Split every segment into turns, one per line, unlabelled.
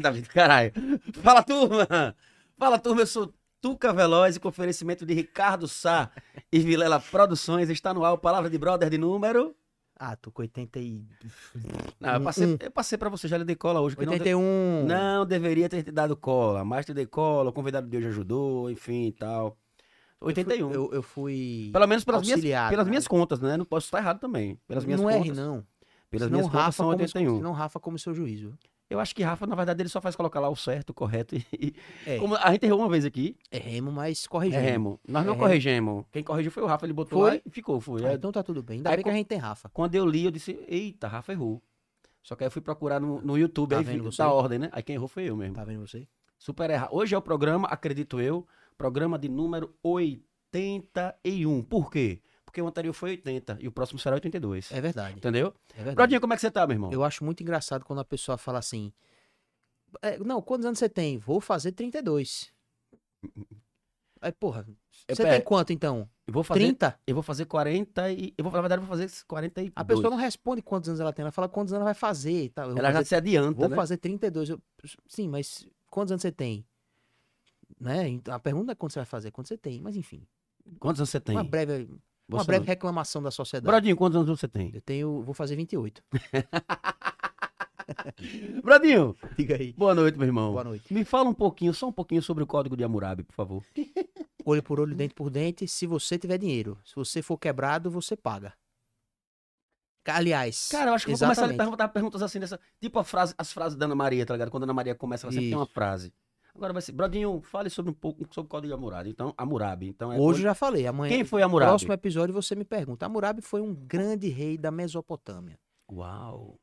da vida, caralho. Fala, turma! Fala, turma, eu sou Tuca Veloz e com oferecimento de Ricardo Sá e Vilela Produções. Está no ar o Palavra de Brother de número...
Ah, tô com 80 e...
Não, eu
Hum,
passei, eu passei pra você, já lhe dei cola hoje. que não deu-
81.
Não deveria ter te dado cola, mas te dei cola, o convidado de hoje ajudou, enfim e tal. 81.
Eu, eu fui...
Pelo menos pelas, minhas,
Auxiliado,
pelas
né?
minhas contas, né? Não posso estar errado também. Pelas minhas
não
contas.
erre, não.
Pelas
senão
minhas contas são
como,
81.
Senão Rafa como seu juízo.
Eu acho que Rafa, na verdade, ele só faz colocar lá o certo, o correto. E...
É,
Como a gente errou uma vez aqui,
é remo, mas corre
é
junto.
remo. Nós não
É remo.
corrigemos. Quem corrigiu foi o Rafa, ele botou
Foi?
lá e ficou. Foi.
Ah,
Aí,
então tá tudo bem.
é-
Ainda
Aí
bem
co-
que a gente tem Rafa.
Quando eu li, eu disse, eita, Rafa errou. Só que aí eu fui procurar no, no YouTube,
Tá
aí
vendo
vi
você?
da ordem, né? Aí quem errou foi eu mesmo.
Tá vendo você?
Super erra. Hoje é o programa, acredito eu, programa de número 81. Por quê? Porque o anterior foi 80 e o próximo será 82.
É verdade.
Entendeu?
É verdade.
Brodinho, como é que você tá, meu irmão?
Eu acho muito engraçado quando a pessoa fala assim... é, não, quantos anos você tem? Vou fazer 32. Aí, porra,
Eu-
você
É, pera,
tem quanto então?
eu vou fazer
30?
Eu vou fazer 40 e. Eu vou, na verdade, eu vou fazer 40 e.
A pessoa não responde quantos anos ela tem, ela fala quantos anos ela vai fazer e tal. Eu vou
Ela já
fazer-
se adianta.
Vou
né?
fazer 32. Eu, sim, mas quantos anos você tem? Né? Então, A pergunta é quando você vai fazer, quando você tem, mas enfim.
Quantos anos você tem?
Uma breve, uma
Você
breve
não-
reclamação da sociedade.
Brodinho, quantos anos você tem?
Eu tenho, vou fazer 28.
Brodinho,
Diga aí.
boa noite, meu irmão.
Boa noite.
Me fala um pouquinho, só um pouquinho sobre o código de Hammurabi, por favor.
Olho por olho, dente por dente, se você tiver dinheiro. Se você for quebrado, você paga. Ca- Aliás,
Cara, eu acho que eu vou começar a lhe
exatamente.
perguntar perguntas assim, dessa, tipo a frase, as frases da Ana Maria, tá ligado? Quando a Ana Maria começa, ela sempre tem uma frase. Agora vai ser, Brodinho, fale sobre um pouco sobre o código de Hammurabi. Então, Hammurabi. Então, é
Hoje eu já falei, amanhã.
Quem é foi Hammurabi?
próximo episódio você me pergunta. Hammurabi foi um grande rei da Mesopotâmia.
é- Uau.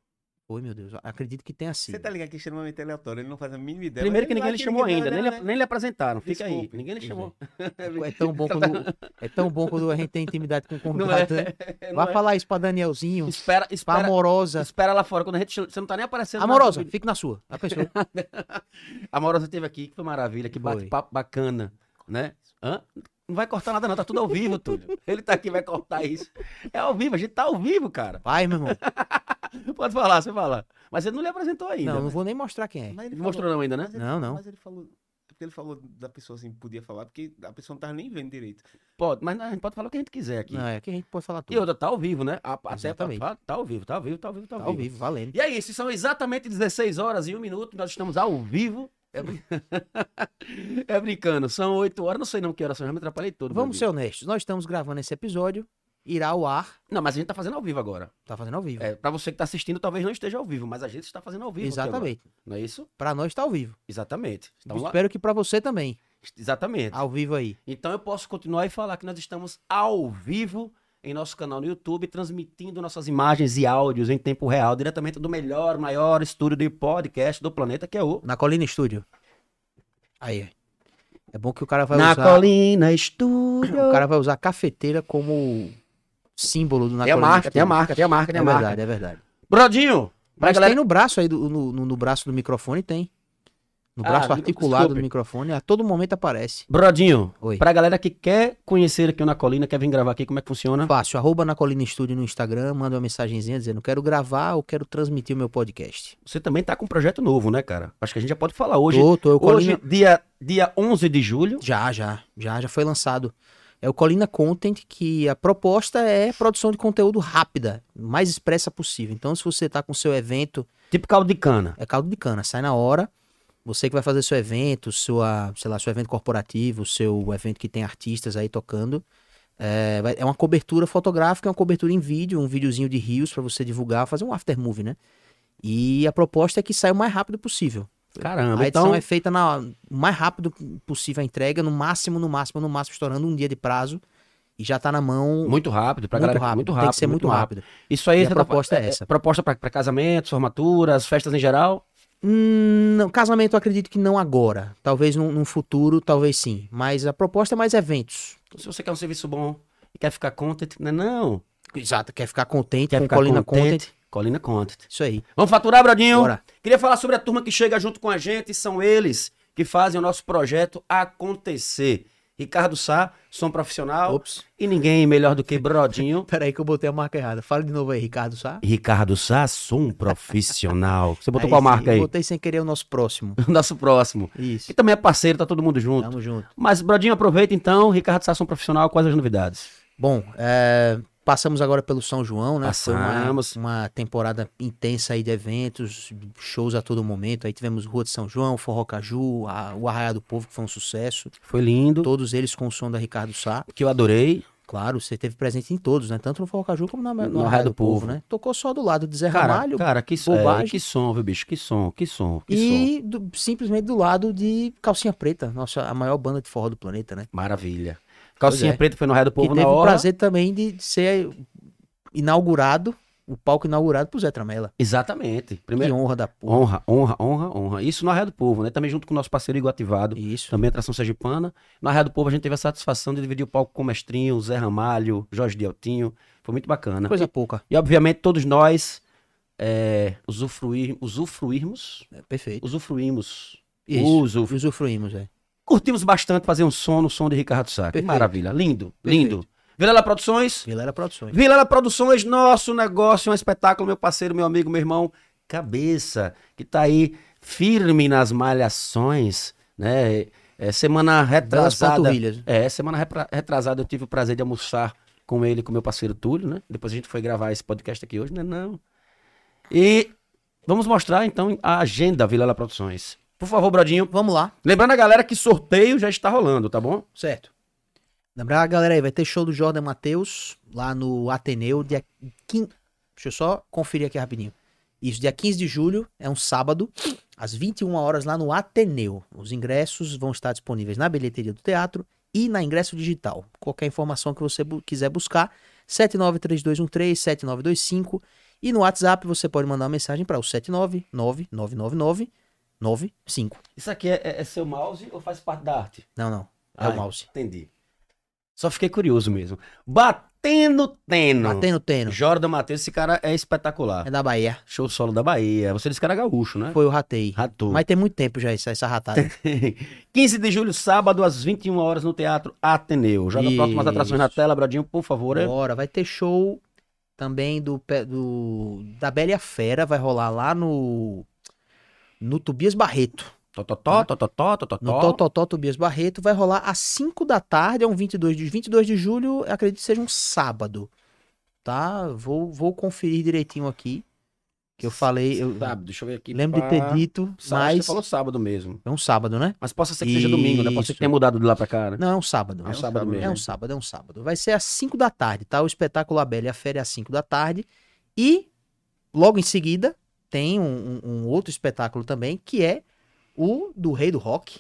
Oi, meu Deus, acredito que tenha sido.
Você tá ligado que é extremamente aleatório, ele não faz a mínima ideia.
Primeiro
mas
que
ele
ninguém
lá
lhe chamou
ninguém-
ainda, nem lhe,
né?
nem lhe apresentaram. Fica aí.
Desculpe.
Ninguém lhe
Pois
chamou.
É tão bom quando, é tão bom quando a gente tem intimidade com o
tá Não
convidado. né?
é. Não
Vai
é.
falar isso pra Danielzinho,
Espera,
pra
espera.
Amorosa.
Espera lá fora, quando a gente. chama- Você não tá nem aparecendo.
Amorosa,
Nada.
fique na sua. A pessoa.
Amorosa teve aqui, que foi maravilha, que
Foi.
bate-papo bacana, né? Hã? Não vai cortar nada, não. Tá tudo ao vivo, Túlio. Ele tá aqui, vai cortar isso. É ao vivo, a gente tá ao vivo, cara.
Vai, meu irmão.
Pode falar, você fala. Mas você não lhe apresentou ainda.
Não, não
né?
vou nem mostrar quem é.
Mas ele
Não mostrou
falou-
não ainda, né?
mas ele-
Não, não.
Mas ele falou. é Porque ele falou da pessoa assim, podia falar, porque a pessoa não tava nem vendo direito.
Pode, mas a gente pode falar o que a gente quiser aqui.
Não, é que a gente pode falar
E
tudo.
outra, tá ao vivo, né? A- Até pra,
Exatamente.
fa- tá ao vivo, tá ao vivo, tá ao vivo, tá
Tá
ao
ao
vivo.
vivo, valendo.
E é isso, são exatamente 16 horas e 1 minuto, nós estamos ao vivo. É, brin- É brincando, são 8 horas, não sei não que horas são, já me atrapalhei todo.
Vamos ser
meu Deus.
honestos. Nós estamos gravando esse episódio. Irá ao ar.
Não, mas a gente tá fazendo ao vivo agora.
Tá fazendo ao vivo.
É, pra você que tá assistindo, talvez não esteja ao vivo, mas a gente está fazendo ao vivo. aqui agora,
Exatamente.
não é isso?
Pra nós tá ao vivo.
Exatamente. Então, lá-
Espero Ah. que pra você também.
Exatamente.
Ao vivo aí.
Então eu posso continuar e falar que nós estamos ao vivo em nosso canal no YouTube, transmitindo nossas imagens e áudios em tempo real, diretamente do melhor, maior estúdio de podcast do planeta, que é o.
Na Colina Estúdio. Aí. É bom que o cara vai
Na
usar.
Colina Estúdio.
Então, O cara vai usar a cafeteira como símbolo do na
Tem a
Colina
marca, tem a
Estúdio.
marca, tem a marca, tem a
É
marca.
verdade, é verdade.
Brodinho! Pra
Mas
galera.
tem no braço aí, do, no, no- no braço do microfone tem. No
Ah,
braço
no-
articulado
desculpe.
do microfone, a todo momento aparece.
Brodinho,
Oi.
pra galera que quer conhecer aqui o Na Colina, quer vir gravar aqui, como é que funciona?
Fácil, arroba na Colina Estúdio no Instagram, manda uma mensagenzinha dizendo, quero gravar ou quero transmitir o meu podcast.
Você também tá com um projeto novo, né, cara? Acho que a gente já pode falar hoje.
tô, tô, é o
Hoje,
Colina...
dia, dia 11 de julho,
Já, já, já, já foi lançado. É o Colina Content, que a proposta é produção de conteúdo rápida, mais expressa possível. Então, se você tá com seu evento,
tipo caldo de cana.
É caldo de cana, sai na hora. Você que vai fazer seu evento, sua, sei lá, seu evento corporativo, seu evento que tem artistas aí tocando. É, vai- é uma cobertura fotográfica, é uma cobertura em vídeo, um videozinho de rios pra você divulgar, fazer um after movie, né? E a proposta é que saia o mais rápido possível.
Caramba,
a edição
então,
é feita na o mais rápido possível a entrega, no máximo, no máximo, no máximo, estourando um dia de prazo. E já tá na mão
muito rápido, pra galera, muito rápido.
Tem que ser muito rápido.
Isso aí,
E a
você tá
proposta é essa.
proposta pra, pra casamentos, formaturas, festas em geral.
Hum, não, casamento eu acredito que não agora. Talvez num, num futuro, talvez sim. Mas a proposta é mais eventos.
Se você quer um serviço bom e quer ficar content, né? Não,
Exato, quer ficar contente
Quer
com
ficar
Colina
contente.
Content.
Colina Content.
Isso aí.
Vamos faturar, Brodinho?
Bora.
Queria falar sobre a turma que chega junto com a gente, e são eles que fazem o nosso projeto acontecer. Ricardo Sá, som profissional.
Ops,
E ninguém melhor do que Brodinho.
peraí que eu botei a marca errada. Fala de novo aí, Ricardo Sá.
Ricardo Sá, som profissional. Você botou
Aí
qual
sim,
marca
É eu
aí?
Botei sem querer o nosso próximo.
Nosso próximo.
Isso.
Que também é parceiro, tá todo mundo junto.
Tamo junto.
Mas, Brodinho, aproveita então. Ricardo Sá, som profissional, quais as novidades?
Bom, é, passamos agora pelo São João, né?
Passamos.
Foi uma, uma temporada intensa aí de eventos, shows a todo momento. Aí tivemos Rua de São João, Forró Caju, a- o Arraiá do Povo, que foi um sucesso.
Foi lindo,
Todos eles com o som da Ricardo Sá.
que eu adorei.
Claro, você teve presente em todos, né? Tanto no Forró Caju como na,
No
no
Arraiá
Arraiá
do
do Povo,
Povo.
né? Tocou só do lado de Zé
Cara, tá
Ramalho
cara, que, som,
É
é,
bobagem.
que som, viu, bicho? Que som, que som, que som.
e do- simplesmente do lado de Calcinha Preta, nossa, a maior banda de forró do planeta, né?
Maravilha. Calcinha
Pois é.
preta foi no Ré do Povo
que
na
teve o
hora.
prazer também de ser inaugurado, o palco inaugurado por Zé Tramela.
Exatamente.
Que
Primeiro,
honra da porra.
é honra, honra, honra, honra. Isso no Arraial do Povo, né? Também junto com o nosso parceiro Igor Ativado,
Isso.
também atração sergipana. No Arraial do Povo a gente teve a satisfação de dividir o palco com o Mestrinho, Zé Ramalho, Jorge Deltinho. Foi muito bacana.
Coisa pouca.
E obviamente todos nós é, usufruir, usufruirmos,
É, perfeito.
usufruímos,
Isso.
uso,
Usufruímos, é.
curtimos bastante fazer um som no som de Ricardo Sá. Que
Perfeito.
maravilha, lindo,
Perfeito.
lindo. Vilela Produções,
Vilela Produções.
Vilela Produções, nosso negócio, um espetáculo, meu parceiro, meu amigo, meu irmão, cabeça, que tá aí firme nas malhações, né? É, semana
Belas
retrasada.
panturrilhas.
É, semana repra- retrasada eu tive o prazer de almoçar com ele, com meu parceiro Túlio, né? Depois a gente foi gravar esse podcast aqui hoje, né? Não. E vamos mostrar então a agenda Vilela Produções. Por favor, Brodinho.
Vamos lá.
Lembrando a galera que sorteio já está rolando, tá bom?
Certo. Lembrar a galera aí, vai ter show do Jordan Matheus lá no Ateneu, dia 15. Deixa eu só conferir aqui rapidinho. Isso, dia 15 de julho, é um sábado, às 21 horas lá no Ateneu. Os ingressos vão estar disponíveis na bilheteria do teatro e na ingresso digital. Qualquer informação que você bu- quiser buscar, 7932137925 e no WhatsApp você pode mandar uma mensagem para o 7999999 95.
Isso aqui é, é- é seu mouse ou faz parte da arte?
Não, não. É
Ah,
o mouse.
Entendi. Só fiquei curioso mesmo. Batendo Teno.
Batendo tênis.
Jordan Matheus, esse cara é espetacular.
É da Bahia.
Show solo da Bahia. Você disse que era gaúcho, né?
Foi o Ratei.
Ratou.
Mas tem muito tempo já isso, essa ratada.
15 de julho, sábado, às 21 horas no Teatro Ateneu. Joga
Isso.
próximas atrações na tela, Bradinho, por favor. é?
Bora, vai ter show também do, pe- do da Bela e a Fera, vai rolar lá no no Tobias Barreto.
Tototó, tototó,
No
tototó.
Tototó Tobias Barreto vai rolar às 5 da tarde, é um 22 de 22 de julho, eu acredito que seja um sábado. Tá? Vou vou conferir direitinho aqui que eu falei, eu
Sábado, deixa eu ver aqui.
lembro de ter dito,
Sábado, Você
mas
falou sábado mesmo.
é um sábado, né?
Mas possa ser que seja domingo, né? Pode ser que
Isso.
tenha mudado de lá pra cá, né?
Não, é um sábado.
É um sábado mesmo.
É um sábado, é um sábado. Vai ser às 5 da tarde, tá? O espetáculo Abel e a Fera é às 5 da tarde. E logo em seguida tem um, um- um outro espetáculo também, que é o do Rei do Rock.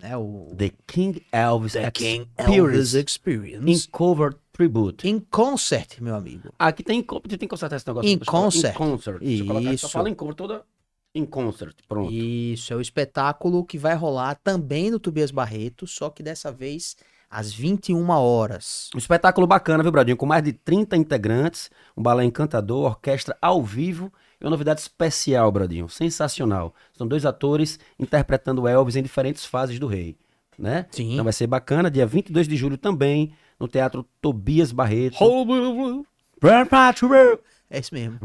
Né? O
The King Elvis
The
King
Elvis
Experience in
Experience.
Cover Tribute.
In concert, meu amigo.
Aqui tem, co- tem que consertar esse negócio.
Em
Deixa eu colocar-
concert.
Em concert. Deixa eu colocar aqui, Só
Isso.
fala em cover toda. Em concert. Pronto.
Isso, é o espetáculo que vai rolar também no Tobias Barreto, só que dessa vez às 21 horas.
Um espetáculo bacana, viu, Bradinho? Com mais de 30 integrantes, um balé encantador, orquestra ao vivo. É uma novidade especial, Bradinho. Sensacional. São dois atores interpretando o Elvis em diferentes fases do rei, né?
Sim.
Então vai ser bacana. Dia 22 de julho também, no Teatro Tobias Barreto.
É isso mesmo.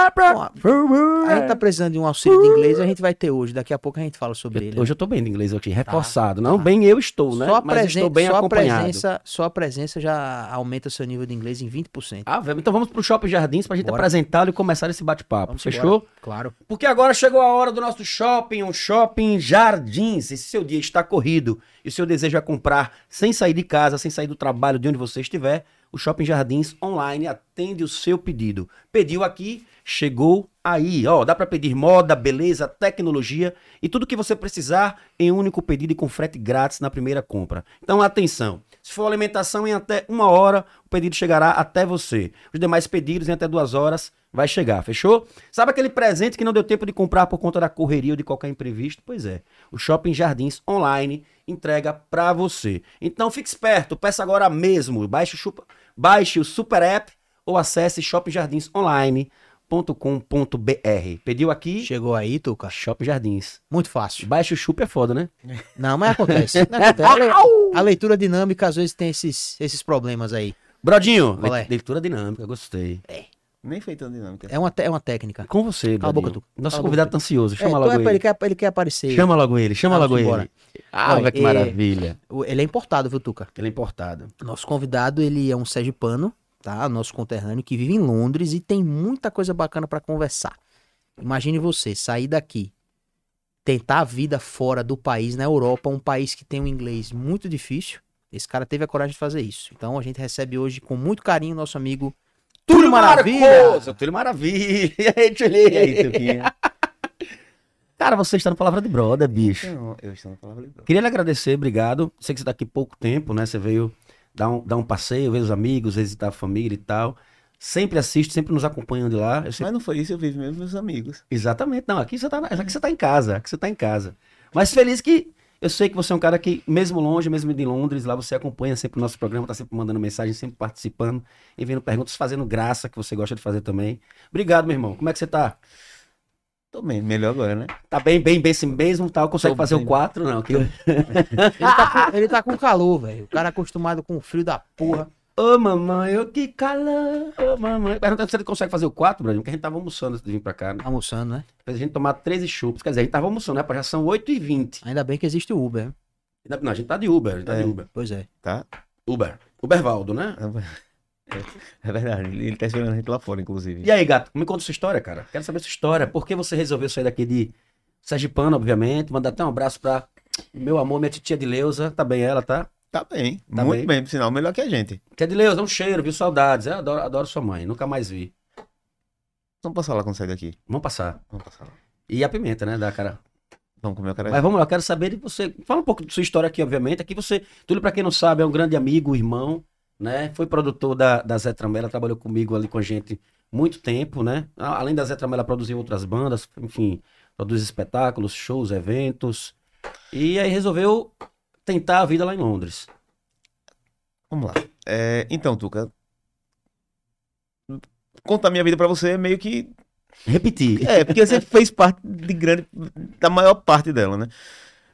A gente
Hoje
tá precisando de um auxílio de inglês e a gente vai ter hoje. Daqui a pouco a gente fala sobre ele.
eu tô bem de inglês aqui, reforçado. Não
tá.
bem eu estou, né?
Só a,
Mas estou
presen-
bem
só, a
acompanhado.
presença, só a presença já aumenta o seu nível de inglês em 20%.
Ah, velho, então vamos pro Shopping Jardins pra gente
Bora.
apresentá-lo e começar esse bate-papo.
Vamos
Ah, Fechou?
embora. Claro.
Porque agora chegou a hora do nosso shopping, um shopping Jardins. E se seu dia está corrido e o seu desejo é comprar sem sair de casa, sem sair do trabalho, de onde você estiver, o Shopping Jardins online atende o seu pedido. Pediu aqui, chegou aí. Ó, dá para pedir moda, beleza, tecnologia e tudo que você precisar em um único pedido e com frete grátis na primeira compra. Então atenção, se for alimentação em até uma hora, o pedido chegará até você. Os demais pedidos em até duas horas vai chegar, fechou? Sabe aquele presente que não deu tempo de comprar por conta da correria ou de qualquer imprevisto? Pois é, o Shopping Jardins Online entrega pra você. Então fique esperto, peça agora mesmo, baixe o, chupa- baixe o Super App ou acesse shoppingjardinsonline.com.br jardins.com.br. Pediu aqui?
Chegou aí, Tuca?
Shopping Jardins.
Muito fácil.
Baixa o chupa é foda, né?
Não, mas acontece. Não acontece. A le- A leitura dinâmica às vezes tem esses, esses problemas aí.
Brodinho,
Qual é?
le- leitura dinâmica, gostei.
Nem foi tão dinâmica.
É uma, te- é uma técnica.
Com você,
Cala a
Brodinho.
boca,
Nosso
Cala a
convidado tá ansioso. Chama
É,
logo
então é pra-
ele.
ele, quer, ele quer aparecer.
Chama logo ele, chama
Vamos
logo
embora.
ele. Ah,
Olha,
velho, que
é-
maravilha.
O- Ele é importado, viu, Tuca?
Ele é importado.
Nosso convidado, ele é um sergipano, tá? Nosso conterrâneo que vive em Londres e tem muita coisa bacana pra conversar. Imagine você sair daqui, tentar a vida fora do país, na Europa, um país que tem um inglês muito difícil. Esse cara teve a coragem de fazer isso. Então a gente recebe hoje com muito carinho nosso amigo Túlio Maravilha.
Maravilhoso, Túlio Maravilha. E aí, Túlio?
E aí, Tuquinha?
Cara, você está no Palavra de Broda, bicho.
Então, eu estou na palavra liberal.
Queria lhe agradecer, obrigado. Sei que você está aqui pouco tempo, né? Você veio dar um, dar um passeio, ver os amigos, visitar a família e tal. Sempre assiste, sempre nos acompanhando de lá. Eu sempre-
Mas não foi isso, eu vivo mesmo meus amigos.
Exatamente, não. Aqui você, está aqui você tá em casa, aqui você tá em casa. Mas feliz que eu sei que você é um cara que, mesmo longe, mesmo de Londres, lá você acompanha sempre o nosso programa, tá sempre mandando mensagem, sempre participando, enviando perguntas, fazendo graça, que você gosta de fazer também. Obrigado, meu irmão. Como é que você tá?
Tô bem, melhor agora, né?
Tá bem, bem, bem assim mesmo, tal? Consegue
Tô
fazer o
bem.
4? Não, que eu-
Ele tá, com, ele tá com calor, velho. O cara acostumado com o frio da porra.
Ô mamãe, eu que calor, ô mamãe. Perguntando se ele consegue fazer o 4, Brasil, porque a gente tava almoçando antes de vir pra cá, né?
Almoçando, né?
Fez a gente tomar 13 chupes, quer dizer, a gente tava almoçando, né? rapaz? Já são 8h20.
Ainda bem que existe o Uber. né?
Não, a gente tá de Uber, a gente tá
É.
de Uber.
Pois é.
Tá?
Uber. Ubervaldo, né?
É, é verdade, ele ele tá esperando a gente lá fora, inclusive.
E aí, gato, me conta sua história, cara. Quero saber sua história. Por que você resolveu sair daqui de Sergipano, obviamente? Mandar até um abraço pra meu amor, minha titia de Leusa. Tá bem ela, tá?
Tá bem,
Tá
muito
bem.
bem. por sinal, melhor que a gente.
Tia de Leusa, um cheiro, viu? Saudades. Eu adoro, adoro sua mãe, nunca mais vi.
Vamos passar lá quando sair daqui.
Vamos passar.
Vamos passar lá.
E a pimenta, né, da cara?
Vamos comer o cara.
Mas vamos lá, eu quero saber de você. Fala um pouco de sua história aqui, obviamente. Aqui você, Túlio, pra quem não sabe, é um grande amigo, irmão, né? Foi produtor da, da Zé Tramela, trabalhou comigo ali com a gente muito tempo, né? A- Além da Zé Tramela, produziu outras bandas, enfim, produz espetáculos, shows, eventos. E aí resolveu tentar a vida lá em Londres.
Vamos lá. É, então, Tuca. Contar minha vida pra você é meio que
Repetir.
É, porque você fez parte de grande, da maior parte dela, né?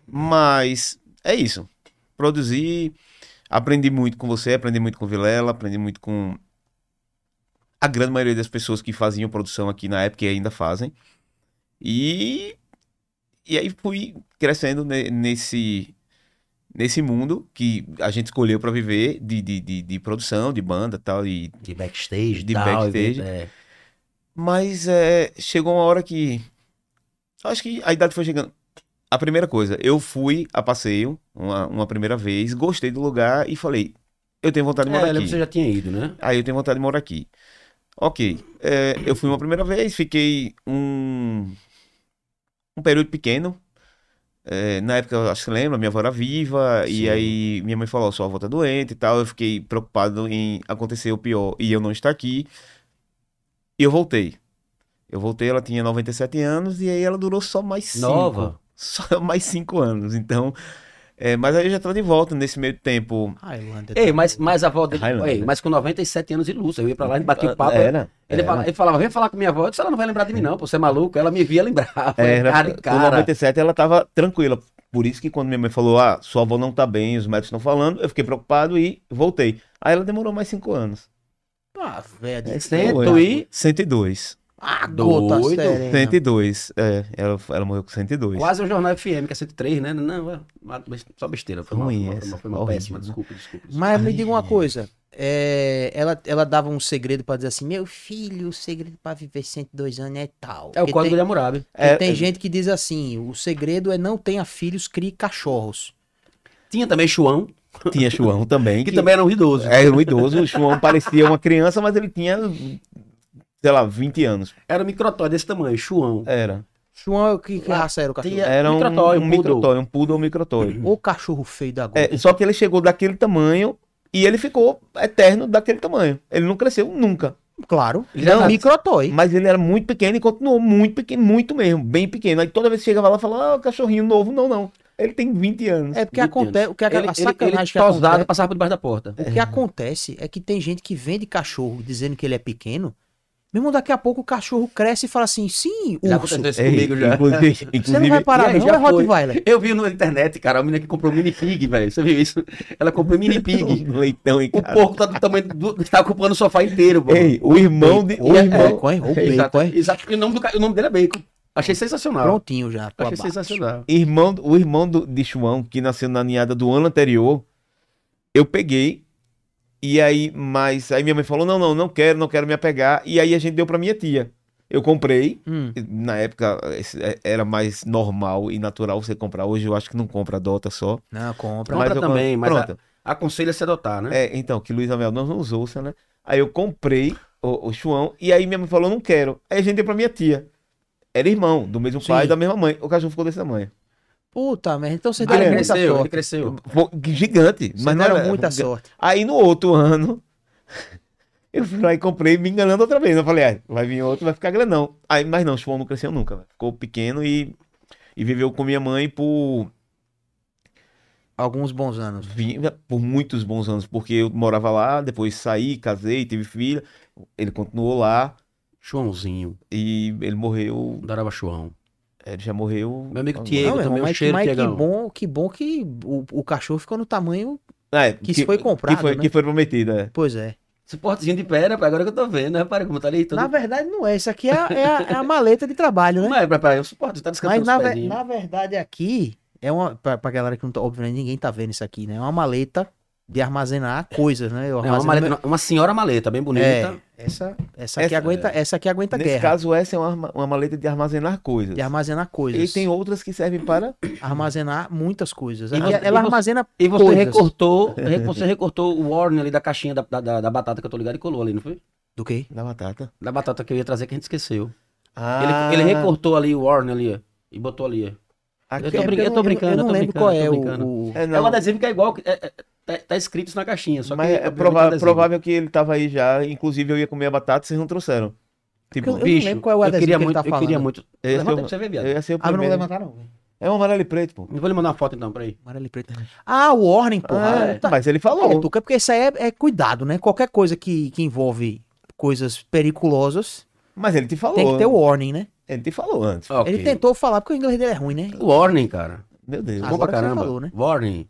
Mas é isso. Produzi, aprendi muito com você, aprendi muito com Vilela, aprendi muito com a grande maioria das pessoas que faziam produção aqui na época e ainda fazem. E e aí fui crescendo ne- nesse nesse mundo que a gente escolheu pra viver de, de, de, de produção, de banda, tal e
De backstage,
De
tal,
backstage.
é.
mas é, chegou uma hora que. Acho que a idade foi chegando. A primeira coisa, eu fui a passeio uma, uma primeira vez, gostei do lugar e falei: eu tenho vontade de
É,
morar
eu lembro
aqui.
que você já tinha ido, né?
Aí eu tenho vontade de morar aqui. Ok. é, eu fui uma primeira vez, fiquei um, um período pequeno. É, na época, eu acho que lembra, minha avó era viva,
Sim.
e aí minha mãe falou, sua avó tá doente e tal. Eu fiquei preocupado em acontecer o pior e eu não estar aqui. E eu voltei. Eu voltei, ela tinha 97 anos, e aí ela durou só mais cinco
Nova.
Só mais cinco anos. Então, é, mas aí eu já tô de volta nesse meio tempo.
Ah, Irlanda.
Ei, mas, mas a avó dele.
É. Highlander, É,
Ei,
né?
mas com 97 anos ilustra. Eu ia pra lá e bati papo. é
Era,
Ele,
era.
fala- ele falava, vem falar com minha avó. Eu disse, ela não vai lembrar de mim, não, pô, você é maluco. Ela me via lembrava.
É,
É, cara,
na,
em
no
cara.
97 ela tava tranquila. Por isso que quando minha mãe falou, ah, sua avó não tá bem, os médicos estão falando, eu fiquei preocupado e voltei. Aí ela demorou mais cinco anos.
Ah, velho.
É,
Foi.
Cento e.
102.
Ah,
Doido.
gota serena.
102. É, ela, ela morreu com 102.
Quase o Jornal FM, que é 103, né? Não, é uma- só besteira. Foi uma,
Ruim
uma-
essa,
uma- foi uma
horrível. né?
péssima. Desculpa, desculpa. desculpa.
Mas me diga uma
Ai.
coisa. é, ela, ela dava um segredo pra dizer assim: Meu filho, o segredo pra viver 102 anos é tal.
É o
Porque
código
tem,
de Hammurabi.
porque
É,
tem
é.
gente que diz assim: O segredo é não tenha filhos, crie cachorros.
Tinha também Chuão,
Tinha João também,
que, também era um idoso.
é um idoso. O João parecia uma criança, mas ele tinha, sei lá, 20 anos.
Era um microtório desse tamanho, Chuão.
Era.
João, que, que raça era o cachorro?
Tinha-
Era um
Microtói,
microtói,
um
um,
poodle.
microtói, um poodle ou um microtói.
O cachorro feio da gota.
É, só que ele chegou daquele tamanho e ele ficou eterno daquele tamanho. Ele não cresceu nunca.
É.
Claro.
Ele era-
Não, microtoy.
Mas ele era muito pequeno e continuou muito pequeno, muito mesmo, bem pequeno. Aí toda vez que chegava lá, falava, ah, cachorrindo novo. Não, não. Ele tem 20 anos.
É porque
Meu Deus.
acontece. O que a,
Ele,
a
ele,
sacanagem
ele
que acontece-
tosado, passava por debaixo da porta.
é O que acontece é que tem gente que vende cachorro dizendo que ele é pequeno. Meu irmão, daqui a pouco o cachorro cresce e fala assim: sim,
Já
urso.
aconteceu É, isso
Ei,
comigo já.
Inclusive,
Você não vai
inclusive
parar,
E aí,
não,
já
é
foi.
Rottweiler.
Eu vi na internet, cara, a menina que comprou mini pig, velho. Você viu isso? Ela comprou mini pig.
um leitão em
O
casa.
porco tá do tamanho do. Tá ocupando o sofá inteiro, pô.
Ei, o irmão de. O
Bacon,
irmão.
Bacon, ou
exato,
bacon, é.
exato. E o nome, do, ca- o nome dele é Bacon. Achei sensacional.
Prontinho já. com a
Achei
barba.
sensacional.
é, irmão, o irmão do, de João, que nasceu na ninhada do ano anterior, eu peguei. E aí, mas aí minha mãe falou: não, não, não quero, não quero me apegar. E aí a gente deu pra minha tia. Eu comprei.
Hum.
Na época esse, é, era mais normal e natural você comprar. Hoje eu acho que não compra, adota só.
Não, compra.
Compra
eu-
também, mas
pronto.
Aconselho a se adotar, né?
É, então, que Luiz Amel não nos ouça, né? Aí eu comprei o, o João e aí minha mãe falou: não quero. Aí a gente deu pra minha tia. Era irmão, do mesmo
Sim.
pai e da mesma mãe. O cachorro ficou desse tamanho.
Puta merda, então vocês
Ah, ele
deram
é,
muita
cresceu, ele
sorte.
cresceu.
Pô, Gigante.
Vocês
mas não
deram
era um
muita sorte.
Aí no outro ano, eu fui lá e comprei, me enganando outra vez. Eu falei, ah, vai vir outro, vai ficar grandão. Aí, mas não, o João não cresceu nunca. velho. Ficou pequeno e, e viveu com minha mãe por,
Alguns bons anos.
vi- por muitos bons anos, porque eu morava lá, depois saí, casei, tive filha. Ele continuou lá
Joãozinho,
e ele morreu. é,
Daraba João.
Ele já morreu.
Meu amigo
agora.
Diego,
não, meu
também
irmão,
um
mas,
cheiro,
mas que
Tiagão.
bom, que bom que o, o cachorro ficou no tamanho.
É,
que isso foi comprado,
Que foi,
né?
que foi prometido, é.
Pois é.
Suportezinho de pedra, agora que eu tô vendo, né? Repara como tá ali. Todo...
Na verdade, não é. Isso aqui é, a- é a, é a maleta de trabalho, né?
Não é, pra, pra, eu suporte, tá descansando
Mas
os
na, ve-
pezinhos.
na verdade aqui é uma pra, pra galera que não tá obviamente ninguém tá vendo isso aqui, né? É uma maleta de armazenar coisas, né? Eu
É uma,
armazeno
maleta,
meu-
não, uma senhora maleta, bem bonita.
É, essa essa aqui
Essa-
aguenta, essa aqui aguenta
Nesse
guerra.
caso, essa é uma, arma- uma maleta de armazenar coisas.
De armazenar
E
coisas.
tem outras que servem para
Armazenar muitas coisas.
E
Ela,
você-
ela
e você-
armazena.
E você
Coisas.
recortou, re- você recortou o Warner ali da caixinha da, da- da, da batata que eu tô ligado e colou ali, não foi?
Do quê?
da batata.
Da batata que eu ia trazer que a gente esqueceu.
Ah,
Ele, ele recortou ali o Warner ali, ó, e botou ali. ó.
aqui
Eu tô
é
porque
brin- eu tô
não-
brincando,
Eu não
eu tô
lembro
brincando,
qual
eu
é
tô brincando.
o. o-
É,
É um
não,
adesivo que é igual, é- é- tá, tá escrito isso na caixinha, só que...
mas é
obviamente,
prova-
adesivo.
provável que ele tava aí já. Inclusive, eu ia comer a batata, vocês não trouxeram.
É
Tipo,
Eu- eu- não
Bicho,
lembro qual é o
eu
adesivo
queria
que ele
muito,
tá
Eu queria
falando.
muito...
eu ia ser
Levanta aí pra
o-
você ver, viado.
eu ia ser o
Ah, não vou
primeiro.
levantar, não.
É um amarelo e preto, pô.
Eu vou lhe mandar uma foto então, peraí.
Amarelo e preto. Ah, o Warning, porra.
Ah,
Puta
Mas ele
Tá
É,
falou.
Tuca, porque isso aí é, é cuidado, né? Qualquer coisa que, que envolve coisas perigosas
Mas ele te falou.
tem que ter o Ah. warning, né?
Ele te falou antes.
Tá Ok.
Ele tentou falar porque o inglês dele é ruim, né?
Warning, cara. É
Meu Deus.
Ah,
Bom pra
Agora que você
caramba.
falou, né?
Warning.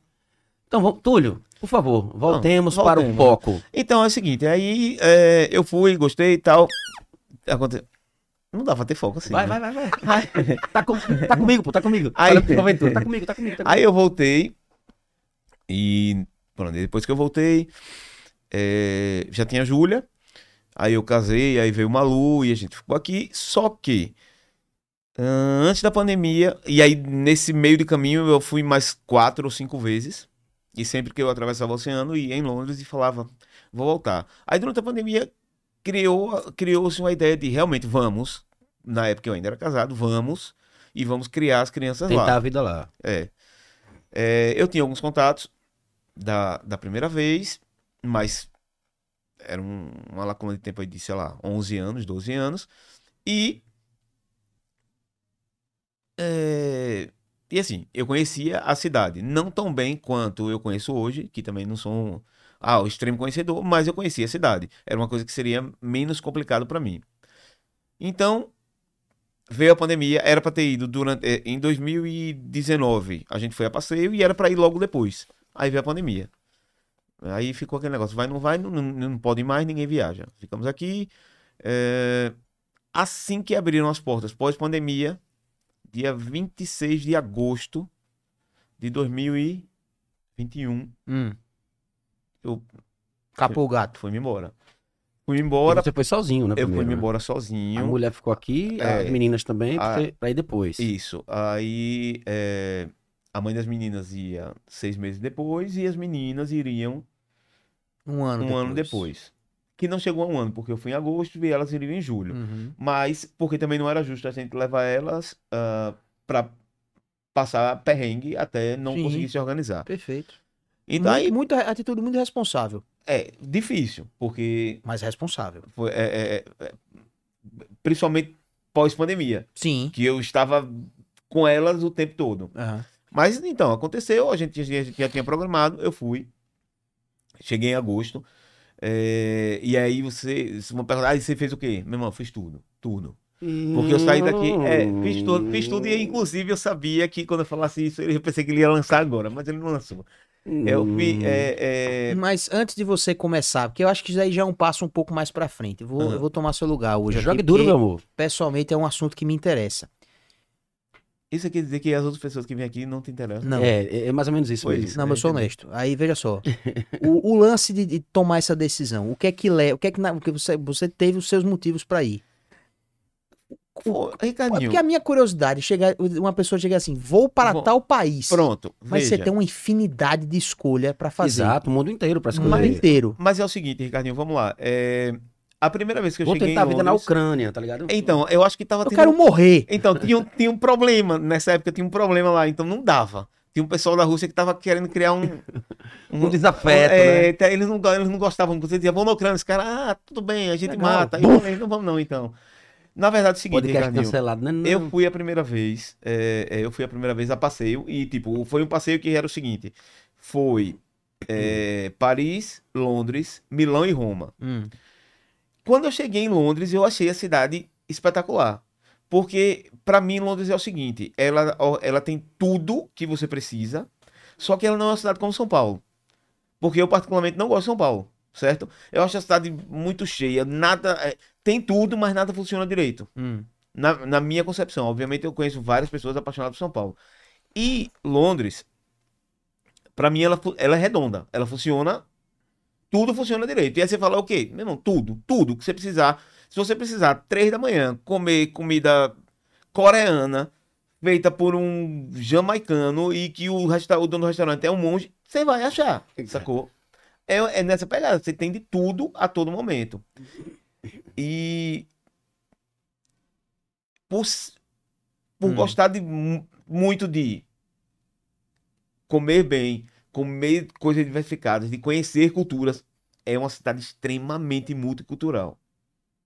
Então, vamos... Túlio, por favor, voltemos
Não,
para o
voltemos.
foco.
Então é o seguinte, aí é, eu fui, gostei e tal. Aconteceu. Não dá pra ter foco assim.
Vai,
né?
vai, vai, vai. Tá, com- tá comigo, pô, tá comigo.
Aí-
Olha pro Juventude, tá comigo, tá comigo. Tá comigo.
Aí eu voltei. E pronto, depois que eu voltei, é, já tinha a Júlia. Aí eu casei, aí veio o Malu e a gente ficou aqui. Só que ahn, antes da pandemia, e aí nesse meio de caminho eu fui mais quatro ou cinco vezes. E sempre que eu atravessava o oceano, ia em Londres e falava, vou voltar. Aí durante a pandemia criou, criou-se uma ideia de realmente vamos. Na época eu ainda era casado, vamos. E vamos criar as crianças lá.
Tentar a vida lá.
É. É, eu tinha alguns contatos da, da primeira vez, mas era um- uma lacuna de tempo aí de, sei lá, 11 anos, 12 anos. E. é, e assim, eu conhecia a cidade, não tão bem quanto eu conheço hoje, que também não sou um, ah, o extremo conhecedor, mas eu conhecia a cidade. Era uma coisa que seria menos complicado pra mim. Então, veio a pandemia, era pra ter ido durante eh, em 2019, a gente foi a passeio e era pra ir logo depois. Aí veio a pandemia. Aí ficou aquele negócio, vai não vai, não, não, não pode ir mais, ninguém viaja. Ficamos aqui. eh, assim que abriram as portas pós-pandemia, dia 26 de agosto de 2021,
Hum.
Eu-
Capou o gato.
fui-me embora. Fui-me
E
embora,
Você foi sozinho, né?
eu
primeiro,
fui-me
né?
embora
A
sozinho.
mulher ficou aqui,
É.
as meninas também,
Ah.
pra você- pra ir depois.
Isso. Aí é, a mãe das meninas ia seis meses depois e as meninas iriam
Um
um
ano depois.
ano depois. Que não chegou a um ano, porque eu fui em agosto e elas iriam em julho.
Uhum.
Mas, porque também não era justo a gente levar elas ah, pra passar perrengue até não
Sim.
conseguir se organizar.
Perfeito.
Então,
muito,
aí,
muito- atitude muito responsável.
é difícil, porque
Mas responsável.
foi- é- é- é- principalmente pós-pandemia,
Sim.
que eu estava com elas o tempo todo.
Aham.
Mas então, aconteceu, a gente, já- já tinha programado, eu fui. Cheguei em agosto. É, e aí você. Se uma pergunta, ah, você fez o quê? Meu irmão, fiz tudo. Tudo. Porque eu saí daqui. É, fiz tudo, fiz tudo. E inclusive eu sabia que quando eu falasse isso, eu pensei que ele ia lançar agora, mas ele não lançou. Eu
Hum.
fi- é, é,
Mas antes de você começar, porque eu acho que isso aí já é um passo um pouco mais pra frente. Eu vou,
Aham.
eu vou tomar seu lugar hoje.
Jogue
aqui,
duro,
porque,
meu amor.
Pessoalmente é um assunto que me interessa.
Isso quer dizer que as outras pessoas que vêm aqui não te interessam.
Não.
É, é mais ou menos isso
Pois.
mesmo.
Não,
né?
mas eu sou
Entendi.
honesto. Aí veja só, o, o lance de, de tomar essa decisão, o que é que leva, o que é que, na- o que você, você teve os seus motivos pra ir?
Pô,
É
Ricardinho,
porque a minha curiosidade chegar, uma pessoa chegar assim, vou para
Vou-
tal país,
pronto.
mas
veja.
você tem um uma infinidade de escolha pra fazer,
Exato, o mundo inteiro pra
o mundo
escolher.
inteiro.
Mas é o seguinte, Ricardinho, vamos lá. É, A primeira vez que eu
Vou
cheguei
tentar a
em
vida na
Londres-
Ucrânia, tá ligado?
Então, eu acho que tava
Eu quero morrer.
Então, tinha um, tinha um problema. Nessa época tinha um problema lá, então não dava. Tinha um pessoal da Rússia que tava querendo criar um.
um desafeto, né?
é, tá, eles, não, go- eles não gostavam. Então, Você dizia, vamos na Ucrânia. Os caras, ah, tudo bem, a gente
Legal.
mata. E eu falei, não vamos não, então. Na verdade, é o seguinte,
Podcast
Ricardinho.
cancelado, né? Não.
Eu fui a primeira vez, é, é, eu fui a primeira vez a passeio e, tipo, foi um passeio que era o seguinte, foi é,
Hum.
Paris, Londres, Milão e Roma.
Hum.
Quando eu cheguei em Londres, eu achei a cidade espetacular, porque pra mim Londres é o seguinte, ela, ó, ela tem tudo que você precisa, só que ela não é uma cidade como São Paulo, porque eu particularmente não gosto de São Paulo, certo? Eu acho a cidade muito cheia, nada, é, tem tudo, mas nada funciona direito.
hum.
Na, na minha concepção, obviamente eu conheço várias pessoas apaixonadas por São Paulo. E Londres, pra mim, ela, fu- ela é redonda. Ela funciona. Tudo funciona direito. E aí você fala, ok, meu irmão, tudo, tudo que você precisar. Se você precisar, três da manhã, comer comida coreana, feita por um jamaicano e que o, resta- o dono do restaurante é um monge, você vai achar, sacou? É, é nessa pegada, você tem de tudo a todo momento. E por, s- por
Hum.
gostar de, mu- muito de comer bem, comer coisas diversificadas, de conhecer culturas, é uma cidade extremamente multicultural.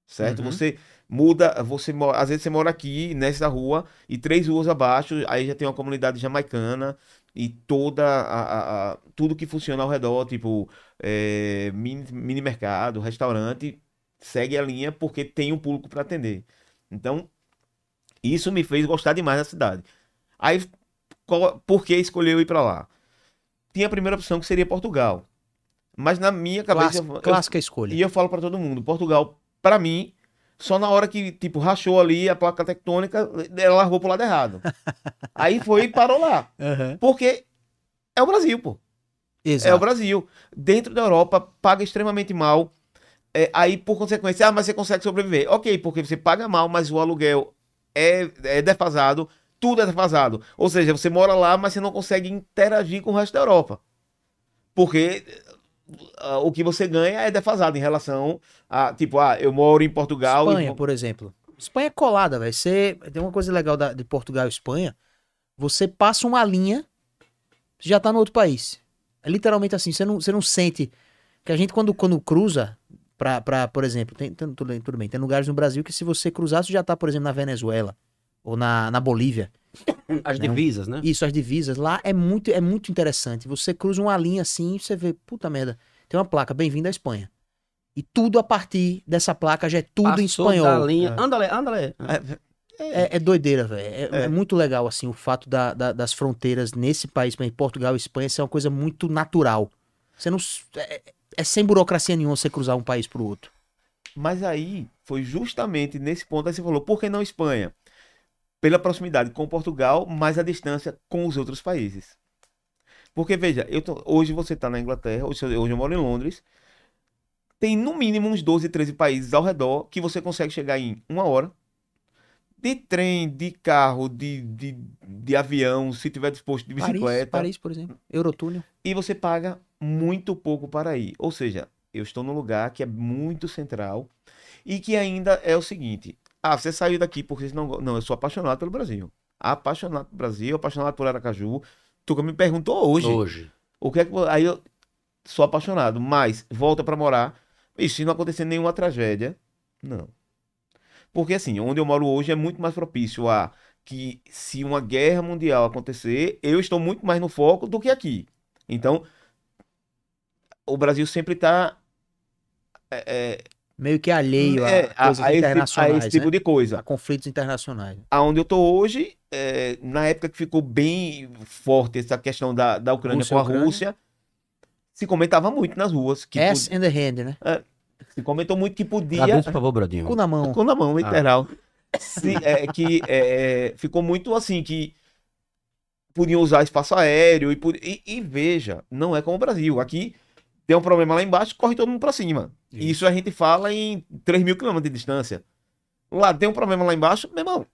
Certo?
Uhum.
Você muda, você mora, às vezes você mora aqui nessa rua e três ruas abaixo, aí já tem uma comunidade jamaicana e toda a, a- a- tudo que funciona ao redor, tipo é, mini, mini mercado, restaurante, segue a linha porque tem um público para atender. Então, isso me fez gostar demais da cidade. Aí, qual- por que escolheu ir para lá? Tinha a primeira opção que seria Portugal. Mas na minha cabeça.
Clássica,
eu- eu-
clássica escolha.
e eu falo pra todo mundo, Portugal, pra mim, só na hora que, tipo, rachou ali a placa tectônica, ela largou pro lado errado. Aí foi e parou lá.
Aham.
Porque é o Brasil, pô. É o
Exato.
Brasil. Dentro da Europa, paga extremamente mal. É, aí, por consequência, ah, mas você consegue sobreviver. Ok, porque você paga mal, mas o aluguel é, é defasado. Tudo é defasado. Ou seja, você mora lá, mas você não consegue interagir com o resto da Europa. Porque ah, o que você ganha é defasado em relação a, tipo, ah, eu moro em Portugal. e-
Espanha, por exemplo. Espanha é colada, velho. Você tem uma coisa legal da- de Portugal e Espanha. Você passa uma linha, você já tá no outro país. É literalmente assim. Você não, você não sente que a gente quando quando cruza pra, pra por exemplo, tem, tem- tudo, bem, tudo bem, tem lugares no Brasil que se você cruzar, você já tá, por exemplo, na Venezuela ou na, na Bolívia.
As
Não.
divisas, né?
Isso, as divisas lá é muito é muito interessante. Você cruza uma linha assim, você vê, puta merda, tem uma placa, bem-vindo à Espanha. E tudo a partir dessa placa já é tudo em
Passou
espanhol.
Da linha.
É.
Andale, andale.
É, é doideira, velho. É,
É.
é muito legal, assim, o fato da- da- das fronteiras nesse país, em Portugal e Espanha, isso é uma coisa muito natural. Você não. s- É, é sem burocracia nenhuma você cruzar um país pro outro.
Mas aí foi justamente nesse ponto que você falou, por que não Espanha? Pela proximidade com Portugal, mas a distância com os outros países. Porque veja, eu tô- hoje você está na Inglaterra, hoje, eu- hoje eu moro em Londres, tem no mínimo uns 12, 13 países ao redor que você consegue chegar em uma hora. De trem, de carro, de, de, de avião, se tiver disposto de
Paris,
bicicleta
Paris, por exemplo. Eurotúnel.
e você paga muito pouco para ir. Ou seja, eu estou num lugar que é muito central e que ainda é o seguinte: ah, você saiu daqui porque você não. go- Não, eu sou apaixonado pelo Brasil. Apaixonado pelo Brasil, apaixonado por Aracaju. Tuca me perguntou hoje.
Hoje.
O que é que. vo- Aí eu sou apaixonado, mas volta para morar. E se não acontecer nenhuma tragédia, não. Porque assim, onde eu moro hoje é muito mais propício a que se uma guerra mundial acontecer, eu estou muito mais no foco do que aqui. Então, o Brasil sempre está é,
Meio que alheio a
é,
coisas
a, a esse, tipo- a
internacionais,
esse tipo
né?
de coisa.
A conflitos internacionais.
Aonde eu tô hoje, é, na época que ficou bem forte essa questão da, da Ucrânia
Rússia,
com a
Ucrânia.
Rússia, se comentava muito nas ruas. Que
Ass in the hand, né?
pod- se comentou muito que podia.
Traduz, por favor, Bradinho.
Cu na mão.
Ficou na mão, literal. Se- é, que é, ficou muito assim, que podiam usar espaço aéreo e, pod- e- e veja, não é como o Brasil. Aqui tem um problema lá embaixo, corre todo mundo pra cima.
Isso.
Isso, a gente fala em 3 mil quilômetros de distância. Lá tem um problema lá embaixo, meu irmão,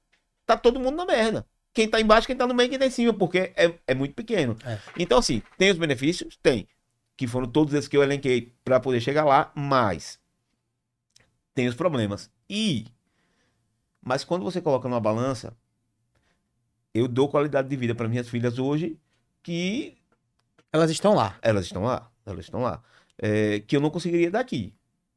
tá todo mundo na merda. Quem tá embaixo, quem tá no meio, quem tá em cima, porque é, é muito pequeno.
É.
Então, assim, tem os benefícios? Tem. Que foram todos esses que eu elenquei pra poder chegar lá, mas tem os problemas. E. Mas quando você coloca numa balança, eu dou qualidade de vida para minhas filhas hoje, que
Elas estão lá.
elas estão lá, elas estão lá. É, que eu não conseguiria daqui,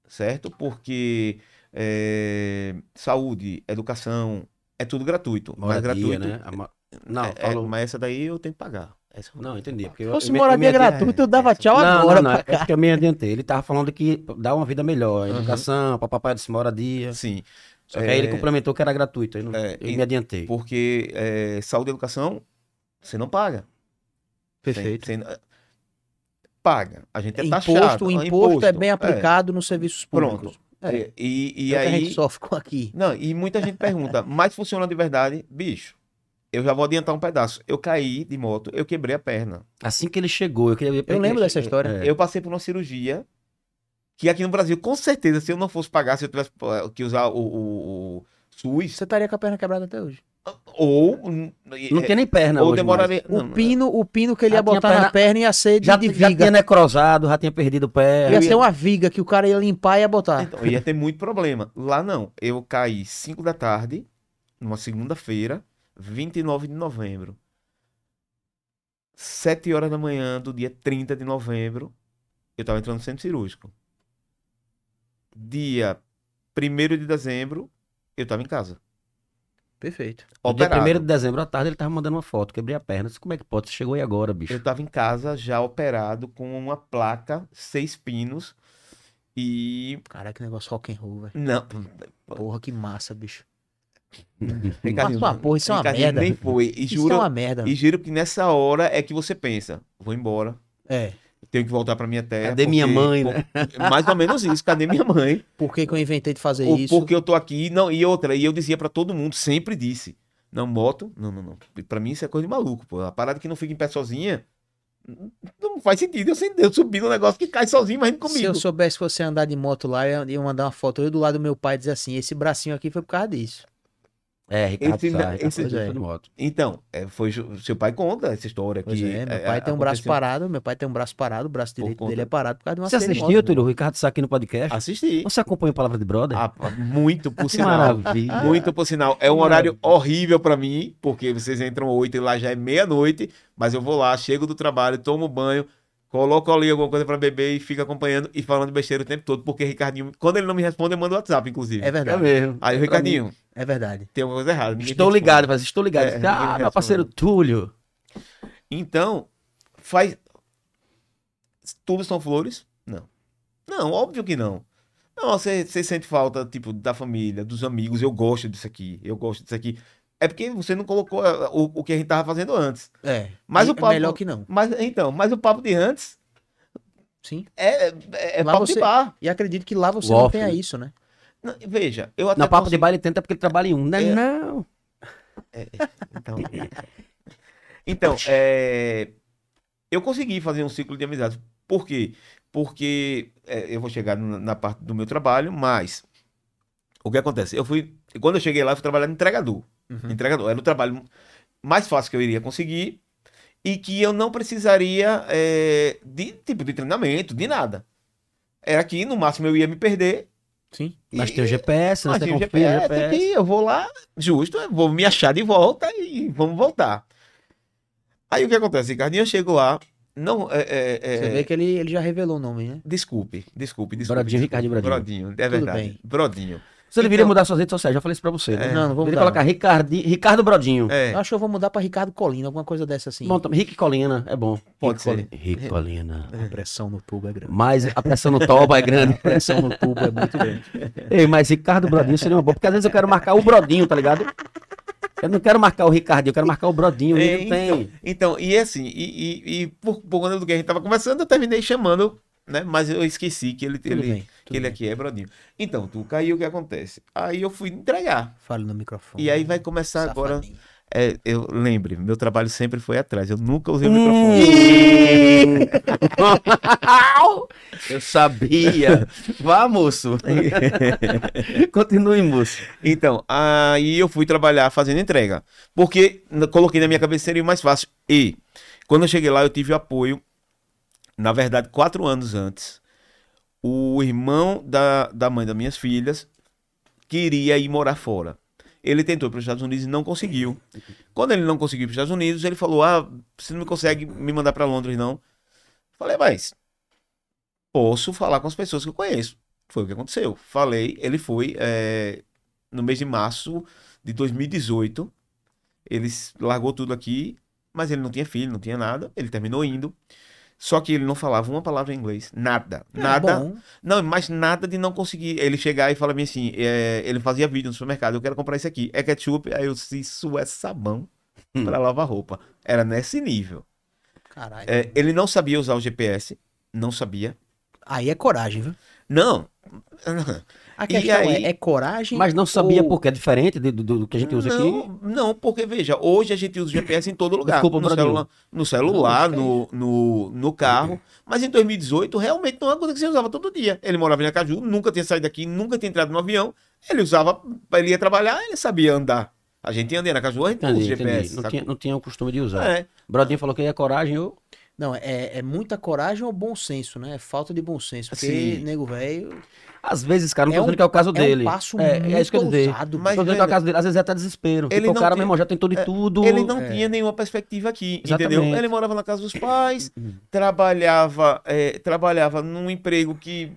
certo? Porque é, saúde, educação, é tudo gratuito. mas gratuito.
né? A ma- Não,
é,
fala
é,
o-
mas essa daí eu tenho que pagar. Essa eu
Não,
tenho que
entendi.
pagar.
Porque
Se
eu-
fosse
eu me- eu me
moradia
adiantei.
gratuita, eu dava tchau
não,
agora.
não, não,
pra cá.
é porque eu me adiantei. Ele tava falando que dá uma vida melhor,
Uhum.
educação, papai disse moradia.
Sim,
Só que
É.
aí ele complementou que era gratuito, aí não-
É,
eu
e-
me adiantei.
porque é, saúde e educação, você não paga. Você-
Perfeito.
você não- paga. A gente é
imposto,
taxado.
um
o imposto, é bem aplicado nos serviços públicos. É.
É, E, e
Tanto que a
aí.
gente só ficou aqui.
Não, e muita gente pergunta, mas funciona de verdade? Bicho, eu já vou adiantar um pedaço. Eu caí de moto, eu quebrei a perna.
Assim que ele chegou, eu queria.
Eu lembro dessa história.
É.
Eu passei por uma cirurgia que aqui no Brasil, com certeza, se eu não fosse pagar, se eu tivesse eh, que usar o, o- o SUS,
Você estaria com a perna quebrada até hoje.
ou.
Não tem nem perna
ou
hoje. mais.
demoraria.
O
não,
pino, o pino que ele
Já
ia
tinha
botar
perna-
na perna ia ser de,
Já,
de
já tinha
viga.
necrosado, já tinha perdido o pé.
Ia ser uma viga que o cara ia limpar e ia botar.
Então, ia ter muito problema. Lá não. Eu caí 5 da tarde, numa segunda-feira, 29 de novembro. 7 horas da manhã do dia 30 de novembro, eu tava entrando no centro cirúrgico. Dia 1 de dezembro, eu tava em casa.
Perfeito.
No dia
Operado.
1 de dezembro à tarde ele tava mandando uma foto, quebrei a perna. Eu disse, Como é que pode? Você chegou aí agora, bicho.
Eu tava em casa já operado com uma placa, seis pinos e.
Cara, que negócio rock and roll, velho.
Não,
Porra, que massa, bicho.
Ricardinho,
Mas, pô, porra, isso é uma
Ricardinho,
merda.
Nem foi. E
Isso
juro,
é uma merda.
E giro que nessa hora é que você pensa, vou embora,
É.
tenho que voltar pra minha terra.
Cadê minha mãe,
por-
né?
Mais ou menos isso, cadê minha mãe?
Por que, que eu inventei de fazer
Ou
É isso?
porque eu tô aqui, não, e outra, e eu dizia pra todo mundo, sempre disse, não moto, não, não, não. Pra mim isso é coisa de maluco, pô. A parada que não fica em pé sozinha, não faz sentido. Eu sem Deus subi num negócio que cai sozinho, mas
Se
comigo.
eu soubesse que você ia andar de moto lá, eu ia mandar uma foto eu do lado do meu pai e dizer assim: esse bracinho aqui foi por causa disso.
É, Ricardo
Esse-
Sá, Ricardo
esse-
Sá, foi de moto.
Então, é, foi ju- seu pai conta essa história
Pois
que
é,
é,
meu pai tem um braço
aconteceu.
parado, meu pai tem um braço parado, o braço
Por
direito
conta-
dele é parado por causa de uma
Você assistiu, Túlio, o Ricardo Sá aqui no podcast?
Assisti.
Você acompanha o Palavra de Brother?
Ah, muito por
que
sinal.
maravilha.
Muito por sinal. É um
Que
horário horrível pra mim, porque vocês entram 8 e lá já é meia-noite, mas eu vou lá, chego do trabalho, tomo banho, coloco ali alguma coisa pra beber e fico acompanhando e falando besteira o tempo todo, porque Ricardinho, quando ele não me responde, eu mando WhatsApp, inclusive.
É verdade.
mesmo. É
Aí o
pra mim.
Ricardinho,
É verdade.
tem uma coisa errada. ninguém
Estou
me responde.
ligado, mas estou ligado. ah,
É, ninguém
meu
responde.
parceiro Túlio.
Então, faz. Tudo são flores? Não. Não, óbvio que não. Não, você você sente falta, tipo, da família, dos amigos. Eu gosto disso aqui, eu gosto disso aqui. É porque você não colocou ah, o, o que a gente tava fazendo antes.
É.
Mas
é,
o papo-
melhor que não.
Mas, então, mas o papo de antes
Sim.
é, é, é
Lá
papo
você-
de bar.
E acredito que lá você
O
não
off,
tenha
né?
isso, né?
Não, Veja, eu até
Na papo de
consigo-
baile tenta porque ele trabalha em um. Não,
É.
não.
Então, então é, eu consegui fazer um ciclo de amizades. Por quê? Porque é, eu vou chegar na, na parte do meu trabalho, mas o que acontece? Eu fui, quando eu cheguei lá, eu fui trabalhar de entregador.
Uhum.
Entregador era o trabalho mais fácil que eu iria conseguir e que eu não precisaria é, de tipo de treinamento, de nada. Era que no máximo eu ia me perder.
Sim.
Mas
e-
tem o GPS,
mas
você
um
É, tem o
confia no
GPS,
GPS.
aqui, eu vou lá, justo, eu vou me achar de volta e vamos voltar. Aí o que acontece, Ricardinho? Eu chego lá, não, é, é, é,
Você vê que ele, ele já revelou o nome, né?
desculpe, desculpe, desculpe.
Brodinho, Ricardinho Brodinho.
Brodinho, é
Tudo
verdade,
bem.
Brodinho.
Você deveria
Então-
mudar suas redes sociais, já falei isso pra você.
É.
Né?
Não, não vou
Deveria
mudar.
colocar Ricardi, Ricardo Brodinho.
É.
Eu acho que eu vou mudar pra Ricardo Colina, alguma coisa dessa assim.
Bom, também, Rick Colina, é bom.
Pode
Rick
ser.
Colina. Rick Colina.
A pressão no tubo é grande.
Mas a pressão no toba é grande.
A pressão no tubo é muito grande.
Ei, mas Ricardo Brodinho seria uma boa, porque às vezes eu quero marcar o Brodinho, tá ligado? Eu não quero marcar o Ricardinho, eu quero marcar o Brodinho.
É,
e não
então,
tem.
Então, e assim, e, e, e por, por conta do que a gente tava conversando, eu terminei chamando, né? Mas eu esqueci que ele,
Tudo
ele,
bem,
que
tudo
ele
bem.
aqui é brodinho. Então, tu caiu, o que acontece? Aí eu fui entregar.
Fale no microfone.
E aí vai começar agora.
safadinho.
É, eu lembre, meu trabalho sempre foi atrás. Eu nunca usei o microfone.
Hum. eu sabia. Vá, moço. Continue, moço.
Então, aí eu fui trabalhar fazendo entrega. Porque n- coloquei na minha cabeça que seria mais fácil. E quando eu cheguei lá, eu tive o apoio. Na verdade, quatro anos antes, o irmão da, da mãe das minhas filhas queria ir morar fora. Ele tentou ir para os Estados Unidos e não conseguiu. Quando ele não conseguiu ir para os Estados Unidos, ele falou: Ah, você não me consegue me mandar para Londres, não. Falei, mas posso falar com as pessoas que eu conheço. Foi o que aconteceu. Falei, ele foi, eh, no mês de março de 2018. Ele s- largou tudo aqui, mas ele não tinha filho, não tinha nada. Ele terminou indo. Só que ele não falava uma palavra em inglês. Nada.
É
nada.
bom.
Não, mas nada de não conseguir. Ele chegar e falar bem assim: é, ele fazia vídeo no supermercado, eu quero comprar isso aqui. É ketchup? Aí eu disse: isso é sabão
Hum.
pra lavar roupa. Era nesse nível.
Caralho.
É, ele não sabia usar o GPS. Não sabia.
Aí é coragem, viu?
Não.
A
E
questão
aí-
é, é coragem.
Mas não sabia
ou-
porque é diferente do, do- do que a gente usa
não,
aqui.
Não, porque veja, hoje a gente usa o GPS em todo lugar.
Desculpa,
no,
Bradinho.
celula- no celular, no, no, no carro. Mas em 2018, realmente não é uma coisa que você usava todo dia. Ele morava em Acaju, nunca tinha saído daqui, nunca tinha entrado no avião. Ele usava, ele ia trabalhar, ele sabia andar. A gente ia andar na Acaju, a gente
Entendi,
usa o GPS.
entendi. Não
sacou?
tinha, não tinha o costume de usar.
É,
Brodinho falou que é coragem, eu.
Não, é, é muita coragem ou bom senso, né? É falta de bom senso. Porque,
Sim.
nego velho,
Às vezes, cara, não tô
É um-
dizendo que é o caso
é
dele.
um passo
é,
muito
é isso que eu ia dizer.
ousado.
Mas-
Tô dizendo que é o
velho,
caso dele. Às vezes é até desespero.
Tá ele
Tipo, o
não
cara,
tem-
meu irmão, já tem tudo e tudo.
ele não
É.
tinha nenhuma perspectiva aqui, entendeu?
Exatamente.
Ele morava na casa dos pais, trabalhava, é, trabalhava num emprego que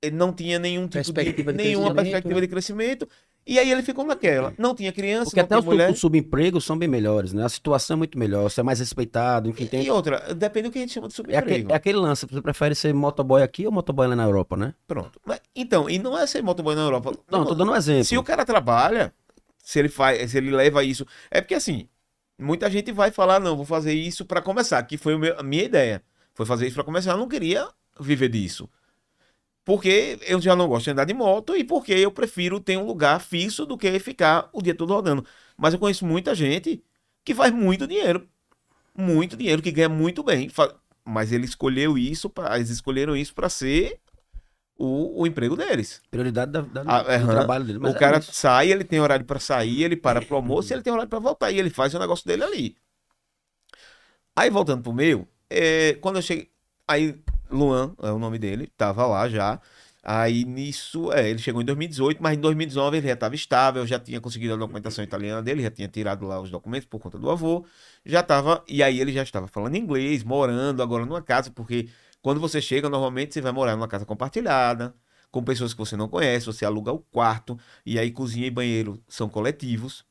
ele não tinha nenhum tipo
Perspectiva
de,
de
nenhuma
crescimento.
perspectiva de crescimento. E aí ele ficou naquela. Não tinha
né? É.
criança,
Porque
não
até
tinha
os,
mulher.
sub- os subempregos são bem melhores, né? A situação é muito melhor, você é mais respeitado, enfim, tem.
E outra, depende do que a gente chama de
É aquele,
subemprego.
é aquele lance, você prefere ser motoboy aqui ou motoboy lá na Europa, né?
Pronto. Mas, então, e não é ser motoboy na Europa.
Não, tô dando um exemplo.
Se o cara trabalha, se ele faz, se ele leva isso, é porque assim, muita gente vai falar não, vou fazer isso pra começar, que foi o meu- a minha ideia, foi fazer isso pra começar, eu não queria viver disso. Porque eu já não gosto de andar de moto e porque eu prefiro ter um lugar fixo do que ficar o dia todo rodando. Mas eu conheço muita gente que faz muito dinheiro, muito dinheiro que ganha muito bem, Fa- mas ele escolheu isso, pra, eles escolheram isso pra ser o- o emprego deles.
Prioridade da, da-
Ah,
do
aham.
trabalho dele. mas
o
é
cara
isso.
sai, ele tem horário pra sair, ele para pro almoço, e ele tem horário pra voltar e ele faz o negócio dele ali. Aí voltando pro meu, é, quando eu cheguei, aí Luan é o nome dele, tava lá já. Aí nisso, é, ele chegou em 2018, mas em 2019 ele já estava estável, já tinha conseguido a documentação italiana dele, já tinha tirado lá os documentos por conta do avô, já estava, e aí ele já estava falando inglês, morando agora numa casa, porque quando você chega, normalmente você vai morar numa casa compartilhada, com pessoas que você não conhece, você aluga o quarto, e aí cozinha e banheiro são coletivos.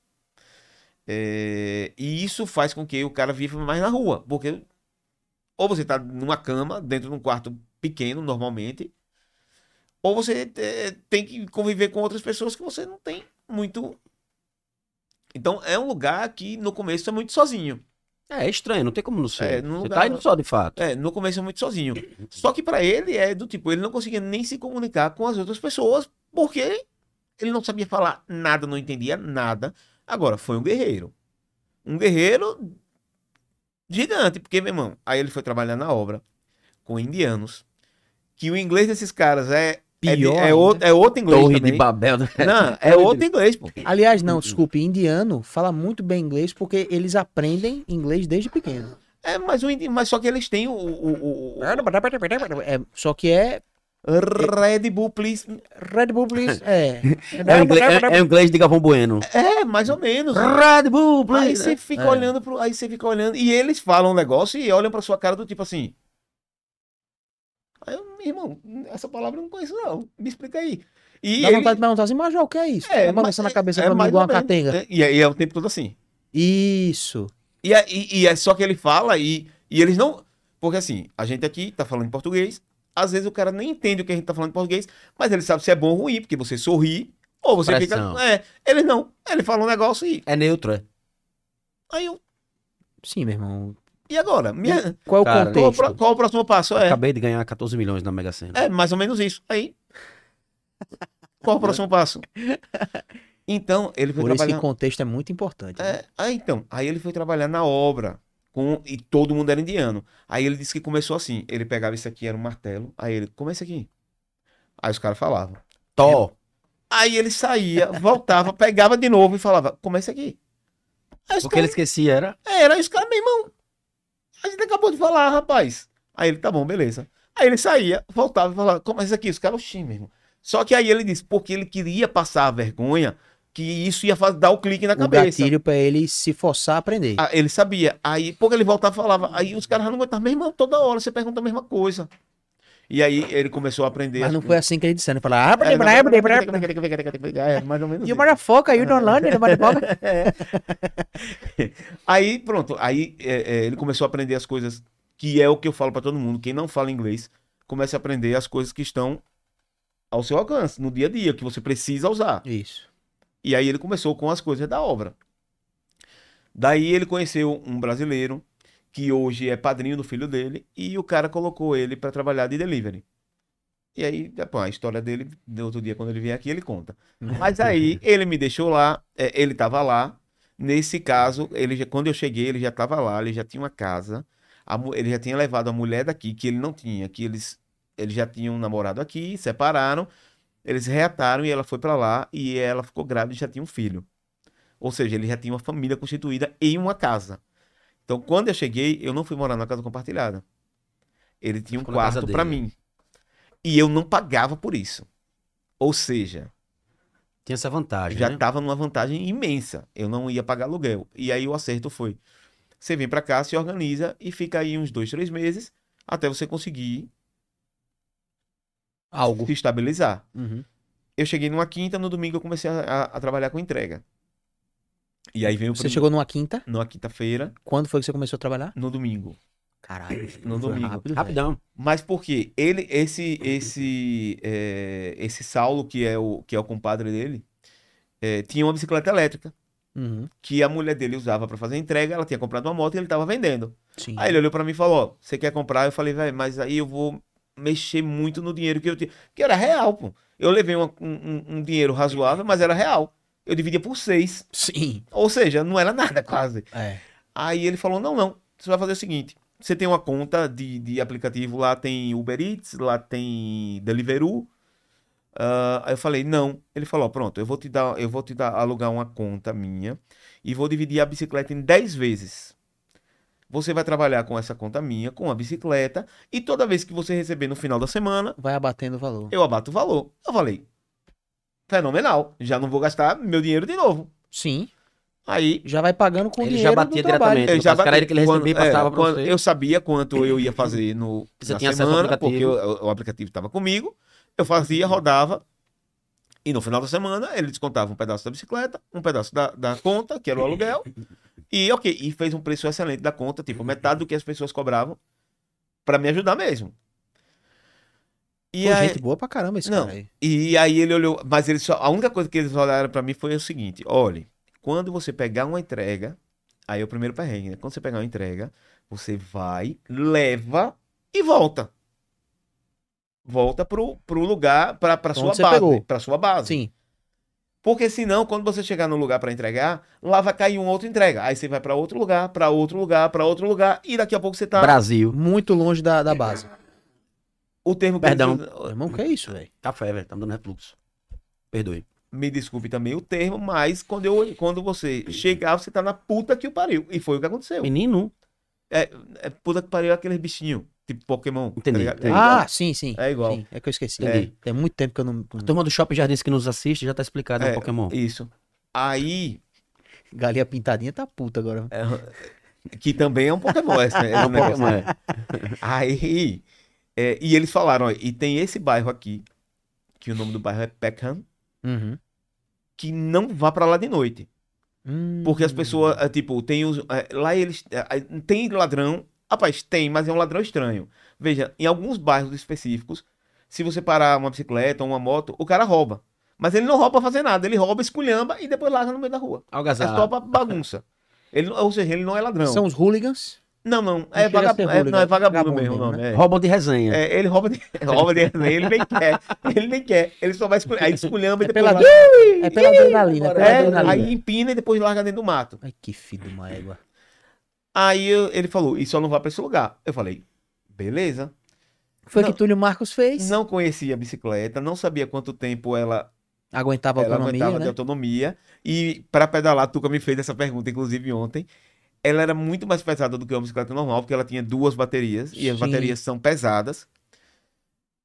É, e isso faz com que o cara viva mais na rua, porque ou você tá numa cama, dentro de um quarto pequeno, normalmente, ou você eh, tem que conviver com outras pessoas que você não tem muito. Então é um lugar que no começo é muito sozinho.
É, é estranho, não tem como não ser.
É, num
você
lugar-
tá indo só de fato.
É, no começo é muito sozinho. Só que pra ele é do tipo, ele não conseguia nem se comunicar com as outras pessoas, porque ele não sabia falar nada, não entendia nada. Agora, foi um guerreiro. Um guerreiro gigante, porque, meu irmão, aí ele foi trabalhar na obra com indianos, que o inglês desses caras é é, de-
Pior
é,
ainda.
outro, é outro inglês
Torre
também.
de Babel. né?
Não, é outro inglês, pô.
Aliás,
Hum,
não, desculpe, indiano fala muito bem inglês porque eles aprendem inglês desde pequeno.
É, mas, o indi- mas só que eles têm o, o, o- o-
É, só que é
Red Bull, please.
Red Bull, please, é.
É o inglês, é, é o inglês de Galvão Bueno.
É, mais ou menos.
Red Bull,
né?
Aí
please.
você fica
É.
olhando pro. Aí você fica olhando. E eles falam um negócio e olham pra sua cara do tipo assim. Aí eu, irmão, essa palavra eu não conheço, não. Me explica aí. E
Dá
ele-
vontade de perguntar assim, Major, o que é isso?
É,
É, tá balançando
mas-
a cabeça
é,
pra mim
mais
igual
ou
uma
menos.
catenga.
É, E aí é o tempo todo assim.
Isso.
E é, e, e é só que ele fala e, e eles não. Porque assim, a gente aqui tá falando em português, às vezes o cara nem entende o que a gente tá falando em português, mas ele sabe se é bom ou ruim, porque você sorri, ou você
Expressão.
fica. É, ele não. Ele fala um negócio e.
É neutro, é.
Aí eu.
Sim, meu irmão.
E agora? Minha-
Qual é o
Cara,
qual, o
contexto?
pro- qual o próximo passo? É,
Acabei de ganhar 14 milhões na Mega Sena.
é mais ou menos isso. Aí. Qual o próximo passo? Então, ele foi
Por isso
trabalhar.
que contexto é muito importante. né?
É, aí então, aí ele foi trabalhar na obra com e todo mundo era indiano. Aí ele disse que começou assim, ele pegava isso aqui era um martelo, aí ele, como é isso aqui? Aí os caras falavam.
Tó.
Aí ele saía, voltava, pegava de novo e falava, como é isso aqui? Aí os
Porque ele
caras,
esquecia, era.
é, era aí os caras, meu irmão, a gente acabou de falar, rapaz. Aí ele, tá bom, beleza. Aí ele saía, voltava e falava, como é isso aqui? Os caras, oxi, meu irmão. Só que aí ele disse, porque ele queria passar a vergonha, que isso ia fa- dar o clique na
o
cabeça.
gatilho pra ele se forçar a aprender.
Ah, ele sabia. Aí, pouco ele voltava e falava. Aí os caras já não aguentavam. Meu irmão, toda hora você pergunta a mesma coisa. E aí ele começou a aprender.
Mas não foi assim que ele disse, né? Falar, ah,
É,
blá, blá, blá, blá, blá.
É, mais ou menos
E o
isso.
Marafoca, e o Donlândia, o Marafoca.
Aí, pronto. Aí é, é, ele começou a aprender as coisas que é o que eu falo pra todo mundo. Quem não fala inglês, comece a aprender as coisas que estão ao seu alcance, no dia a dia, que você precisa usar.
Isso.
E aí ele começou com as coisas da obra. Daí ele conheceu um brasileiro que hoje é padrinho do filho dele e o cara colocou ele pra trabalhar de delivery. E aí, pô, a história dele, no outro dia quando ele vier aqui, ele conta. Mas aí ele me deixou lá, é, ele tava lá. Nesse caso, ele já- quando eu cheguei, ele já tava lá, ele já tinha uma casa. a mu- ele já tinha levado a mulher daqui, que ele não tinha, que eles, eles já tinham um namorado aqui, separaram. Eles reataram e ela foi pra lá e ela ficou grávida e já tinha um filho. Ou seja, ele já tinha uma família constituída em uma casa. Então, quando eu cheguei, eu não fui morar na casa compartilhada. Ele tinha um
Ficou na casa
quarto pra
dele.
mim. E eu não pagava por isso. Ou seja,
Tinha essa vantagem.
já tá,
né?
estava numa vantagem imensa. Eu não ia pagar aluguel. E aí o acerto foi: você vem para cá, se organiza e fica aí uns dois, três meses até você conseguir
Algo.
se estabilizar.
Uhum.
Eu cheguei numa quinta, no domingo eu comecei a, a- a trabalhar com entrega. E aí veio o
Você
primeiro-
chegou numa quinta.
numa quinta-feira,
Quando foi que você começou a trabalhar?
no domingo.
Caralho.
No
foi
domingo.
Rápido, velho.
Rapidão.
Mas por quê? Ele, esse, esse, é, esse Saulo, que é o, que é o compadre dele, é, tinha uma bicicleta elétrica
Uhum.
que a mulher dele usava para fazer entrega. Ela tinha comprado uma moto e ele estava vendendo.
Sim.
Aí ele olhou pra mim e falou: Ó, você quer comprar? Eu falei, velho, mas aí eu vou mexer muito no dinheiro que eu tinha. Que era real, pô. Eu levei uma- um, um- um dinheiro razoável, mas era real. Eu dividia por seis.
Sim.
Ou seja, não era nada quase.
É.
Aí ele falou: não, não. Você vai fazer o seguinte: você tem uma conta de, de aplicativo, lá tem Uber Eats, lá tem Deliveroo. Ah, aí eu falei, não. Ele falou: pronto, eu vou te dar, eu vou te dar alugar uma conta minha e vou dividir a bicicleta em 10 vezes. Você vai trabalhar com essa conta minha, com a bicicleta, e toda vez que você receber no final da semana,
Vai abatendo o valor.
eu abato o valor. Eu falei, fenomenal, já não vou gastar meu dinheiro de novo.
Sim.
Aí
Já vai pagando com o
Ele já
dinheiro
batia
do trabalho.
diretamente.
eu
No
já
caso, cara,
bati-
ele que ele recebia e passava pra
quando
você.
Eu sabia quanto eu ia fazer no
Você
na
tinha acesso ao
semana,
aplicativo.
porque o, o aplicativo estava comigo. Eu fazia, rodava. E no final da semana, ele descontava um pedaço da bicicleta, um pedaço da, da conta, que era o aluguel. E ok, e fez um preço excelente da conta, tipo metade do que as pessoas cobravam, para me ajudar mesmo. E
Pô,
aí,
gente boa pra caramba esse
Não.
cara aí.
e aí ele olhou, mas ele só, a única coisa que eles olharam pra mim foi o seguinte: olhe, quando você pegar uma entrega, aí é o primeiro perrengue, né? Quando você pegar uma entrega, você vai, leva e volta. Volta pro, pro lugar, pra, pra
Onde
sua
você
base,
pegou.
pra sua base.
Sim.
Porque senão, quando você chegar no lugar pra entregar, lá vai cair um outro entrega. Aí você vai pra outro lugar, pra outro lugar, pra outro lugar e daqui a pouco você tá
Brasil.
Muito longe da, da base.
o termo que
Perdão.
eles usam-
Meu irmão, que é isso, velho?
Café, velho. Tá me dando refluxo. Perdoe.
me desculpe também o termo, mas quando, eu, quando você chegar, você tá na puta que o pariu. E foi o que aconteceu.
Menino.
É, puta que pariu é aqueles bichinhos, tipo Pokémon. tá
Entendi,
ligado? É
entendi.
igual.
Ah, sim, sim.
É igual.
Sim, é que eu esqueci.
Entendi.
É. Tem muito tempo que eu não.
A turma do Shopping Jardins que nos assiste já tá explicado
É,
no Pokémon.
Isso. Aí,
Galinha pintadinha tá puta agora.
que também é um Pokémon, esse, né? É um negócio.
Pokémon, é.
Aí, é, e eles falaram, ó, e tem esse bairro aqui, que o nome do bairro é Peckham,
Uhum.
que não vá pra lá de noite.
Hum.
Porque as pessoas, é, tipo, tem os. é, lá eles. é, é, tem ladrão. Rapaz, tem, mas é um ladrão estranho. Veja, em alguns bairros específicos, se você parar uma bicicleta ou uma moto, o cara rouba. Mas ele não rouba pra fazer nada, ele rouba, esculhamba e depois larga no meio da rua. É
Algazarra.
só pra bagunça. Ele, não- ou seja, ele não é ladrão.
São os hooligans.
Não, não. É,
chega a
vagab...
ser
é, não, é
hooligan,
vagabundo
vagabundo
mesmo o
mesmo, né?
nome. é.
Roubam um de resenha.
É, ele rouba de, rouba de ele nem quer. Ele nem quer. Ele só vai esculhamba. Aí esculhamba e
É
depois.
pela,
larga.
é pela adrenalina. É pela
É,
adrenalina.
aí empina e depois larga dentro do mato.
Ai, que filho de uma égua.
Aí eu- ele falou, e só não vá pra esse lugar. Eu falei, beleza.
Foi o
Não.
que Túlio Marcos fez.
Não conhecia a bicicleta, não sabia quanto tempo ela,
Aguentava a
ela
autonomia,
aguentava de
né?
autonomia. E pra pedalar, a Tuca me fez essa pergunta, inclusive ontem. Ela era muito mais pesada do que uma bicicleta normal, porque ela tinha duas baterias, e as
Sim.
baterias são pesadas.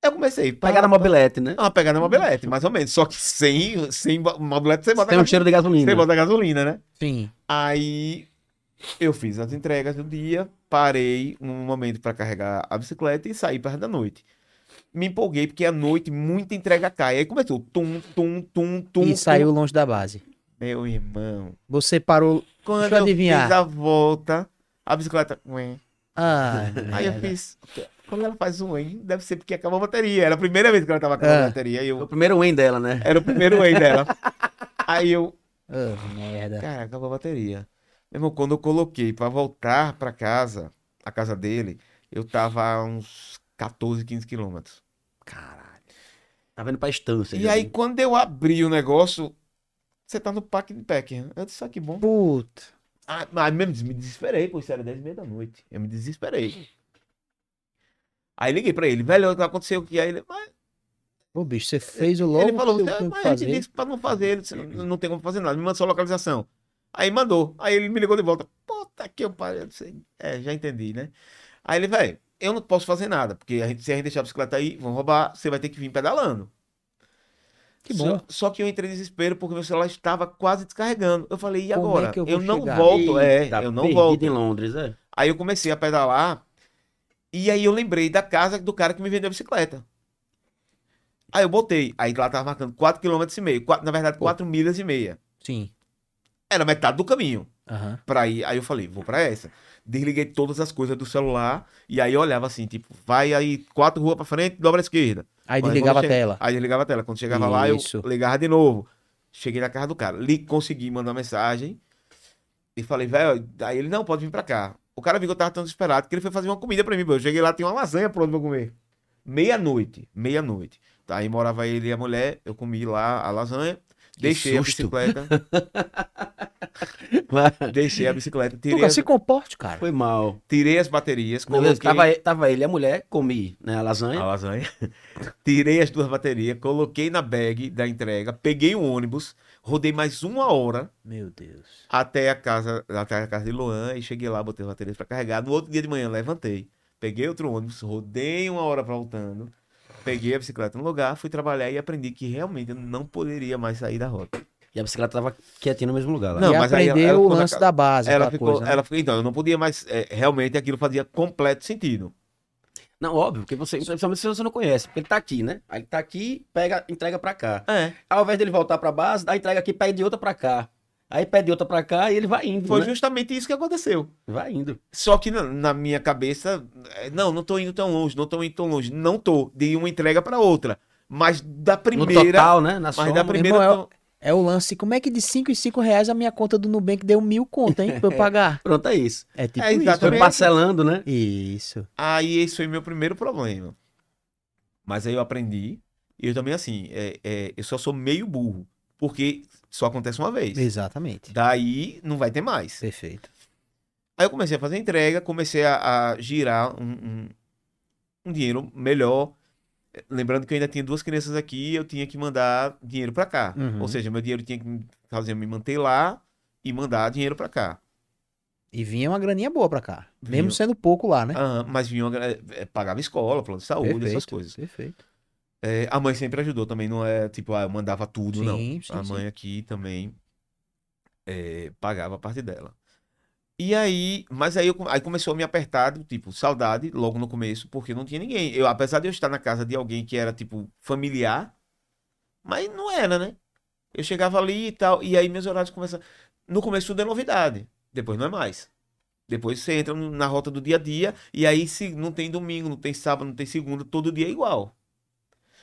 Eu comecei. pá,
Pegar na
pá.
mobilete, né?
Ah, pegar na mobilete, mais ou menos. Só que sem, sem ba- mobilete, você bota,
Tem um
gasolina,
cheiro de gasolina.
você bota gasolina, né?
Sim.
Aí eu fiz as entregas do dia, parei um momento para carregar a bicicleta e saí perto da noite. Me empolguei porque à noite muita entrega cai. Aí começou tum, tum, tum, tum.
E
tum.
saiu longe da base.
Meu irmão.
Você parou.
Quando
Deixa eu
eu
adivinhar.
fiz a volta, a bicicleta. ué.
Ah,
Aí eu
merda.
fiz. Quando ela faz um, hein? Deve ser porque acabou a bateria. Era a primeira vez que ela tava acabando
Ah.
a bateria. e
Foi o
eu...
primeiro win dela, né?
Era o primeiro win dela. Aí eu.
Ah, merda.
Cara, acabou a bateria. Meu irmão, quando eu coloquei pra voltar pra casa, a casa dele, eu tava a uns 14, 15 quilômetros.
Caralho. Tá vendo pra estância.
E
já
aí,
vi.
quando eu abri o negócio, você tá no parque de Peckham. Eu disse, ah, que bom.
Puta.
Ah, mas mesmo des- me desesperei, pô, isso era 10 e meia da noite. Eu me desesperei. Aí liguei pra ele, velho, aconteceu o que? Aí ele, mas
Ô, bicho, você fez o logo
ele falou,
que
"Cê-
eu
mas a gente
fazer.
disse pra não fazer, ele disse, não não tem como fazer nada, me manda sua localização. Aí mandou, aí ele me ligou de volta, puta que eu parei, eu disse, é, já entendi, né? Aí ele, velho, eu não posso fazer nada, porque a gente- se a gente deixar a bicicleta aí, vão roubar, você vai ter que vir pedalando.
Que bom.
Só, só que eu entrei em desespero porque meu celular estava quase descarregando. Eu falei, e
Como é
agora?
que eu
eu,
vou
não
chegar?
volto, é,
Eita,
eu não
perdido
volto.
em Londres, é.
Aí eu comecei a pedalar. E aí eu lembrei da casa do cara que me vendeu a bicicleta. Aí eu botei. Aí lá tava marcando 4,5 km. Na verdade,
Pô.
4 milhas e meia.
Sim.
Era metade do caminho
Aham.
pra ir. Aí eu falei, vou pra essa. Desliguei todas as coisas do celular. E aí eu olhava assim, tipo, vai aí quatro ruas pra frente, dobra à esquerda.
Aí
Quando
desligava a
chega-
tela.
Aí desligava a tela. Quando chegava lá, eu
Isso.
ligava de novo. Cheguei na casa do cara. Li, consegui mandar uma mensagem. E falei, velho, aí ele, não, pode vir pra cá. O cara viu que eu tava tão desesperado que ele foi fazer uma comida pra mim. pô. Eu cheguei lá, tinha uma lasanha pronta pra eu comer. Meia-noite, meia-noite. Tá, Aí morava ele e a mulher, eu comi lá a lasanha. Deixei a
susto.
bicicleta, deixei a bicicleta, tirei,
Nunca
as,
se comporte, cara.
Foi mal.
tirei as baterias,
Não, beleza,
coloquei
Tava, ele- tava ele, e a mulher, comi, né? A
a
lasanha.
lasanha, tirei as duas baterias, coloquei na bag da entrega, peguei um ônibus, rodei mais uma hora
Meu Deus.
até a casa, até a casa de Luan e cheguei lá, botei as baterias pra carregar. No outro dia de manhã levantei, peguei outro ônibus, rodei uma hora voltando, peguei a bicicleta no lugar, fui trabalhar e aprendi que realmente eu não poderia mais sair da rota.
E a bicicleta tava quietinha no mesmo lugar lá.
Ah. Não,
e
mas aí
aprendeu
ela-
o
ela-
lance da base,
Ela
aquela
ficou,
coisa. né?
ela ficou, então eu não podia mais, é, realmente aquilo fazia completo sentido.
Não, óbvio, porque você, principalmente se você não conhece, porque ele tá aqui, né? Aí ele tá aqui, pega, entrega pra cá.
É,
Ao invés dele voltar pra base, dá entrega aqui, pede outra pra cá. Aí pede outra pra cá e ele vai indo,
foi
né?
justamente isso que aconteceu.
Vai indo.
Só que na, na minha cabeça, é, não, não tô indo tão longe, não tô indo tão longe, não tô de uma entrega pra outra, mas da
No
primeira,
total, né? Na
mas
soma.
da primeira
Irmão, é-
eu-
É o lance. Como é que de 5 em 5 reais a minha conta do Nubank deu mil conto, hein? Pra eu pagar.
Pronto, é isso.
É tipo
É,
isso.
exatamente.
Foi
Também-
parcelando, né?
Isso.
Aí esse foi meu primeiro problema. Mas aí eu aprendi. E eu também, assim, é, é, eu só sou meio burro. Porque só acontece uma vez.
Exatamente.
Daí não vai ter mais.
Perfeito.
Aí eu comecei a fazer entrega, comecei a, a girar um, um- um dinheiro melhor. Lembrando que eu ainda tinha duas crianças aqui, eu tinha que mandar dinheiro pra cá.
Uhum.
Ou seja, meu dinheiro tinha que me fazer me manter lá e mandar dinheiro pra cá.
E vinha uma graninha boa pra cá. Mesmo
Vinha. um- Ah,
sendo pouco lá, né?
Aham, mas vinham, eh, eh, pagava escola, plano de saúde, essas coisas.
Perfeito.
É, a mãe sempre ajudou também, não é tipo, ah, eu mandava tudo, não.
Sim, sim,
A
sim.
mãe aqui também é, pagava a parte dela. E aí, mas aí, eu com- aí começou a me apertar, do tipo, saudade, logo no começo, porque não tinha ninguém. Eu, apesar de eu estar na casa de alguém que era, tipo, familiar, Mas não era, né? Eu chegava ali e tal, e aí meus horários começavam. No começo tudo é novidade, depois não é mais. Depois você entra no- na rota do dia a dia, e aí se não tem domingo, não tem sábado, não tem segunda, todo dia é igual.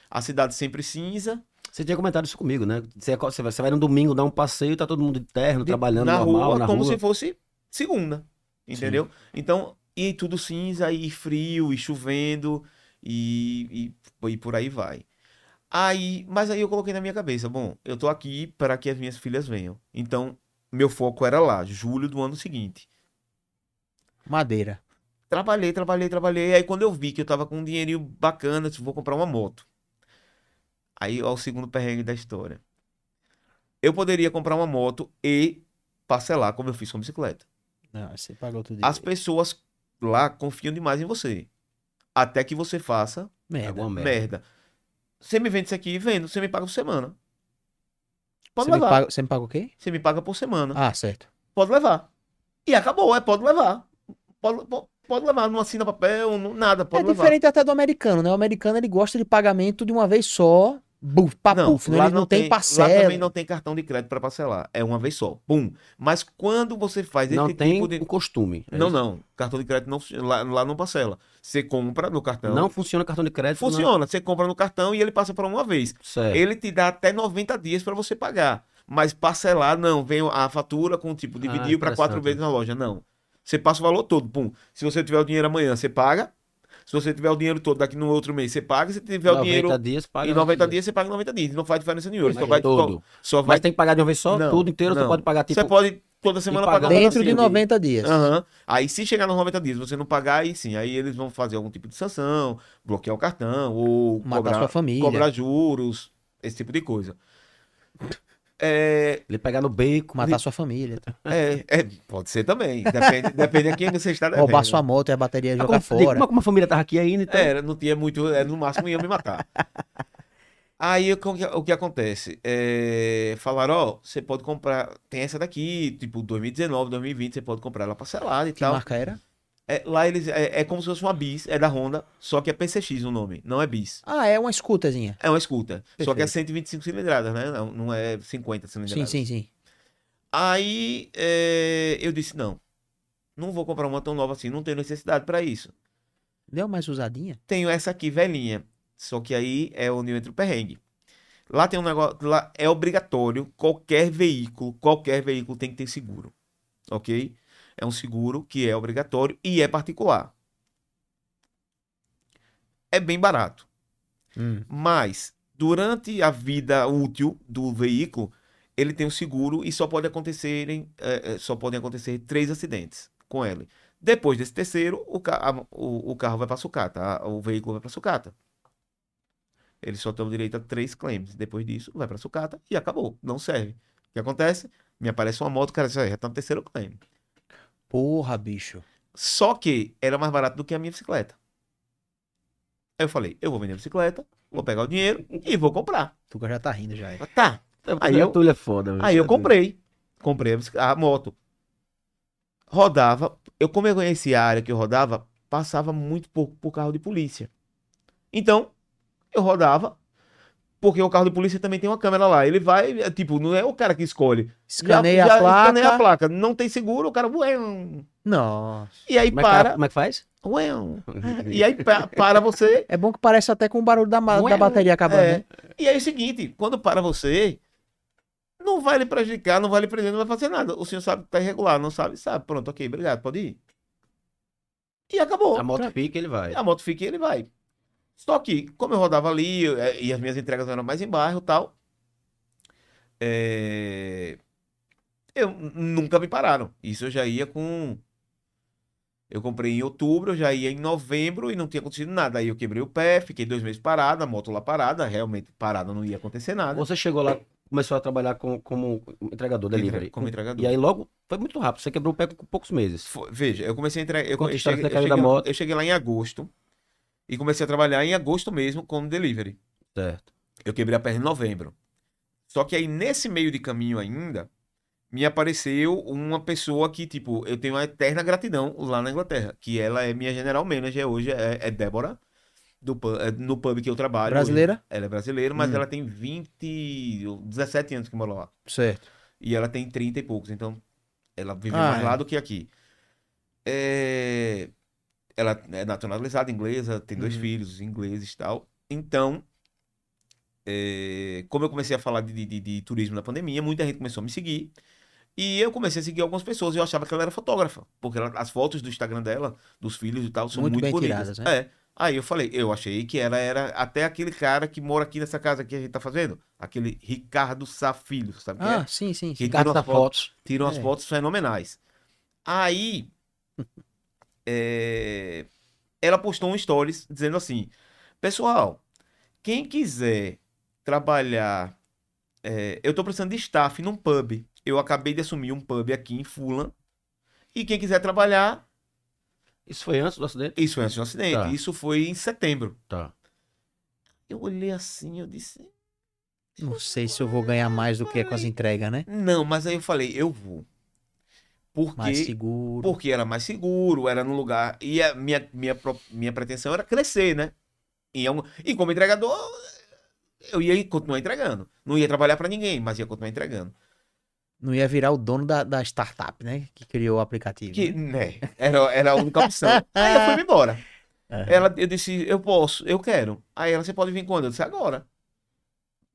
A cidade sempre cinza.
Você tinha comentado isso comigo, né? Você, você vai- você vai no domingo dar um passeio, tá todo mundo de terno,
de-
trabalhando
na
normal,
rua
na
como
rua.
se fosse segunda, entendeu? Então, e tudo cinza, e frio, e chovendo, e, e, e por aí vai. Aí, mas aí eu coloquei na minha cabeça, bom, eu tô aqui para que as minhas filhas venham. Então, meu foco era lá, julho do ano seguinte.
Madeira.
Trabalhei, trabalhei, trabalhei. Aí quando eu vi que eu tava com um dinheirinho bacana, eu disse, vou comprar uma moto. Aí, ó, o segundo perrengue da história. Eu poderia comprar uma moto e parcelar, como eu fiz com a bicicleta.
Não, você pagou tudo
As pessoas lá confiam demais em você. Até que você faça
Merda.
É Alguma merda.
merda. Você me vende isso aqui, vendo. Você me paga por semana. Pode
Você me,
levar.
paga, você me paga o quê?
Você me paga por semana.
Ah, certo.
Pode levar. E acabou, é pode levar. Pode, po- pode levar, não assina papel, não- nada, pode
é
levar.
diferente até do americano, né? O americano ele gosta de pagamento de uma vez só. Buf, papuf, não,
lá
ele né? não tem
Lá
parcela.
também não tem cartão de crédito para parcelar. É uma vez só. Pum. Mas quando você faz
Não
esse
tem
tipo de.
o costume. É
Não,
isso.
não. Cartão de crédito não, lá, lá não parcela. Você compra no cartão.
Não funciona cartão de crédito. não. É.
Funciona, você compra no cartão e ele passa para uma vez.
Certo.
Ele te dá até 90 dias para você pagar. Mas parcelar, não. Vem a fatura com tipo, dividiu para quatro
Ah, interessante.
vezes na loja. Não. Você passa o valor todo. Pum. Se você tiver o dinheiro amanhã, você paga. Se você tiver o dinheiro todo daqui no outro mês, você paga. Se tiver o
90
dinheiro
dias, paga né?
em 90 dias, você paga em 90 dias. Não faz diferença nenhuma. Ele Só
Mas é
vai,
todo.
só vai
Mas tem que pagar de uma vez só,
Não,
tudo inteiro, você
não.
pode pagar tipo.
Você pode toda semana
pagar
pagar um
Dentro de
pedacinho.
90 dias.
Aham. Aí, se chegar nos 90 dias, você não pagar, aí sim, aí eles vão fazer algum tipo de sanção, bloquear o cartão, ou
Matar sua família.
cobrar juros, esse tipo de coisa. É,
Ele pegar no beco.
Matar sua família. tá?
é, é, pode ser também. Depende, depende de quem você está devendo.
Roubar sua moto e a bateria
Tá
Ah,
jogar
como,
fora.
Como, como a família tava aqui ainda, então.
É, não tinha muito, é, no máximo ia me matar. Aí o que, o que acontece? É, falaram, ó, você pode comprar, tem essa daqui, tipo 2019, 2020, você pode comprar ela parcelada e
Que
tal.
marca era?
É, lá eles é, é como se fosse uma bis, é da Honda, só que é PCX o nome, não é bis.
Ah, é uma escutazinha.
É uma scooter, só que é
Perfeito.
125 cilindradas, né? Não, não é 50
Sim,
cilindradas.
sim, sim.
Aí é, eu disse não, não vou comprar uma tão nova assim, não tenho necessidade pra isso.
Deu mais usadinha?
Tenho essa aqui velhinha, só que aí é onde entra o perrengue. Lá tem um negócio, lá é obrigatório qualquer veículo, qualquer veículo tem que ter seguro, ok? É um seguro que é obrigatório e é particular. É bem barato. Hum. Mas, durante a vida útil do veículo, ele tem um seguro e só pode acontecerem, eh, eh, só podem acontecer três acidentes com ele. Depois desse terceiro, o, ca- a- o- o carro vai para sucata, a- o veículo vai para sucata. Ele só tem o direito a três claims. Depois disso, vai para sucata e acabou. Não serve. O que acontece? Me aparece uma moto, cara, já tá no terceiro claim.
Porra, bicho.
Só que era mais barato do que a minha bicicleta. Aí eu falei, eu vou vender a bicicleta, vou pegar o dinheiro e vou comprar.
Tuca já tá rindo já. é.
Ah, Tá. Aí eu-
Túlio é foda, velho.
Aí eu comprei. Comprei a bicic- a, moto. Rodava. Eu, como eu conhecia a área que eu rodava, passava muito pouco por carro de polícia. Então, eu rodava. Porque o carro de polícia também tem uma câmera lá. Ele vai, é, tipo, não é o cara que escolhe. Já-
Escaneia
já
a placa.
Escaneia a placa. Não tem seguro, o cara. uéu.
Nossa.
E aí
Como é, que, tá-
para.
como é que faz?
uéu. E aí pa- para você.
É bom que parece até com o barulho da, ma-
Não
da
é-
bateria acabando,
É.
né?
E aí é o seguinte, quando para você, não vai lhe prejudicar, não vai lhe prender, não vai fazer nada. O senhor sabe que tá irregular, não sabe, sabe. Pronto, ok, obrigado, pode ir. E acabou.
A moto pica, ele vai.
A moto fica e ele vai. Só que, como eu rodava ali, eu- eh, e as minhas entregas eram mais em bairro e tal, eh, eu n- nunca me pararam. Isso eu já ia com... Eu comprei em outubro, eu já ia em novembro e não tinha acontecido nada. Aí eu quebrei o pé, fiquei dois meses parado, a moto lá parada, realmente parada não ia acontecer nada.
Você é chegou lá, começou a trabalhar com, como entregador, delivery.
Como entregador.
E aí logo, foi muito rápido. Você quebrou o pé com poucos meses.
Foi- veja, eu comecei a entrar. Eu,
Conta a
eu
história
cheguei,
que você caiu
eu
da
cheguei-
moto.
eu cheguei lá em agosto e comecei a trabalhar em agosto mesmo como delivery.
Certo.
Eu quebrei a perna em novembro. Só que aí, nesse meio de caminho ainda, me apareceu uma pessoa que, tipo, eu tenho uma eterna gratidão lá na Inglaterra, que ela é minha general manager hoje, é, é Débora. do pub- é, no pub que eu trabalho.
Brasileira?
hoje. Ela é brasileira, mas
Hum.
ela tem 20, ou 17 anos que mora lá.
Certo.
E ela tem 30 e poucos, então ela vive
Ah,
mais
é.
lá do que aqui. É, Ela é nacionalizada inglesa, tem dois
Uhum.
filhos ingleses e tal. Então, é, como eu comecei a falar de, de- de- de turismo na pandemia, muita gente começou a me seguir. E eu comecei a seguir algumas pessoas e eu achava que ela era fotógrafa. Porque ela- as fotos do Instagram dela, dos filhos e tal, são
Muito
muito,
bem
bonitas.
tiradas, né?
É. Aí eu falei, eu achei que ela era até aquele cara que mora aqui nessa casa que a gente tá fazendo. Aquele Ricardo Safilho, sabe quem é?
Ah, sim, sim.
Que
sim.
tira
Carta
uma
fotos.
Tiram as
É.
fotos fenomenais. Aí, é, ela postou um stories dizendo assim: Pessoal, quem quiser trabalhar, é, eu tô precisando de staff num pub. Eu acabei de assumir um pub aqui em Fulan. E quem quiser trabalhar,
Isso foi antes do acidente?
isso foi antes de um acidente.
Tá.
Isso foi em setembro.
Tá.
Eu olhei assim, eu disse:
Não sei se eu vou ganhar mais do que com as entregas, né?
Não, mas aí eu falei: Eu vou. Porque
Mais seguro.
Porque era mais seguro, era num lugar. E a minha, minha, pro- minha pretensão era crescer, né? E, eu- e como entregador, eu ia continuar entregando. Não ia trabalhar pra ninguém, mas ia continuar entregando.
Não ia virar o dono da, da startup, né? Que criou o aplicativo.
Que,
né?
né? Era, era a única opção. Aí eu fui embora.
Aham.
Ela, eu disse, eu posso, eu quero. Aí ela, você pode vir quando? Eu disse, agora.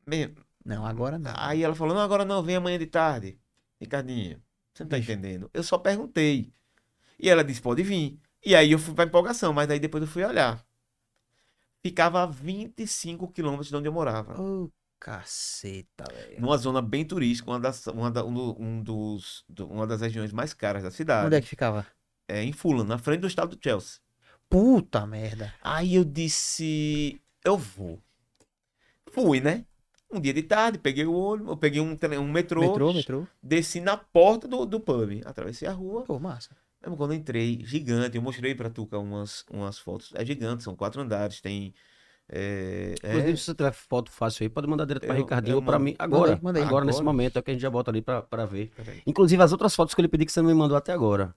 Me-
Não, agora não.
Aí ela falou, não, agora não, vem amanhã de tarde. Ricardinho, você não tá entendendo. Eu só perguntei. E ela disse, pode vir. E aí eu fui pra empolgação, mas aí depois eu fui olhar. Ficava a 25 quilômetros de onde eu morava.
Ô, caceta, velho.
Numa zona bem turística, uma das, uma, da- um do- um dos, do- uma das regiões mais caras da cidade.
Onde é que ficava?
É, em Fulham, na frente do estado do Chelsea.
Puta merda.
Aí eu disse, eu vou. Fui, né? Um dia de tarde, peguei o ônibus, eu peguei um, tre- um metrô,
Metrô, metrô.
desci na porta do, do pub, atravessei a rua.
Pô, massa.
Lembro quando eu entrei, gigante, eu mostrei pra Tuca umas, umas fotos. É gigante, são quatro andares, tem. É, é,
Inclusive, se você tiver foto fácil aí, pode mandar direto pra
Eu-
Ricardinho
eu
ou pra
mando.
mim. Agora,
Manda aí, manda aí.
agora, nesse
Agora.
momento, é o que a gente já bota ali pra, pra ver.
peraí.
Inclusive, as outras fotos que eu lhe pedi que você não me mandou até agora.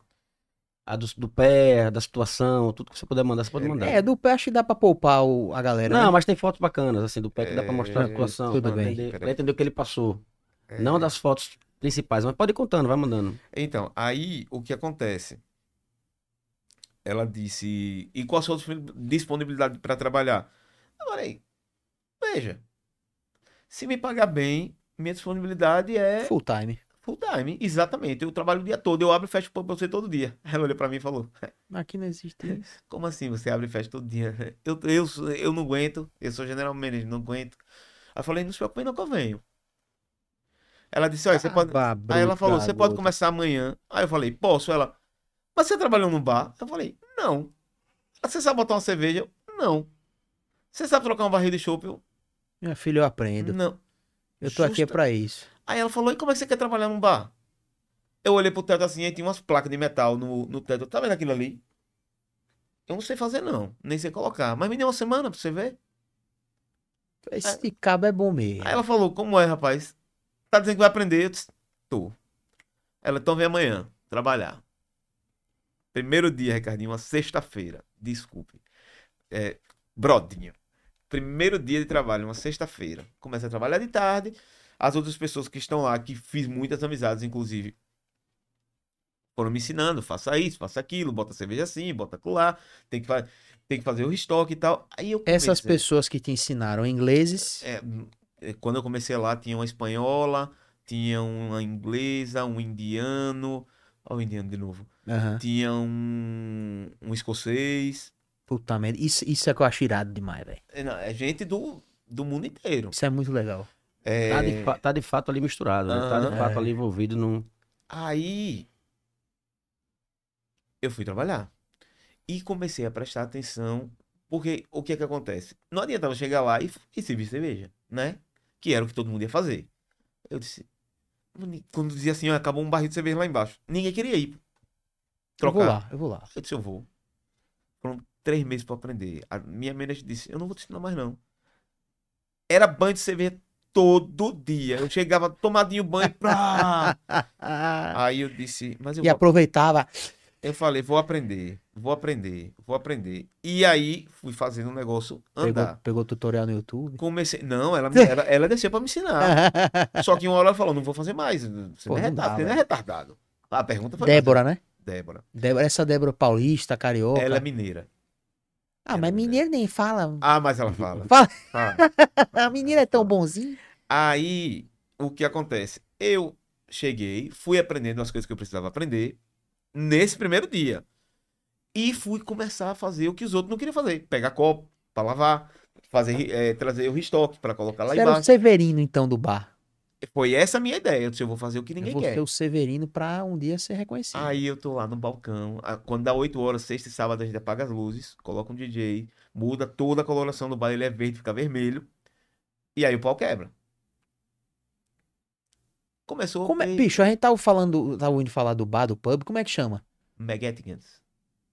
A do, do pé, da situação, tudo que você puder mandar, você pode mandar.
né?
É, do pé acho que dá pra poupar o- a galera.
não,
né?
mas tem fotos bacanas, assim, do pé que dá pra mostrar a
É,
situação,
tudo
pra,
bem.
Entender, pra
Peraí.
entender o que ele passou.
É.
Não das fotos principais, mas pode ir contando, vai mandando.
Então, aí o que acontece? Ela disse, e qual a sua disponibilidade para trabalhar? Eu falei, veja, se me pagar bem, minha disponibilidade é
Full time.
full time, exatamente. Eu trabalho o dia todo, eu abro e fecho o pub pra você todo dia. Ela olhou pra mim e falou,
Aqui não existe isso.
Como assim você abre e fecha todo dia? né? Eu, eu, sou- eu não aguento, eu sou general manager, não aguento. Aí eu falei, não se preocupe não que eu venho. Ela disse, olha, você pode...
Ah,
Então, Aí ela falou,
bruta,
você pode
bruta.
começar amanhã. Aí eu falei, posso? Ela, mas você trabalhou no bar? Eu falei, não. "Ah, Você sabe botar uma cerveja? Eu, Não. Você sabe trocar um barril de chopp? Eu,
Minha filha, eu aprendo.
não.
Eu tô aqui é
Justa-
pra isso.
Aí ela falou, e como é que você quer trabalhar num bar? Eu olhei pro teto assim, aí tinha umas placas de metal no, no teto. Tá vendo aquilo ali? Eu não sei fazer não, nem sei colocar. Mas me deu uma semana pra você ver.
Esse cabo é bom mesmo.
Aí ela falou, como é, rapaz? Tá dizendo que vai aprender? Eu disse, tô. Ela, então vem amanhã, trabalhar. Primeiro dia, Ricardinho, uma sexta-feira. Desculpe. É, brodinho. Primeiro dia de trabalho, uma sexta-feira. Começa a trabalhar de tarde. As outras pessoas que estão lá, que fiz muitas amizades, inclusive, foram me ensinando, faça isso, faça aquilo, bota cerveja assim, bota colar, tem que, fa- tem que fazer o estoque e tal. Aí eu
Essas
comecei-
pessoas que te ensinaram ingleses.
né? é, hum, é, quando eu comecei lá, tinha uma espanhola, tinha uma inglesa, um indiano. Olha o indiano de novo.
Aham.
Tinha um, um escocês.
Puta merda. Isso, isso é que eu acho irado demais, velho.
É, não, é gente do, do mundo inteiro.
Isso é muito legal.
É,
Tá, de, fa- tá de fato ali misturado, né? Tá de
Aham.
fato
É.
ali envolvido num.
Aí eu fui trabalhar e comecei a prestar atenção, porque o que é que acontece? Não adiantava chegar lá e, e servir cerveja, né? Que era o que todo mundo ia fazer. Eu disse, "Mani-" quando dizia assim, ó, acabou um barril de cerveja lá embaixo, ninguém queria ir
Eu vou
trocar.
lá, eu vou lá.
Eu disse, eu vou. Foram três meses pra aprender. A minha manager disse, eu não vou te ensinar mais não. Era banho de cerveja todo dia. Eu chegava tomadinho banho, pra... Aí eu disse, mas eu
Ah. E
vou Ah, tá.
aproveitava.
Eu falei, vou aprender, vou aprender, vou aprender. E aí fui fazendo um negócio
Pegou,
andar.
pegou tutorial no YouTube.
Comecei. Não, ela, me- ela, ela desceu pra me ensinar. Só que uma hora ela falou, não vou fazer mais. Você
Pô,
não é
não
retardado.
dá,
você não é
velho.
retardado. A pergunta foi.
Débora, né?
Débora.
Débora, essa Débora paulista, carioca.
Ela é mineira.
Ah, mas mineiro nem fala.
Ah, mas ela fala.
Fala.
Fala.
A mineira é tão bonzinho.
Aí, o que acontece? Eu cheguei, fui aprendendo as coisas que eu precisava aprender nesse primeiro dia. E fui começar a fazer o que os outros não queriam fazer. Pegar copo pra lavar, fazer, eh, trazer o restock pra colocar lá
Você era o
embaixo.
Severino, então, do bar.
Foi essa a minha ideia. Eu disse, eu vou fazer o que
Eu
ninguém
vou
quer.
ser É o Severino pra um dia ser reconhecido.
Aí eu tô lá no balcão. a- Quando dá 8 horas, sexta e sábado, a gente apaga as luzes, coloca um DJ, muda toda a coloração do baile, ele é verde, fica vermelho. E aí o pau quebra. Começou
Como é-
e-
Bicho, a gente tava falando, tava ouvindo falar do bar, do pub, como é que chama?
Magetigans.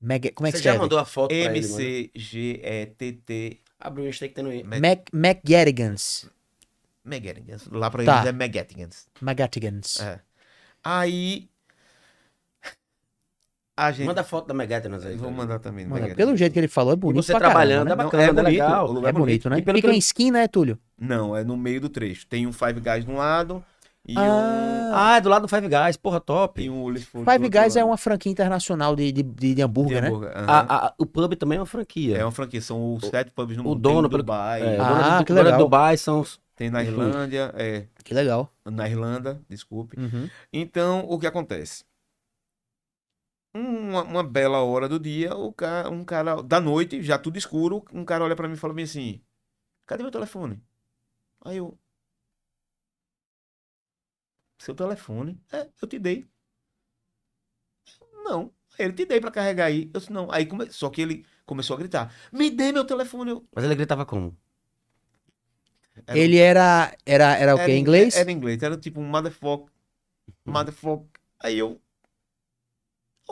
Mega, como é que
Você já
escreve?
mandou a foto pra ele, mano.
M-C-G-E-T-T.
Abriu o Insta que tem no...
Ma-
Mac, MacGettigans.
Magetigans. Lá pra
Tá.
eles é Magetigans.
Magatigans.
É. Aí. A gente.
Manda a foto da Megatron aí. cara.
Vou mandar também.
Mano,
Megatons.
pelo jeito que ele falou, é bonito
você
pra caramba,
trabalhando,
né?
é bacana, é
bonito,
legal.
o lugar
É bonito, né?
E pelo
Fica
que eu-
em skin, né, Túlio?
Não, é no meio do trecho. Tem um Five Guys de um lado e um.
Ah,
Ah, é do lado do Five Guys, porra, top.
E um Olive Food do
Five
outro
Guys é
lado.
uma franquia internacional de, de, de, de
De
hambúrguer, né?
hambúrguer, aham.
A- a- o pub também Ah, é uma franquia.
É uma franquia. São os sete pubs no
o
mundo.
dono,
tem em
pelo-
Dubai,
É,
Ah,
dona do,
que
dona
legal.
Dubai são os-
tem na
Uhum.
Irlândia. É,
Que legal.
na Irlanda, desculpe.
Uhum.
Então, o que acontece? Uma, uma bela hora do dia, o cara, um cara, da noite, já tudo escuro, um cara olha pra mim e fala bem assim: Cadê meu telefone? Aí eu. Seu telefone? É, eu te dei. Não, ele te dei pra carregar aí. Eu disse, não. Aí come... Só que ele começou a gritar: Me dê meu telefone. Eu...
Mas ele gritava como?
Era- um
Ele era, era, era É o quê?
em-
Inglês? Uhum.
Era inglês, era tipo um motherfucker. Motherfucker. Aí eu.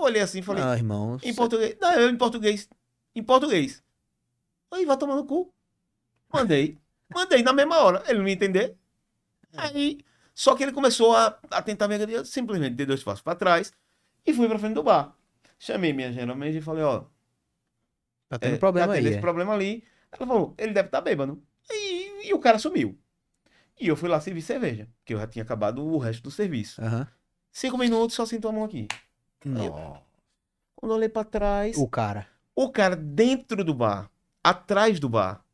Olhei assim e falei:
Ah, irmão.
Em português. Não, eu em português. Em português. Aí vai tomar no cu. Mandei. Mandei na mesma hora. Ele não ia entender.
É.
Aí. Só que ele começou a, a tentar me agredir. Eu simplesmente dei dois passos pra trás e fui pra frente do bar. Chamei minha geralmente e falei, ó.
Tá tendo
é,
problema
tá tendo
aí.
esse
é.
problema ali. Ela falou, ele deve estar tá bêbado. E, e o cara sumiu. E eu fui lá servir cerveja, porque eu já tinha acabado o resto do serviço.
Aham.
Cinco minutos, só sinto a mão aqui.
Não.
Quando eu olhei pra trás.
O cara.
O cara dentro do bar, atrás do bar.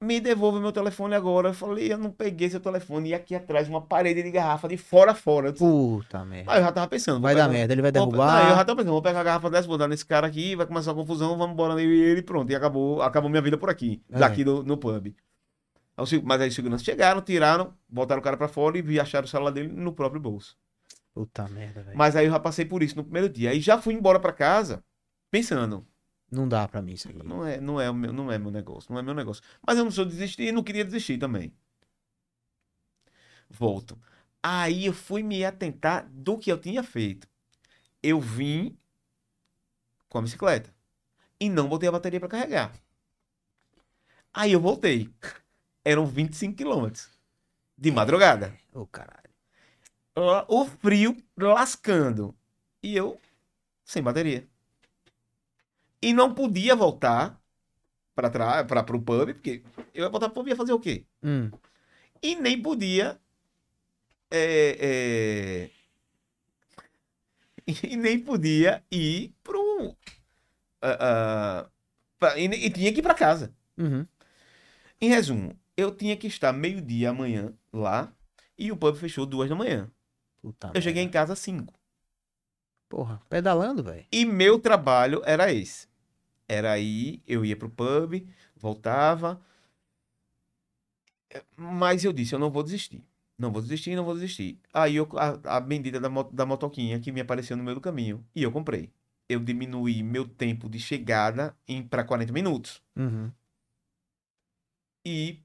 Me devolve meu telefone agora. Eu falei, eu não peguei seu telefone. E aqui atrás, uma parede de garrafa de fora a fora. Eu disse,
Puta merda.
Aí eu já tava pensando. vou
Vai dar
pegar-
merda, ele vai
vou- Não, eu já
derrubar.
tava pensando, vou pegar a garrafa dessa, vou dar nesse cara aqui, vai começar uma confusão, vamos embora eu e ele e pronto. E acabou, acabou minha vida por aqui,
É.
daqui no, no pub. Aí os seg- Mas aí os seguranças chegaram, tiraram, botaram o cara pra fora e vi- acharam o celular dele no próprio bolso.
Puta merda, velho.
Mas aí eu já passei por isso no primeiro dia. Aí já fui embora pra casa pensando,
Não dá pra mim isso aqui.
não é, não é o meu, não é meu negócio, não é meu negócio. Mas eu não sou desistir e não queria desistir também. Volto. Aí eu fui me atentar do que eu tinha feito. Eu vim com a bicicleta e não botei a bateria pra carregar. Aí eu voltei. Eram 25 quilômetros de madrugada.
Ô, caralho.
Lá- o frio lascando. E eu sem bateria. E não podia voltar para trás, para pro pub, porque eu ia voltar pro pub e ia fazer o quê?
Hum.
E nem podia é, é, e nem podia ir pro ah, ah, pra- e, e tinha que ir para casa.
Uhum.
Em resumo, eu tinha que estar meio-dia amanhã lá e o pub fechou duas da manhã.
Puta merda.
Eu cheguei em casa às cinco.
Porra, pedalando, velho.
E meu trabalho era esse. Era aí, eu ia pro pub, voltava. Mas eu disse, eu não vou desistir. Não vou desistir, não vou desistir. Aí eu, a, a bendita da, mo- da motoquinha que me apareceu no meio do caminho. E eu comprei. Eu diminuí meu tempo de chegada em para 40 minutos.
Uhum.
E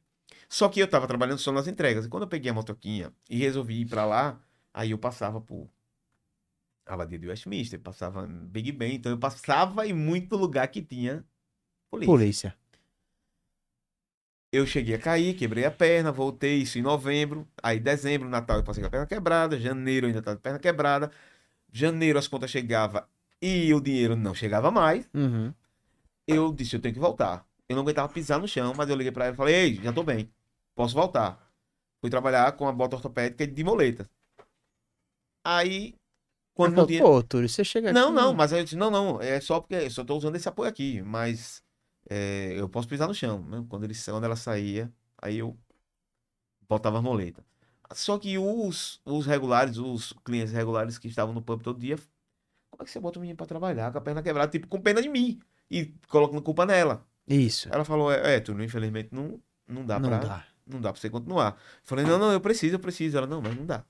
só que eu tava trabalhando só nas entregas. E quando eu peguei a motoquinha e resolvi ir pra lá, aí eu passava por Abadia de Westminster, passava em Big Ben, então eu passava em muito lugar que tinha polícia.
Polícia.
Eu cheguei a cair, quebrei a perna, voltei isso em novembro, aí dezembro, Natal eu passei com a perna quebrada, janeiro eu ainda tava de perna quebrada, Janeiro as contas chegavam e o dinheiro não chegava mais.
Uhum.
Eu disse, eu tenho que voltar. Eu não aguentava pisar no chão, mas eu liguei pra ela e falei, ei, já tô bem. Posso voltar. Fui trabalhar com a bota ortopédica de moleta. Aí, quando
Ela falou,
não tinha...
Pô, Túlio, você chega
Não,
aqui-
não, mas aí eu disse, não, não, é só porque eu só tô usando esse apoio aqui, mas é, eu posso pisar no chão. né? Quando, ele, quando ela saía, aí eu botava a roleta. Só que os, os regulares, os clientes regulares que estavam no pub todo dia, como é que você bota o menino pra trabalhar com a perna quebrada, tipo, com pena de mim, e colocando culpa nela.
Isso.
Ela falou, é, é Túlio, infelizmente não, não dá
não
pra
dá.
não dá pra você continuar. Eu Falei, não, não, eu preciso, eu preciso. Ela, não, mas não dá.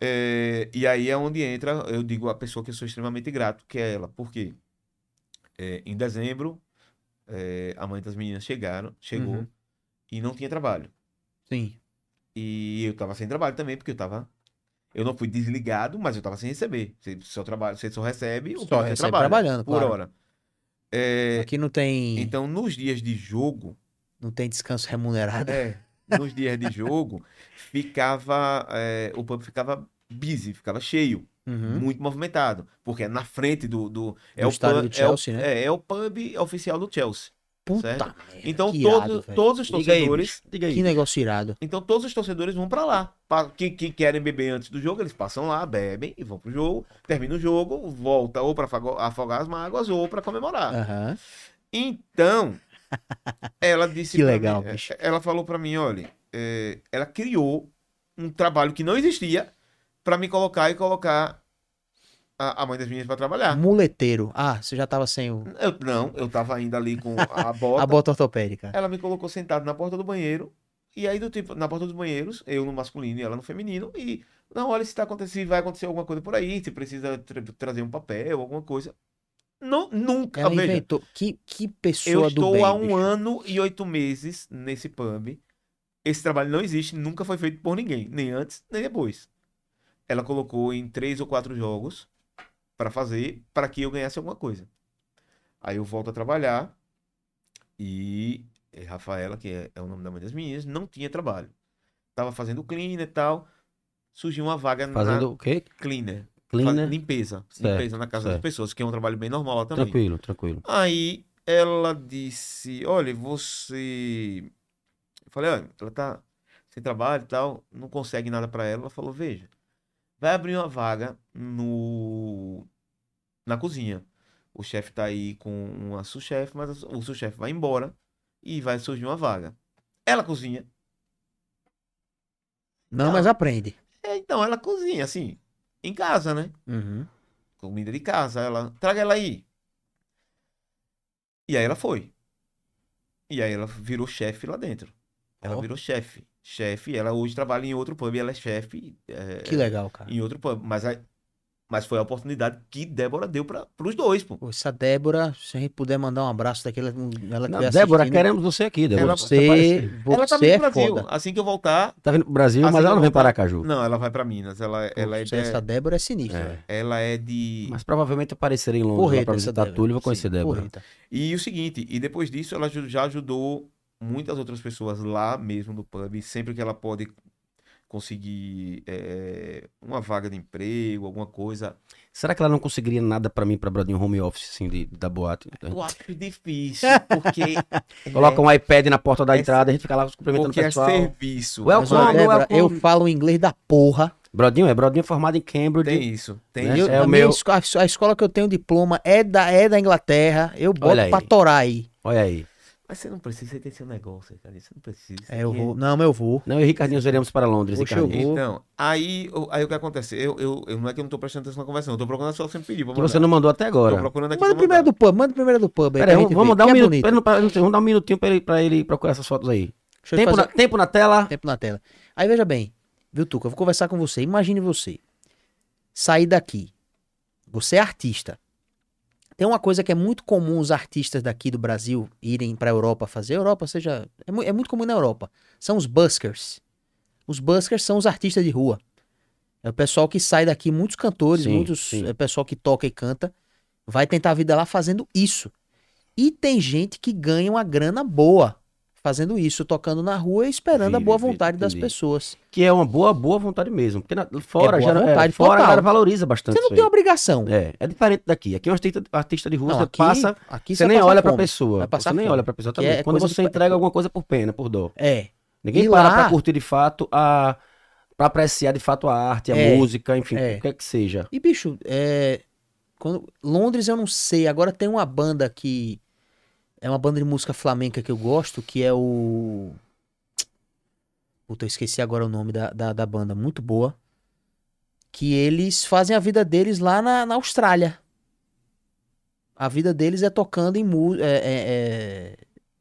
É, e aí é onde entra, eu digo a pessoa que eu sou extremamente grato, que é ela. Por quê? É, em dezembro, é, a mãe das meninas chegaram, chegou
Uhum.
e não tinha trabalho.
Sim.
E eu tava sem trabalho também, porque eu tava. Eu não fui desligado, mas eu tava sem receber. Você só, trabalha, você só recebe o
Só
que você
recebe
trabalha,
trabalhando,
por
claro.
hora. É,
Aqui não tem,
então, nos dias de jogo,
não tem descanso remunerado.
É, nos dias de jogo, ficava. é, o pub ficava busy, ficava cheio,
Uhum.
muito movimentado. Porque é na frente do. do é
Do
o
estádio
pub,
do Chelsea,
é, o,
né?
é, é o pub oficial do Chelsea.
Puta
certo?
merda,
Então
que
todo-
irado, velho.
todos os
Diga aí,
torcedores.
bicho, diga aí.
Que negócio irado.
Então todos os torcedores vão pra lá. Pa- Que, que querem beber antes do jogo, eles passam lá, bebem e vão pro jogo. Termina o jogo, volta ou pra afago- afogar as mágoas ou pra
É.
comemorar.
Aham.
Então, ela disse.
Que
pra
legal,
mim- é,
bicho.
Ela falou pra mim: olha, é, ela criou um trabalho que não existia pra me colocar e colocar a, a mãe das meninas pra trabalhar.
Muleteiro. Ah, você já tava sem o-
Eu, não, eu tava ainda ali com a
a
bota. É,
bota ortopédica.
Ela me colocou sentado na porta do banheiro. E aí, do tipo, na porta dos banheiros, eu no masculino e ela no feminino. E não, olha se tá acontecendo, se vai acontecer alguma coisa por aí, se precisa tra- trazer um papel, alguma coisa. Não, nunca,
Ela
veja.
inventou. Que, que pessoa
Eu
do
estou
bem,
há um
bicho.
ano e oito meses nesse pub. Esse trabalho não existe, nunca foi feito por ninguém, nem antes, nem depois. Ela colocou em três ou quatro jogos para fazer, para que eu ganhasse alguma coisa. Aí eu volto a trabalhar e eh, Rafaela, que é, é o nome da mãe das meninas, não tinha trabalho. Tava fazendo cleaner e tal. Surgiu uma vaga
Fazendo o quê? né?
na cleaner,
Cleaner?
faz- limpeza,
Certo,
limpeza na casa das
certo.
pessoas, que é um trabalho bem normal lá também.
Tranquilo, tranquilo.
Aí ela disse: Olha, você. Eu falei: Olha, ela tá sem trabalho e tal, não consegue nada pra ela. Ela falou: Veja, vai abrir uma vaga no na cozinha. O chefe tá aí com uma sous-chefe, mas o sous-chefe vai embora e vai surgir uma vaga. Ela cozinha.
Não, mas aprende.
É, então, ela cozinha, assim, em casa, né?
Uhum.
comida de casa. Ela, traga ela aí. E aí ela foi. E aí ela virou chefe lá dentro. Ela
Ó.
virou chefe. Chefe, ela hoje trabalha em outro pub, ela é chefe é,
Que legal, cara.
em outro pub. Mas, a- mas foi a oportunidade que Débora deu para os dois, pô.
Pô, Essa Débora, se a gente puder mandar um abraço daquela. Ela
Não,
estiver
Débora,
assistindo,
queremos você aqui, Débora.
Ela-
Você,
ela tá
você
no
é
Brasil.
foda.
Assim que eu voltar,
Tá vindo pro Brasil,
Assim
mas ela
eu
não
vou
vem para
pra-
Aracaju.
não, ela vai para Minas. Ela, ela, é,
Você- Essa Débora é sinistra.
É.
velho.
ela é de.
Mas provavelmente aparecerei em Londres
Porreta
lá pra
essa
visitar
Débora.
Túlio e vou conhecer
Sim,
Débora.
Porreta.
E o seguinte, e depois disso ela ju- já ajudou muitas outras pessoas lá mesmo no pub, sempre que ela pode conseguir eh, uma vaga de emprego, alguma coisa.
Será que ela não conseguiria nada pra mim, pra Brodinho Home Office, assim, de, da boate?
É
Eu acho difícil, porque
Coloca um iPad na porta da
É-
entrada, a gente fica lá cumprimentando o
porque é
pessoal.
serviço.
Welcome,
Mas, ó,
Welcome,
Débora, eu
welcome.
falo inglês da porra.
Brodinho é, Brodinho é formado em Cambridge.
Tem isso, tem
Né?
isso.
É o
a, minha
meu-
esco- a es- a escola que eu tenho diploma é da, é da Inglaterra. Eu boto
Olha aí.
pra torar aí.
Olha aí.
Mas você não precisa, você tem seu negócio, cara. Você não precisa.
É, eu
Aqui
vou. Não, mas eu vou.
Não, eu e Ricardinho iremos para Londres,
Poxa,
Ricardinho.
eu vou.
Então, aí, o- aí o que acontece? Eu, eu, eu- não é que eu não tô prestando atenção na conversa, não. Eu tô procurando só sempre pedir pra
Que
mandar.
você não mandou até
Tô
agora.
procurando aqui
Manda
pra
primeiro
mandar.
do pub, manda primeiro do pub
Pera
aí.
aí,
pra
vamos,
gente
vamos
ver,
dar um
que é
minuto.
bonito.
pera- pera- vamos dar um minutinho pra ele, pra ele procurar essas fotos aí.
Deixa eu
Tempo,
fazer- um É.
na, tempo na tela.
tempo na tela. Aí veja bem, viu, Tuca? Eu vou conversar com você. Imagine você sair daqui. Você é artista. Tem uma coisa que é muito comum os artistas daqui do Brasil irem pra Europa fazer. Europa, seja. É, mu- é muito comum na Europa. São os buskers. Os buskers são os artistas de rua. É o pessoal que sai daqui, muitos cantores,
Sim,
muitos.
sim.
É o pessoal que toca e canta. Vai tentar a vida lá fazendo isso. E tem gente que ganha uma grana boa fazendo isso, tocando na rua e esperando a
Entendi,
boa
entendi,
vontade das
entendi.
pessoas.
Que é uma boa, boa vontade mesmo. Porque na- fora,
boa
já, é,
vontade,
fora a
total.
galera valoriza bastante
Você não
isso
tem
aí.
obrigação.
É, é diferente daqui. Aqui é um artista, artista de rua,
Não,
você
aqui-
passa,
aqui
você
vai
nem
passar
olha pra
fome.
pessoa.
Vai
Você
passar
nem
fome.
olha pra pessoa
Aqui
também.
é
Quando
coisa
você
de-
entrega alguma coisa por pena, por dor.
É.
Ninguém
E
para
lá-
pra curtir de fato a... Pra apreciar de fato a arte, a
É,
música, enfim,
é.
o que é que seja.
E, bicho, é. Quando... Londres eu não sei. Agora tem uma banda que. É uma banda de música flamenca que eu gosto, que é o. Puta, eu esqueci agora o nome da, da, da banda. Muito boa. Que eles fazem a vida deles lá na, na Austrália. A vida deles é tocando em mu... é, é- é-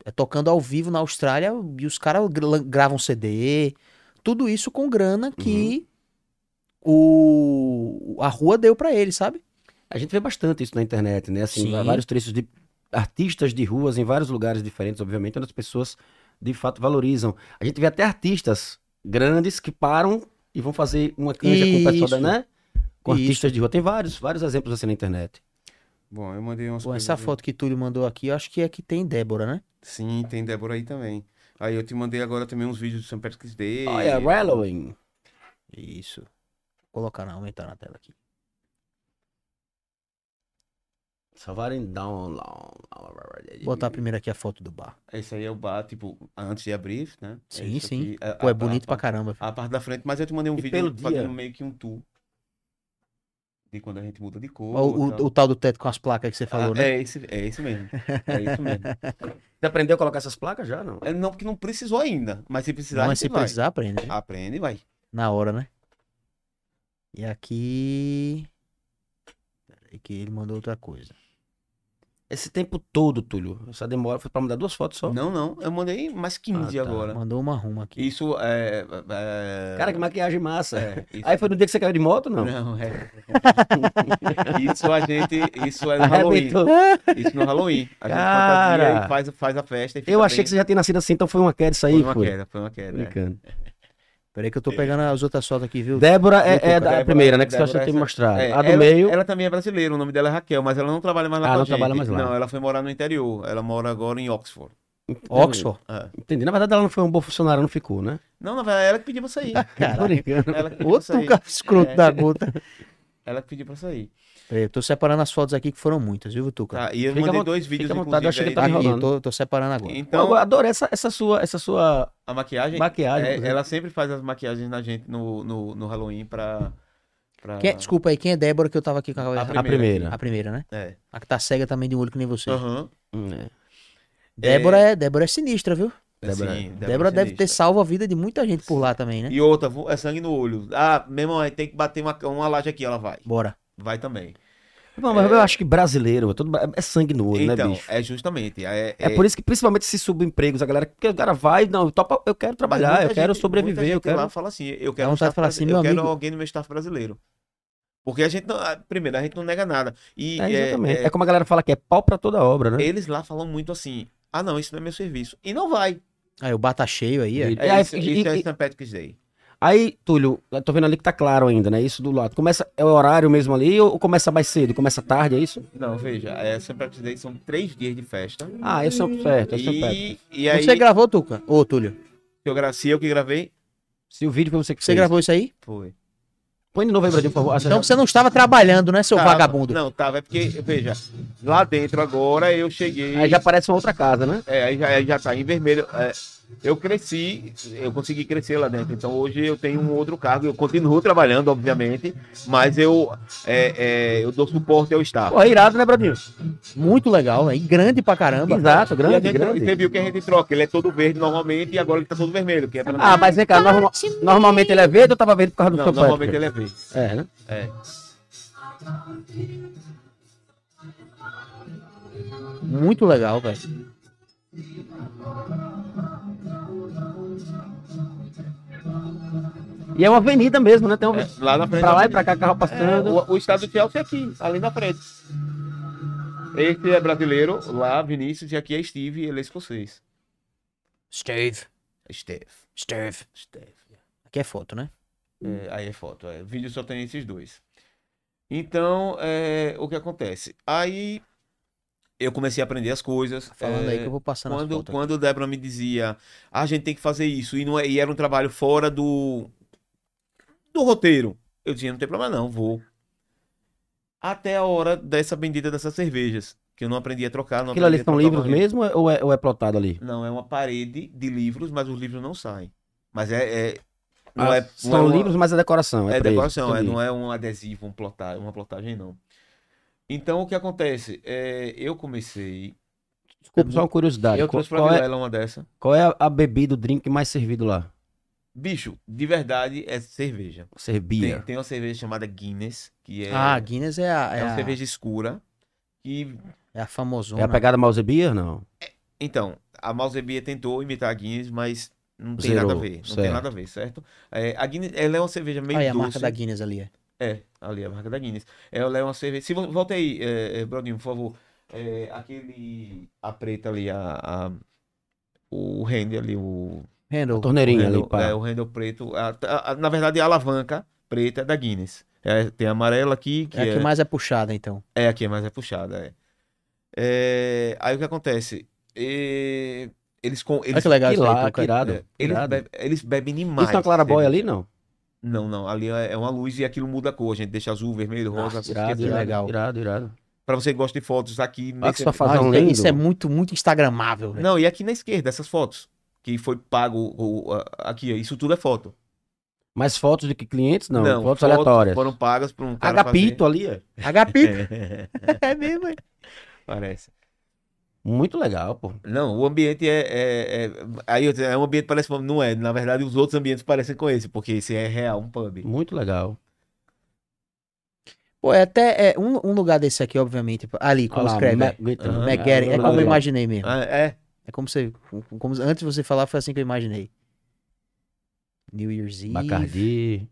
é tocando ao vivo na Austrália e os caras gra- gravam CD. Tudo isso com grana que o, a rua deu pra eles, sabe?
A gente vê bastante isso na internet, né? Assim,
Sim.
vários trechos de artistas de ruas em vários lugares diferentes, obviamente, onde as pessoas de fato valorizam. A gente vê até artistas grandes que param e vão fazer uma canja com o pessoal, da,
Isso.
né? Com
Isso.
artistas de rua. Tem vários, vários exemplos assim na internet.
Bom, eu mandei umas
Bom,
coisas
essa
aí.
foto que Túlio mandou aqui, eu acho que é que tem Débora, né?
Sim, tem Débora aí também. Aí eu te mandei agora também uns vídeos do St. Patrick's Day.
Olha,
é
Halloween.
Isso. Vou colocar na, aumentar na tela aqui.
Salvarem down, long,
Vou botar primeiro aqui a foto do bar.
Esse aí é o bar, tipo, antes de abrir, né? É
Sim,
isso
sim.
aqui. A-
Pô,
a-
é bonito
a,
pra caramba.
tá. A parte da frente, mas eu te mandei um
E
vídeo
pelo
fazendo
dia?
meio que um tour. De quando a gente muda de cor.
Ó, O,
tal.
o, o tal do teto com as placas que você falou,
Ah,
né?
é, esse, é isso mesmo. É isso mesmo.
Você aprendeu a colocar essas placas já, não?
É, não, porque não precisou ainda, mas se precisar,
Mas é se
vai.
precisar, aprende. né?
Aprende e vai.
Na hora, né? E aqui. Peraí, que ele mandou outra coisa.
Esse tempo todo, Túlio, essa demora foi pra mudar duas fotos só.
Não, não. Eu mandei mais 15
Ah, tá.
agora.
Mandou uma ruma aqui.
Isso é. é-
Cara, que maquiagem massa.
é, isso-
Aí foi no dia que você caiu de moto, não?
Não, é. isso a gente. Isso é no Halloween.
Ah, Arrebentou.
Isso no Halloween. A gente
Cara.
fantasia e faz, faz a festa. E fica
Eu achei
bem-
que você já tinha nascido assim, então foi uma queda isso aí.
Foi uma
foi.
queda, foi uma queda. é.
Brincando.
Peraí que eu tô pegando as outras fotos aqui, viu?
Débora é, é da
Débora-
primeira, né? Que
Débora
você já
é
tem
essa-
mostrado.
É,
a do
ela,
meio.
Ela também é brasileira, o nome dela é Raquel, mas ela não trabalha mais lá
Ah,
com a
não
gente.
trabalha mais lá.
Não, ela foi morar no interior. Ela mora agora em Oxford.
Oxford.
É.
Entendi. Na verdade, ela não foi um bom funcionário, não ficou, né?
Não, na verdade, ela que pediu pra sair.
Tô brincando.
Ela que pediu pra
Outro
sair.
cara escroto
É.
da gota.
Ela que pediu pra sair.
Peraí, eu tô separando as fotos aqui que foram muitas, viu, Tuca?
Tá, e eu
Fica à
mandei
vo-
dois vídeos,
fica à vontade, eu achei que
inclusive,
tá
aí.
Aqui, eu
rolando.
tô, tô separando agora.
Então,
eu adoro essa, essa sua, essa sua
a maquiagem,
maquiagem.
é,
inclusive.
ela sempre faz as maquiagens na gente no, no, no Halloween pra... pra...
tipo
Quem é- desculpa aí, quem é Débora que eu tava aqui com a
A
cabeça?
A primeira.
A primeira, né?
É.
A que tá cega também de olho que nem você.
Aham.
Hum, é.
Débora, é, Débora é sinistra, viu?
Débora-
Sim,
Débora deve ter
é sinistra.
salvo a vida de muita gente por lá também, né?
E outra, vo- é sangue no olho. Ah, meu irmão, aí tem que bater uma, uma laje aqui, ela vai.
Bora.
Vai também.
Bom, mas eu acho que brasileiro, é todo, bra- é sangue no olho, né,
então,
bicho?
é justamente. É,
É, por isso que, principalmente esses subempregos, a galera, porque o cara vai, não, topa, eu quero trabalhar,
Muita
eu quero
gente-
sobreviver,
muita
eu
gente
quero.
lá fala assim, eu
Dá
quero,
vontade
um
de
staff
falar assim,
brasileiro,
meu
eu quero
amigo-
alguém no meu staff brasileiro. Porque a gente não, ah, primeiro, a gente não nega nada. E
É,
é,
exatamente.
é,
É como a galera fala que é pau pra toda obra, né?
eles lá falam muito assim, ah não, isso não é meu serviço. E não vai.
Aí o bar tá cheio aí, é.
E-
É,
aí,
isso, isso é
e-
St. Patrick's Day.
Aí, Túlio, eu tô vendo ali que tá claro ainda, né? Isso do lado. Começa, é o horário mesmo ali ou começa mais cedo? Começa tarde, é isso?
Não, veja, é, St. Patrick's Day são três dias de festa.
Ah, esse é o certo, esse é o certo.
E, e aí,
Você gravou, Tuca? Ô, Túlio,
eu, gra... se eu que gravei,
Se o vídeo foi você que
você
fez.
gravou isso aí?
foi.
Põe de novo aí, Bradinho, por favor. Ah,
Então
já-
você não estava trabalhando, né, seu
Tava.
vagabundo?
Não, tava, é porque, veja, lá dentro agora eu cheguei...
Aí já parece uma outra casa, né?
É, aí já, aí já tá em vermelho. É, eu cresci, eu consegui crescer lá dentro. Então hoje eu tenho um outro cargo. Eu continuo trabalhando, obviamente, mas eu, é, é, eu dou suporte ao staff.
Pô, é irado, né, Bradinho?
Muito legal, né? E grande pra caramba.
Exato,
E a
grande,
gente- e Você
grande.
viu que a gente troca. Ele é todo verde normalmente e agora ele tá todo vermelho. Que é pra-
Ah, mas vem cá, norma- normalmente ele é verde ou tava verde por causa do
Não,
seu pai?
normalmente ele é verde.
É, né?
É.
Muito legal, velho.
E é uma avenida mesmo, né? Tem um...
É, Lá na frente.
Pra lá e
da-
pra cá, carro
É,
passando.
o, o estado de Chelsea é aqui, ali na frente. Este é brasileiro, lá Vinícius, e aqui é Steve, ele é escocês.
Steve.
Steve.
Steve.
Steve.
Aqui é foto, né?
É, aí é foto. É. Vídeo só tem esses dois. Então, é, o que acontece? Aí eu comecei a aprender as coisas.
Falando
é,
aí que eu vou
Tá
passando as
quando,
fotos.
quando Débora me dizia, "Ah, a gente tem que fazer isso, e, não é- e era um trabalho fora do, do roteiro, eu dizia, não tem problema não, vou. Até a hora dessa bendita dessas cervejas, que eu não aprendi a trocar. Não
Aquilo ali
aprendi a
são
trocar
livros
valor.
mesmo ou é, ou é plotado ali?
Não, é uma parede de livros, mas os livros não saem. Mas é... é- não
Ah,
é, não é
são
uma-
livros, mas é decoração. É,
é
pra eles,
decoração, é,
entendi.
não é um adesivo, um plota- uma plotagem, não. Então, o que acontece? É, eu comecei.
Desculpa, só uma curiosidade.
eu
qual,
trouxe pra
qual é,
Vilela uma dessa.
qual é a- a bebida, o drink mais servido lá?
Bicho, de verdade, é cerveja.
Ser
Tem,
beer.
tem uma cerveja chamada Guinness, que é,
Ah, Guinness é a, é
é uma
a-
cerveja escura. E,
é a famosona.
É a pegada mouse beer, não?
então, a Malzebia tentou imitar a Guinness, mas não tem
Zerou,
nada a ver. Não tem
certo.
nada a ver, certo? É, a Guinness, ela é uma cerveja meio
Ah, é a
doce.
marca da Guinness ali, é.
É, ali a marca da Guinness. Ela é uma cerveja. Se vo- volta aí, é, é, Brodinho, por favor. É, aquele. A preta ali, a. a- o render ali, o.
Handle.
A torneirinha
handle-
ali, pá.
é, o handle preto. A- a- a- na verdade, a alavanca preta é da Guinness. É, tem a amarela aqui, que
É a que mais é puxada, então.
é aqui, mas é puxada, é. É, aí o que acontece? É, eles com.
Olha
Eles,
que legal
Que
isso aí,
lá,
pô,
que
cara.
irado.
é, eles,
irado.
bebe- eles bebem demais.
Isso na Clara Boy
cerveja.
ali, não?
Não, não. Ali é é uma luz e aquilo muda a cor, gente. Deixa azul, vermelho, rosa.
Nossa, irado,
esquece-
irado,
legal.
irado, irado.
Pra você que gosta de fotos aqui
Olha que
nesse-
safadão
Nossa,
lindo.
Isso é muito, muito instagramável, velho.
Não, e aqui na esquerda, essas fotos. Que foi pago o- a- aqui, ó, isso tudo é foto.
Mas fotos de que clientes, não. fotos,
fotos
aleatórias.
Foram pagas por um cara.
Agapito ali, é. ó.
HP.
fazer.
é mesmo, é.
Parece.
Muito legal, pô.
Não, o ambiente é. é- é- aí eu digo, é um ambiente que parece. Não é. Na verdade, os outros ambientes parecem com esse, porque esse é real, um
Uhum.
pub.
Muito legal.
Pô, é até é, um, um lugar desse aqui, obviamente. Ali, como
Olha Ah, lá, né?
escreve. é.
Ma- gritando.
Aham.
McGarry. É
Olha
como eu
lá.
imaginei mesmo.
Ah, é.
É como você. Como, antes de você falar, foi assim que eu imaginei. New Year's Eve.
Bacardi.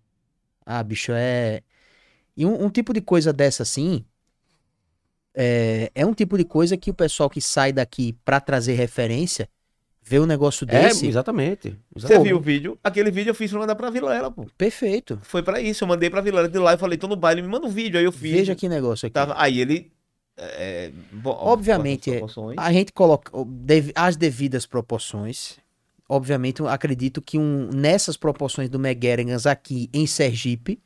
Ah, bicho, é. E um, um tipo de coisa dessa assim. É, é um tipo de coisa que o pessoal que sai daqui pra trazer referência vê um negócio
É,
desse.
exatamente.
Tá
Você
exatamente.
viu o vídeo? Aquele vídeo eu fiz pra mandar pra Vilela, pô.
Perfeito.
Foi pra isso. Eu mandei pra Vilela de lá e falei, tô no baile, me manda um vídeo. Aí eu fiz.
Veja que negócio aqui.
Tava, aí ele. é, bo-
Obviamente, é
bota as proporções.
A gente coloca o- deve- as devidas proporções. Obviamente, eu acredito que um, nessas proporções do McGarrigans aqui em Sergipe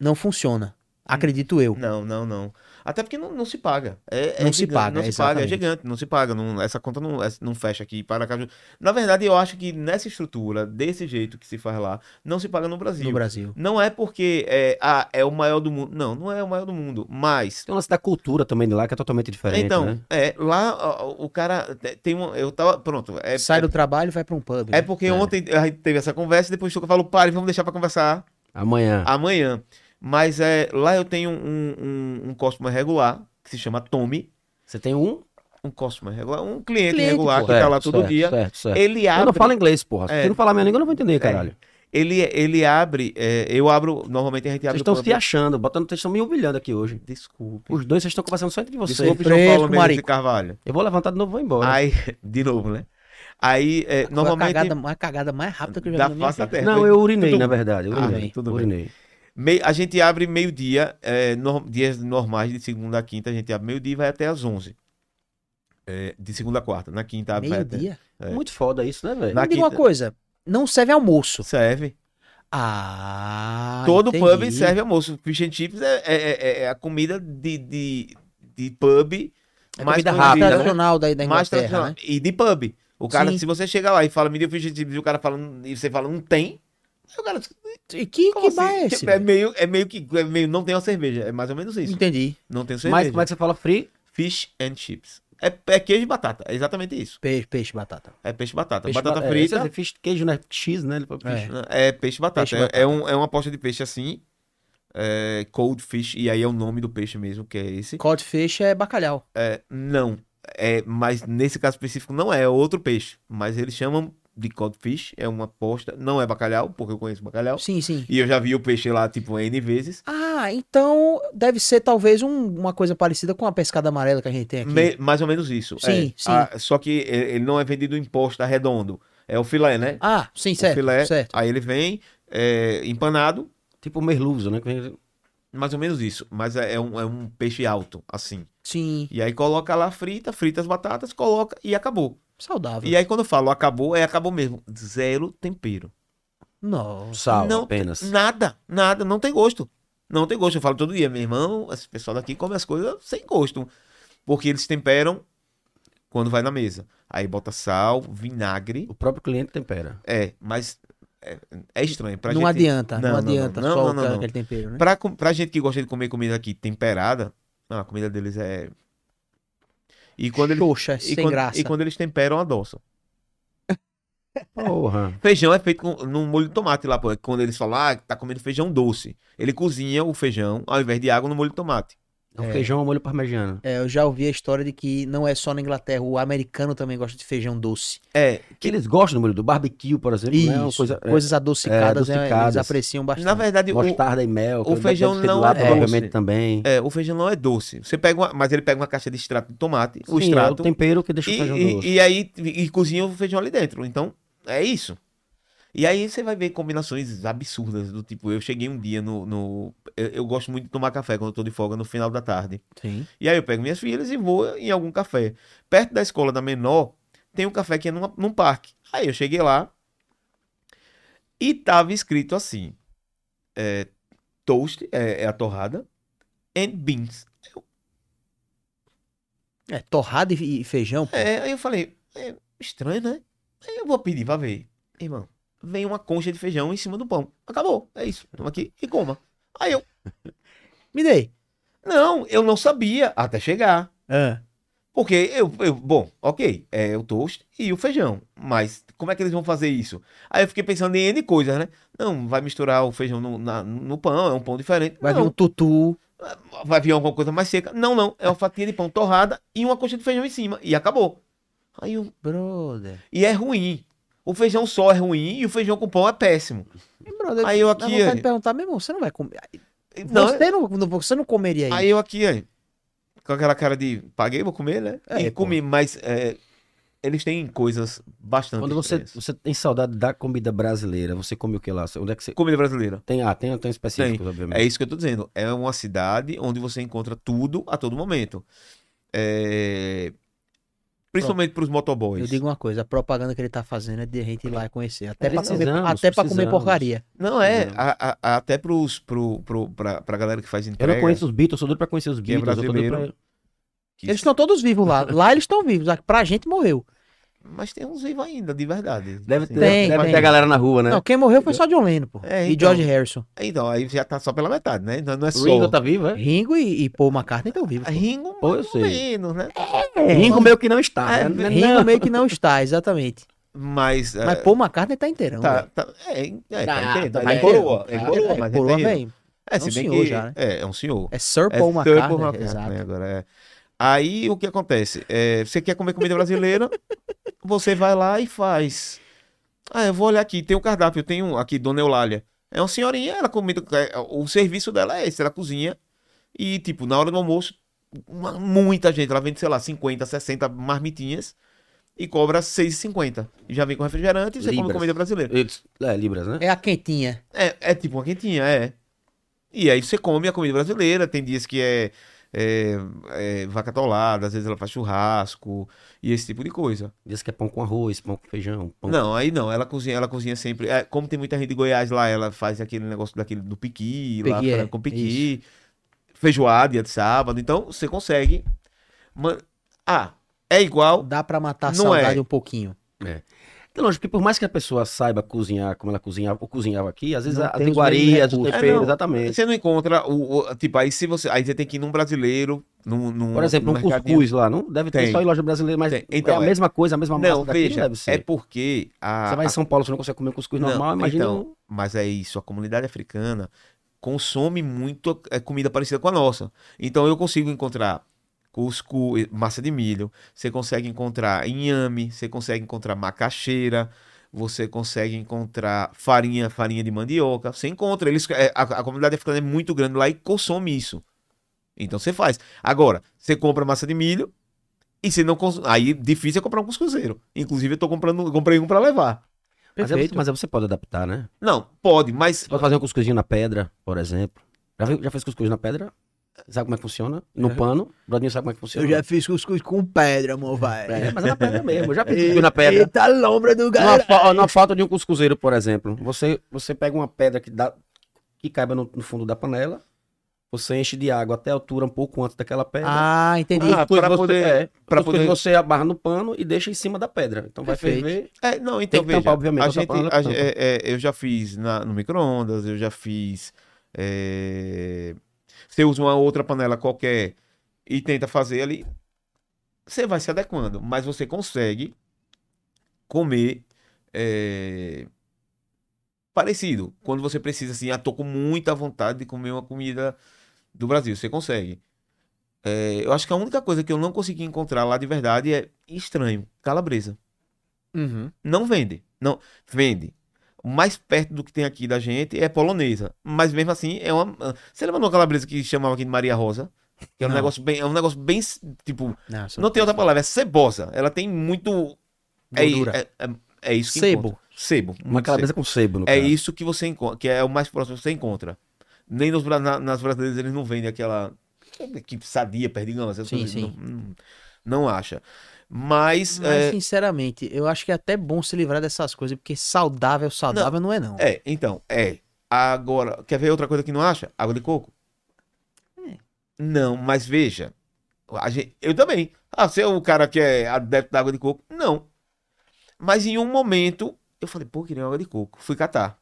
não funciona.
Hum.
Acredito eu.
Não, não, não. Até porque não, não se paga. É, é
Não se
gigante,
paga,
Não se paga, é
exatamente.
gigante, não se paga. Não, essa conta não, essa- não fecha aqui para Aracaju. Na verdade, eu acho que nessa estrutura, desse jeito que se faz lá, não se paga no Brasil.
No Brasil.
Não é porque é, ah, é o maior do mundo. Não, não é o maior do mundo. Mas.
Tem o lance da cultura também de lá, que é totalmente diferente,
então,
né?
é, lá ó, ó, o cara te- tem um. Eu tava. Pronto. É,
Sai do trabalho e vai pra um pub.
é
né?
porque
É.
ontem a gente teve essa conversa e depois eu falo, pare, vamos deixar pra conversar
Tá. Amanhã.
amanhã. Mas é, lá eu tenho um, um, um customer regular, que se chama Tommy.
Você tem um...
um customer regular, um cliente,
Cliente,
regular
pô.
que tá lá todo
certo,
dia.
Certo, certo.
Ele
Eu
abre,
não falo inglês, porra.
É.
Se você não falar minha língua, eu não vou entender, caralho.
ele, ele abre, é, eu abro, normalmente a gente
Vocês
abre.
estão
o pub-
se achando, botando, vocês estão me humilhando aqui hoje.
Desculpe.
Os dois, vocês estão conversando só entre vocês.
Desculpe, João
Fresco,
Paulo Mendes de
marico.
Carvalho.
Eu vou levantar de novo e vou embora.
Aí, de novo, né? Aí, é,
Foi
normalmente,
a cagada, a cagada mais rápida que eu já
da
vi na minha
face da
vida.
terra.
não, eu urinei,
Tudo-
na verdade. Eu
Ah,
urinei.
bem,
tudo bem.
urinei.
Mei- a gente abre meio-dia, é, nor- dias normais, de segunda a quinta, a gente abre meio-dia e vai até às 11. É, de segunda a quarta. Na quinta, abre vai até.
Meio-dia.
É.
Muito foda isso, né, velho?
Na
Me diga uma
quinta-
coisa. Não serve almoço.
Serve.
Ah.
Todo
entendi.
pub serve almoço. Fish and chips é, é- é- é a comida de, de, de pub
É
mais
comida
conhecida,
rápida,
né?
tradicional da, da Inglaterra,
mais tradicional.
né?
E de pub. O cara,
Sim.
se você chega lá e fala, me dê o fish and chips, e o cara fala, "Não", e você fala, não tem. aí O cara, diz,
E que,
como
que
assim?
bar é
Tipo,
esse?
é
velho?
meio, é meio que é meio, não tem uma cerveja. É mais ou menos isso.
Entendi.
Não tem cerveja.
Mas como é que você fala free?
Fish and chips. É, é queijo e batata. É exatamente isso.
Peixe, peixe, batata.
É peixe e batata.
Peixe
batata
ba- é,
frita.
você fez queijo, né? X, né? Ele falou fish.
É peixe e batata.
Peixe e
é,
batata.
é um- é uma posta de peixe assim. é, cold fish. E aí é o nome do peixe mesmo, que é esse.
Codfish é bacalhau.
É, não. É, mas nesse caso específico não é, é outro peixe. Mas eles chamam de cold fish. É uma posta. Não é bacalhau, porque eu conheço bacalhau.
Sim, sim.
E eu já vi o peixe lá, tipo, N vezes.
Ah, então deve ser talvez um- uma coisa parecida com a pescada amarela É que a gente tem aqui.
Me- mais ou menos isso.
Sim,
é.
sim.
Ah, só que é, ele não é vendido em posta redondo. É o filé, né?
Ah, sim,
o
certo.
filé.
certo.
Aí ele vem é, empanado.
Tipo merluzo, né? Que vem-
mais ou menos isso. Mas é, é um, é um peixe alto, assim.
Sim,
E aí coloca lá frita, frita as batatas, coloca e acabou.
saudável.
E aí quando eu falo acabou, é acabou mesmo. Zero tempero.
Nossa.
Sal
Não tem
apenas.
Nada, nada, não tem gosto. Não tem gosto. Eu falo todo dia, meu irmão, esse pessoal daqui come as coisas sem gosto. Porque eles temperam quando vai na mesa. Aí bota sal, vinagre.
O próprio cliente tempera.
É, mas é, é estranho. Pra
não
gente...
adianta, não,
Não, não, não.
adianta
Não,
só
não,
o
não,
cara-
não.
aquele tempero, né?
Pra, com- pra gente que gosta de comer comida aqui temperada, ah, a comida deles é. E quando eles,
Xoxa,
e
sem
quando,
graça.
e quando eles temperam, adoçam.
Porra.
Feijão é feito com, num molho de tomate lá, pô. Quando eles falam, ah, tá comendo feijão doce. Ele cozinha o feijão, ao invés de água, no molho de tomate.
É um
É.
feijão ao molho parmegiano.
É, eu já ouvi a história de que não é só na Inglaterra, o americano também gosta de feijão doce.
É,
Que eles gostam do molho do barbecue, por exemplo. né? Uma
Isso,
Coisa, é,
coisas adocicadas,
é,
né, eles
adocicadas.
apreciam bastante.
na verdade, o,
mostarda e mel. que
o
deve
feijão
ser do
não
lado,
é
provavelmente
doce.
também.
é, o feijão não é doce. Você pega uma, mas ele pega uma caixa de extrato de tomate, o
Sim, é o
extrato,
tempero que deixa o
e,
feijão
e-
doce.
e aí e cozinha o feijão ali dentro. Então, é isso. E aí você vai ver combinações absurdas do tipo, eu cheguei um dia no. no- eu, eu gosto muito de tomar café quando eu tô de folga no final da tarde.
Sim.
E aí eu pego minhas filhas e vou em algum café. Perto da escola da menor, tem um café que é numa- num parque. Aí eu cheguei lá e tava escrito assim: é, toast, é, é a torrada, and beans.
É, torrada e e feijão, pô.
É, aí eu falei, é estranho, né? Aí eu vou pedir, vai ver. Irmão, vem uma concha de feijão em cima do pão. Acabou, é isso. Toma aqui e coma. Aí eu,
Me dei.
não, eu não sabia até chegar.
Ah,
Porque eu, eu- bom, ok, é o toast e o feijão. Mas como é que eles vão fazer isso? Aí eu fiquei pensando em N coisas, né? Não, vai misturar o feijão no, na- no pão, é um pão diferente.
vai vir um
não,
tutu.
vai vir alguma coisa mais seca. Não, não, é uma fatia de pão torrada e uma concha de feijão em cima. E acabou. Aí eu,
Brother.
E é ruim. O feijão só é ruim e o feijão com pão é péssimo.
Brother,
Aí eu
dá
aqui,
vontade
eh,
de
Anny.
perguntar, meu irmão, você não vai comer.
Não,
é
você, não, não- você não comeria
aí
aí.
eu aqui, aí, com aquela cara de paguei, vou comer, né?
É,
e
pô.
comi, mas é, eles têm coisas bastante.
Quando você,
estranhas.
você tem saudade da comida brasileira, você come o que lá? Onde é que você...
Comida brasileira.
Tem, ah, tem, tem específicos, obviamente.
É isso que eu tô dizendo. É uma cidade onde você encontra tudo a todo momento. É, Principalmente para os motoboys.
Eu digo uma coisa, a propaganda que ele tá fazendo é de gente ir lá e conhecer. Até,
É,
pra comer,
precisamos,
até pra comer
precisamos.
porcaria.
Não, é.
Não.
a- a- até pros, pro, pro, pra, pra galera que faz
Eu
entrega.
não conheço os Beatles, eu sou doido pra conhecer os
Que é
Beatles. eu sou doido
brasileiro.
pra...
que-
Eles estão todos vivos lá. Lá eles estão vivos. aqui Pra gente morreu.
Mas tem uns vivos ainda, de verdade.
Deve,
Assim.
ter,
Tem,
deve
tem.
ter a galera na rua, né?
Não, quem morreu foi só John Lennon, pô.
É,
E
então.
George Harrison.
Então, aí já tá só pela metade, né? Não, não é só.
Ringo tá vivo, é?
Ringo e, e Paul McCartney estão vivos. pô. É,
Ringo
Pô, eu
mais ou
sei.
menos, né?
É, Ringo meio que não está.
É,
né?
Ringo
Não.
meio que não está, exatamente.
Mas. é,
Mas Paul McCartney tá inteirão.
tá,
velho.
tá, é, é,
Ah,
tá inteiro,
tá
tá em
inteiro.
coroa. É em
Tá,
coroa,
é,
mas é
coroa,
terreiro.
velho.
É,
É um
se bem
senhor
que.
já, né?
É, é um senhor.
É Sir
É
Paul
Sir
McCartney.
Paul McCartney,
exato.
né, agora, é. Aí o que acontece? É, você quer comer comida brasileira, você vai lá e faz. Ah, eu vou olhar aqui, tem o cardápio, tem um aqui, Dona Eulália. É uma senhorinha, ela comida. é, O serviço dela é esse, ela cozinha. E, tipo, na hora do almoço, uma- muita gente. Ela vende, sei lá, 50, 60 marmitinhas e cobra 6,50. E já vem com refrigerante e você come
Libras.
comida brasileira.
Eles- É, Libras, né?
É a quentinha.
É, é tipo uma quentinha, é. E aí você come a comida brasileira, tem dias que é, é, é vaca atolada, às vezes ela faz churrasco e esse tipo de coisa.
Diz que é pão com arroz, pão com feijão, pão
Não, aí não, ela cozinha, ela cozinha sempre. é, como tem muita gente de Goiás lá, ela faz aquele negócio daquele do piqui, lá
Piqui, é,
frango com piqui, feijoada dia de sábado, então você consegue. Man- Ah, é igual.
Dá pra matar a
Não
saudade
é.
um pouquinho.
É lógico que por mais que a pessoa saiba cozinhar como ela cozinhava ou cozinhava aqui, às vezes
Não
a- as
tem os
iguarias,
mesmos
os
recursos.
temperos,
É, não.
exatamente.
Você não encontra o, o- Tipo, aí se você. Aí você tem que ir num brasileiro, num. num
Por exemplo,
num
um
mercadinho.
cuscuz lá, não deve ter
Tem.
só em loja brasileira, mas
Tem.
então,
Então,
é a
é.
mesma coisa, a mesma massa
Não,
daqui,
veja,
não deve ser.
é porque a,
Você vai
a-
em São Paulo, você não consegue comer um cuscuz
Não,
normal, imagina
então,
um-
Mas é isso, a comunidade africana consome muito é, comida parecida com a nossa. Então eu consigo encontrar cuscuz, massa de milho, você consegue encontrar inhame, você consegue encontrar macaxeira, você consegue encontrar farinha, farinha de mandioca, você encontra. Eles, é, a, a comunidade africana é muito grande lá e consome isso. Então você faz. Agora, você compra massa de milho e você não cons... aí difícil é comprar um cuscuzeiro. Inclusive eu tô comprando, comprei um para levar.
é
é
Mas, aí você, mas aí você pode adaptar, né?
Não, pode, mas
Você pode fazer um cuscuzinho na pedra, por exemplo. Já, viu- já fez cuscuz na pedra? Sabe como é que funciona? No pano? O Brodinho sabe como é que funciona?
Eu já fiz cuscuz com pedra, amor, vai.
É, mas é na pedra mesmo. Eu já fiz cuscuz na pedra.
Eita lombra do
Numa,
galera.
fa- ó, numa falta de um cuscuzeiro, por exemplo, você, você pega uma pedra que, dá, que caiba no, no fundo da panela, você enche de água até a altura um pouco antes daquela pedra.
Ah, entendi.
Ah,
Cuscuz
pra
você-
poder-
é,
pra
cuscuz
poder-
você abarra no pano e deixa em cima da pedra. Então vai
Perfeito.
ferver.
É, não, então
que
veja,
tampar, obviamente,
a
essa
gente,
panela
a
tampa.
ge- é, é, eu já fiz na- no micro-ondas, eu já fiz. É, você usa uma outra panela qualquer e tenta fazer ali, você vai se adequando, mas você consegue comer é, parecido. Quando você precisa, assim, ah, tô com muita vontade de comer uma comida do Brasil, você consegue. É, eu acho que a única coisa que eu não consegui encontrar lá de verdade é estranho, calabresa.
Uhum.
Não vende. Não, vende. O mais perto do que tem aqui da gente é polonesa. Mas mesmo assim, é uma. Você lembra de uma calabresa que chamava aqui de Maria Rosa? Que é um
Não.
negócio bem. É um negócio bem. Tipo,
Não,
não tem outra palavra, é cebosa. Ela tem muito. É,
Gordura.
é, é, é isso que
Sebo.
encontra. Sebo.
Uma
muito
calabresa com sebo, no
sebo. É
caso.
isso que você encontra, que é o mais próximo que você encontra. Nem nos, bra- na- nas brasileiras eles não vendem aquela. Que sadia, perdigão, essas
Sim,
coisas.
sim.
Não, não, não acha. Mas. é,
Mas, sinceramente, eu acho que é até bom se livrar dessas coisas, porque saudável, saudável não, é, não.
É, então, é. Agora, quer ver outra coisa que não acha? Água de coco. Não, mas veja. a gen- eu também. Ah, você é o cara que é adepto da água de coco? Não. Mas em um momento, eu falei, pô, queria uma água de coco. Fui catar.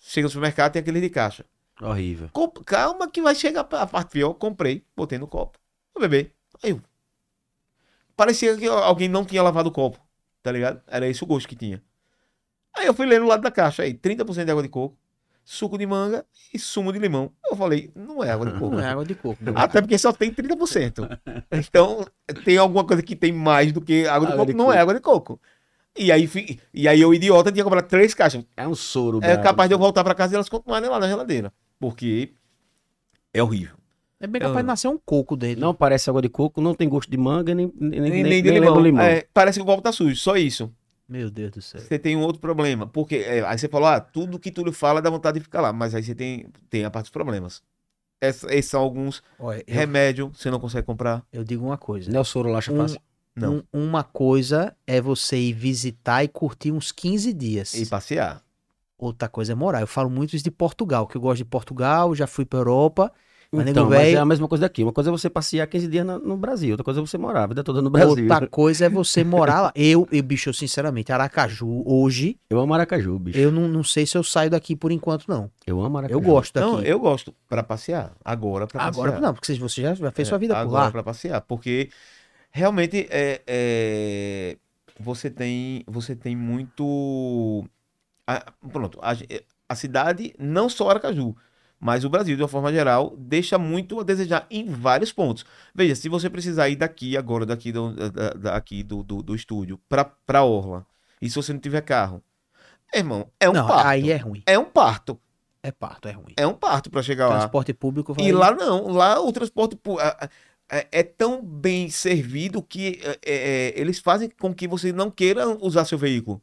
Chega no supermercado, tem aquele de caixa.
Horrível.
Comp- Calma que vai chegar a parte pior. Comprei, botei no copo. Vou beber. Aí eu... Parecia que alguém não tinha lavado o copo, tá ligado? Era esse o gosto que tinha. Aí eu fui ler no lado da caixa aí, 30% de água de coco, suco de manga e sumo de limão. Eu falei, não é água de coco.
Não é água de coco.
Até porque só tem 30%. Então, tem alguma coisa que tem mais do que água de
Água
coco,
de
não é
coco.
água de coco. E aí, fi- e aí eu, idiota, tinha comprado três caixas
É um soro.
é
brabo.
capaz de eu voltar pra casa e elas continuarem lá na geladeira. Porque é horrível.
É bem capaz de nascer um coco dentro.
Não parece água de coco, não tem gosto de manga, nem, nem, nem,
Nem,
nem,
nem de
lembra
limão.
o limão.
É, parece que o copo tá sujo, só isso.
Meu Deus do céu.
Você tem um outro problema. Porque é, aí você falou, ah, tudo que Túlio fala dá vontade de ficar lá. Mas aí você tem, tem a parte dos problemas. Essa- esses são alguns.
Olha, eu,
Remédio, você não consegue comprar.
eu digo uma coisa.
Não é o soro lá, acha
Um-
fácil.
Não.
Um- uma coisa é você ir visitar e curtir uns 15 dias.
E passear.
Outra coisa é morar. Eu falo muito isso de Portugal, que eu gosto de Portugal, já fui pra Europa. Mas,
Então,
nego,
mas
véi-
é a mesma coisa daqui. Uma coisa é você passear 15 dias na- no Brasil, outra coisa é você morar a vida toda no Brasil.
Outra coisa é você morar lá. Eu, eu, bicho, eu, sinceramente, Aracaju, hoje,
Eu amo Aracaju, bicho.
eu não, não sei se eu saio daqui por enquanto, não.
Eu amo Aracaju.
Eu gosto daqui.
Não, eu gosto. Pra passear. Agora pra passear.
Agora não, porque vocês- você já, já fez
É,
sua vida por
agora
lá.
para passear, porque realmente é, é, você tem você tem muito a- pronto a, ge- a cidade não só Aracaju, mas o Brasil de uma forma geral deixa muito a desejar em vários pontos. Veja, se você precisar ir daqui agora daqui do, da- da- aqui do, do, do estúdio para para orla e se você não tiver carro, irmão, é um
não,
parto.
aí é ruim.
É um parto,
É parto, é ruim.
é um parto para chegar lá.
Transporte público vai...
E lá não, lá o transporte pu- a- a- é, é tão bem servido que é, é, é, eles fazem com que você não queira usar seu veículo.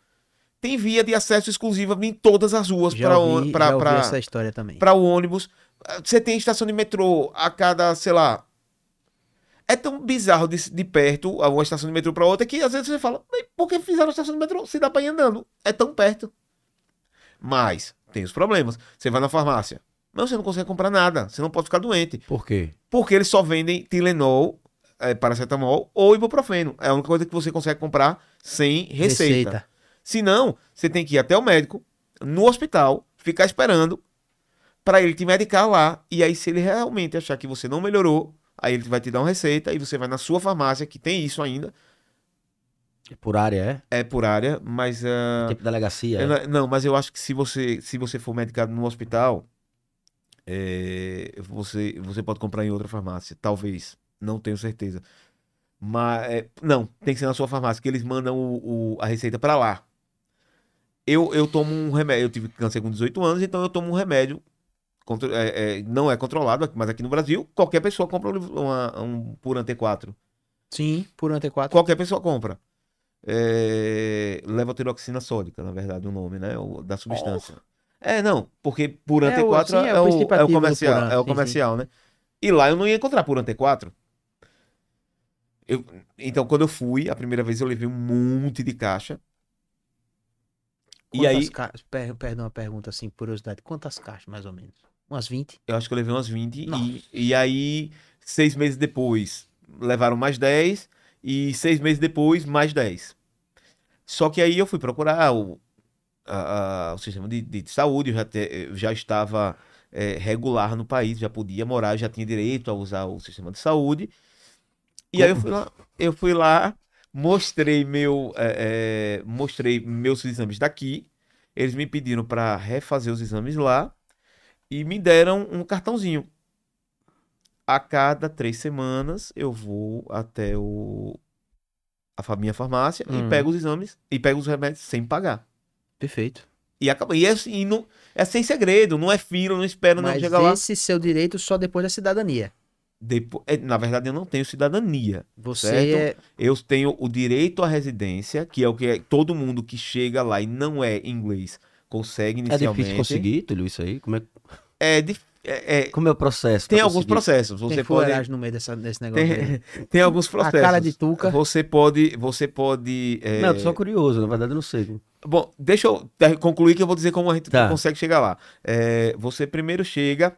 Tem via de acesso exclusiva em todas as ruas
já ouvi, já ouvi essa
para
história também.
o ônibus. Ah, Você tem estação de metrô a cada, sei lá. É tão bizarro de, se- de perto uma estação de metrô para outra que às vezes você fala, mas por que fizeram a estação de metrô? Se dá para ir andando. É tão perto. Mas tem os problemas. Você vai na farmácia. Mas você não consegue comprar nada. Você não pode ficar doente.
Por quê?
Porque eles só vendem Tilenol, eh, paracetamol ou ibuprofeno. É a única coisa que você consegue comprar sem receita. Se não, você tem que ir até o médico, no hospital, ficar esperando para ele te medicar lá. E aí, se ele realmente achar que você não melhorou, aí ele vai te dar uma receita e você vai na sua farmácia, que tem isso ainda.
Por área,
É por área, mas. ah,
é? Tempo da delegacia.
eu
é?
não- não, mas eu acho que se você, se você for medicado no hospital, é, você, você pode comprar em outra farmácia. Talvez. Não tenho certeza. Mas, é, não, tem que ser na sua farmácia, que eles mandam o- o- a receita pra lá. Eu, eu tomo um remédio. Eu tive câncer com 18 anos, então eu tomo um remédio. contro- é, é, não é controlado, aqui- mas aqui no Brasil, qualquer pessoa compra um liv- uma- um por ante 4.
Sim, por ante 4.
Qualquer pessoa compra. É... Levotiroxina sódica, na verdade, o nome, né? O- Da substância. É, não, porque por
É
ante
o-
4
sim,
é,
é o
o,
principal
é o
ativo do
comercial,
Porã,
é
sim,
o
sim.
comercial, né? E lá eu não ia encontrar por ante 4. Eu, então, quando eu fui, a primeira vez eu levei um monte de caixa. E
Quantas
aí,
ca- per- Perdão a pergunta, assim, curiosidade. Quantas caixas, mais ou menos? Umas 20?
eu acho que eu levei umas 20.
Nossa.
E, e aí, seis meses depois, levaram mais 10. E seis meses depois, mais 10. Só que aí eu fui procurar o, a- a- o sistema de, de saúde, eu já, te- eu já estava eh, regular no país, já podia morar, já tinha direito a usar o sistema de saúde. E aí eu fui lá, eu fui lá mostrei meu, eh, eh, mostrei meus exames daqui. Eles me pediram para refazer os exames lá e me deram um cartãozinho. A cada três semanas eu vou até o a fa- minha farmácia
Hum.
e pego os exames e pego os remédios sem pagar.
Perfeito.
E acaba. E é, assim, não, é sem segredo, não é fila, não espera, não
Mas
chega lá.
esse seu direito só depois da cidadania.
Depois, é, na verdade, eu não tenho cidadania.
Você
Certo.
é...
Eu tenho o direito à residência, que é o que é- todo mundo que chega lá e não é inglês consegue
É
inicialmente.
difícil conseguir, Túlio, isso aí? Como é,
É dif- é- é-
como é o processo? pra
tem alguns
conseguir?
processos. Você
Tem
pode.
fuleiragem no meio dessa- desse negócio. aí.
Tem, tem alguns
A
processos.
cara de Tuca.
Você pode. Você pode. é,
Não, eu tô só curioso, na verdade eu não sei.
Bom, deixa eu ter- concluir que eu vou dizer como a gente
Tá.
consegue chegar lá. É, você primeiro chega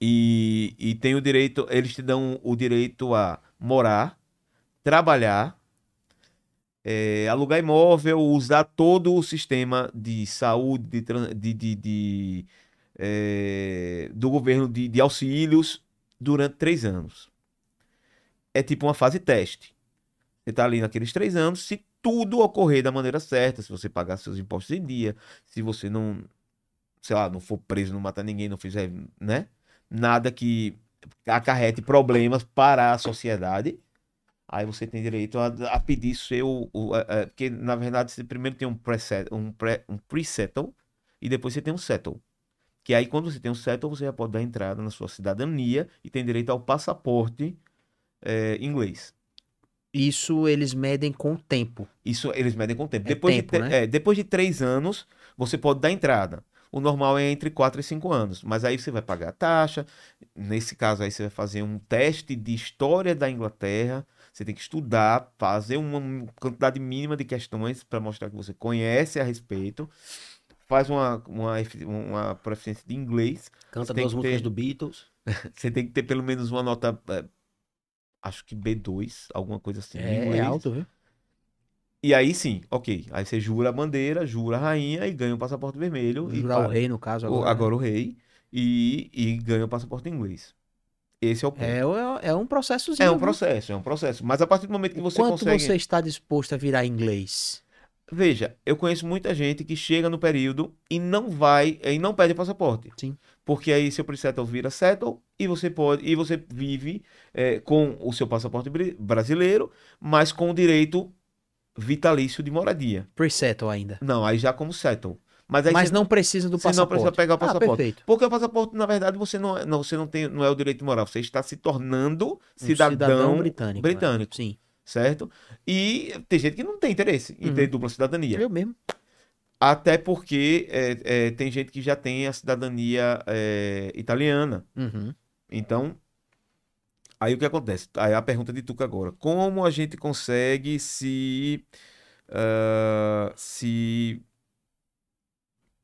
e, e tem o direito, eles te dão o direito a morar, trabalhar, é, alugar imóvel, usar todo o sistema de saúde, de, tran- de- de- de, é, do governo de, de auxílios durante três anos. É tipo uma fase teste. Você está ali naqueles três anos, se tudo ocorrer da maneira certa, se você pagar seus impostos em dia, se você não, sei lá, não for preso, não matar ninguém, não fizer, né? Nada que acarrete problemas para a sociedade. Aí você tem direito a, a pedir seu. o- a- a- porque, na verdade, você primeiro tem um pre-set- um pre- um pre-settle e depois você tem um settle. Que aí, quando você tem um settle, você já pode dar entrada na sua cidadania e tem direito ao passaporte eh, inglês.
Isso eles medem com o tempo.
Isso eles medem com o tempo.
É
depois,
tempo,
de tre-
né?
é, depois de três anos, você pode dar entrada. O normal é entre quatro e cinco anos, mas aí você vai pagar a taxa. Nesse caso aí, você vai fazer um teste de história da Inglaterra. Você tem que estudar, fazer uma quantidade mínima de questões para mostrar que você conhece a respeito. Faz uma, uma, efi- uma proficiência de inglês.
Canta
Tem
duas
que
músicas
ter-
do Beatles.
Você tem que ter pelo menos uma nota, eh, acho que B2, alguma coisa assim. de
É, é
inglês.
alto, viu?
E aí sim, ok. Aí você jura a bandeira, jura a rainha e ganha o passaporte vermelho. e
Jurar o
pa-
rei, no caso,
o-
agora.
agora o rei. E, e ganha o passaporte inglês. Esse é o ponto. É,
É, é- é um processozinho.
um
viu?
processo, é um processo. Mas a partir do momento que você
Quanto
consegue.
você está disposto a virar inglês?
Veja, eu conheço muita gente que chega no período e não vai, e não pede passaporte.
Sim.
Porque aí seu pre-settle vira settle e você pode, e você vive eh, com o seu passaporte bri- brasileiro, mas com o direito vitalício de moradia.
Pre-settle ainda.
Não, aí já como settle. Mas aí
Mas
você-
não precisa do
Você não
passaporte.
precisa pegar o passaporte.
Ah, perfeito.
Porque o passaporte, na verdade, você não, é- não, você não, tem, não é o direito moral. Você está se tornando
Um
cidadão,
britânico.
britânico.
né? Sim.
certo? E tem gente que não tem interesse em ter
Uhum.
dupla cidadania.
Eu mesmo.
Até porque é, é, tem gente que já tem a cidadania é, italiana.
Uhum.
Então, aí o que acontece? Aí a pergunta de Tuca agora. Como a gente consegue se... ah, se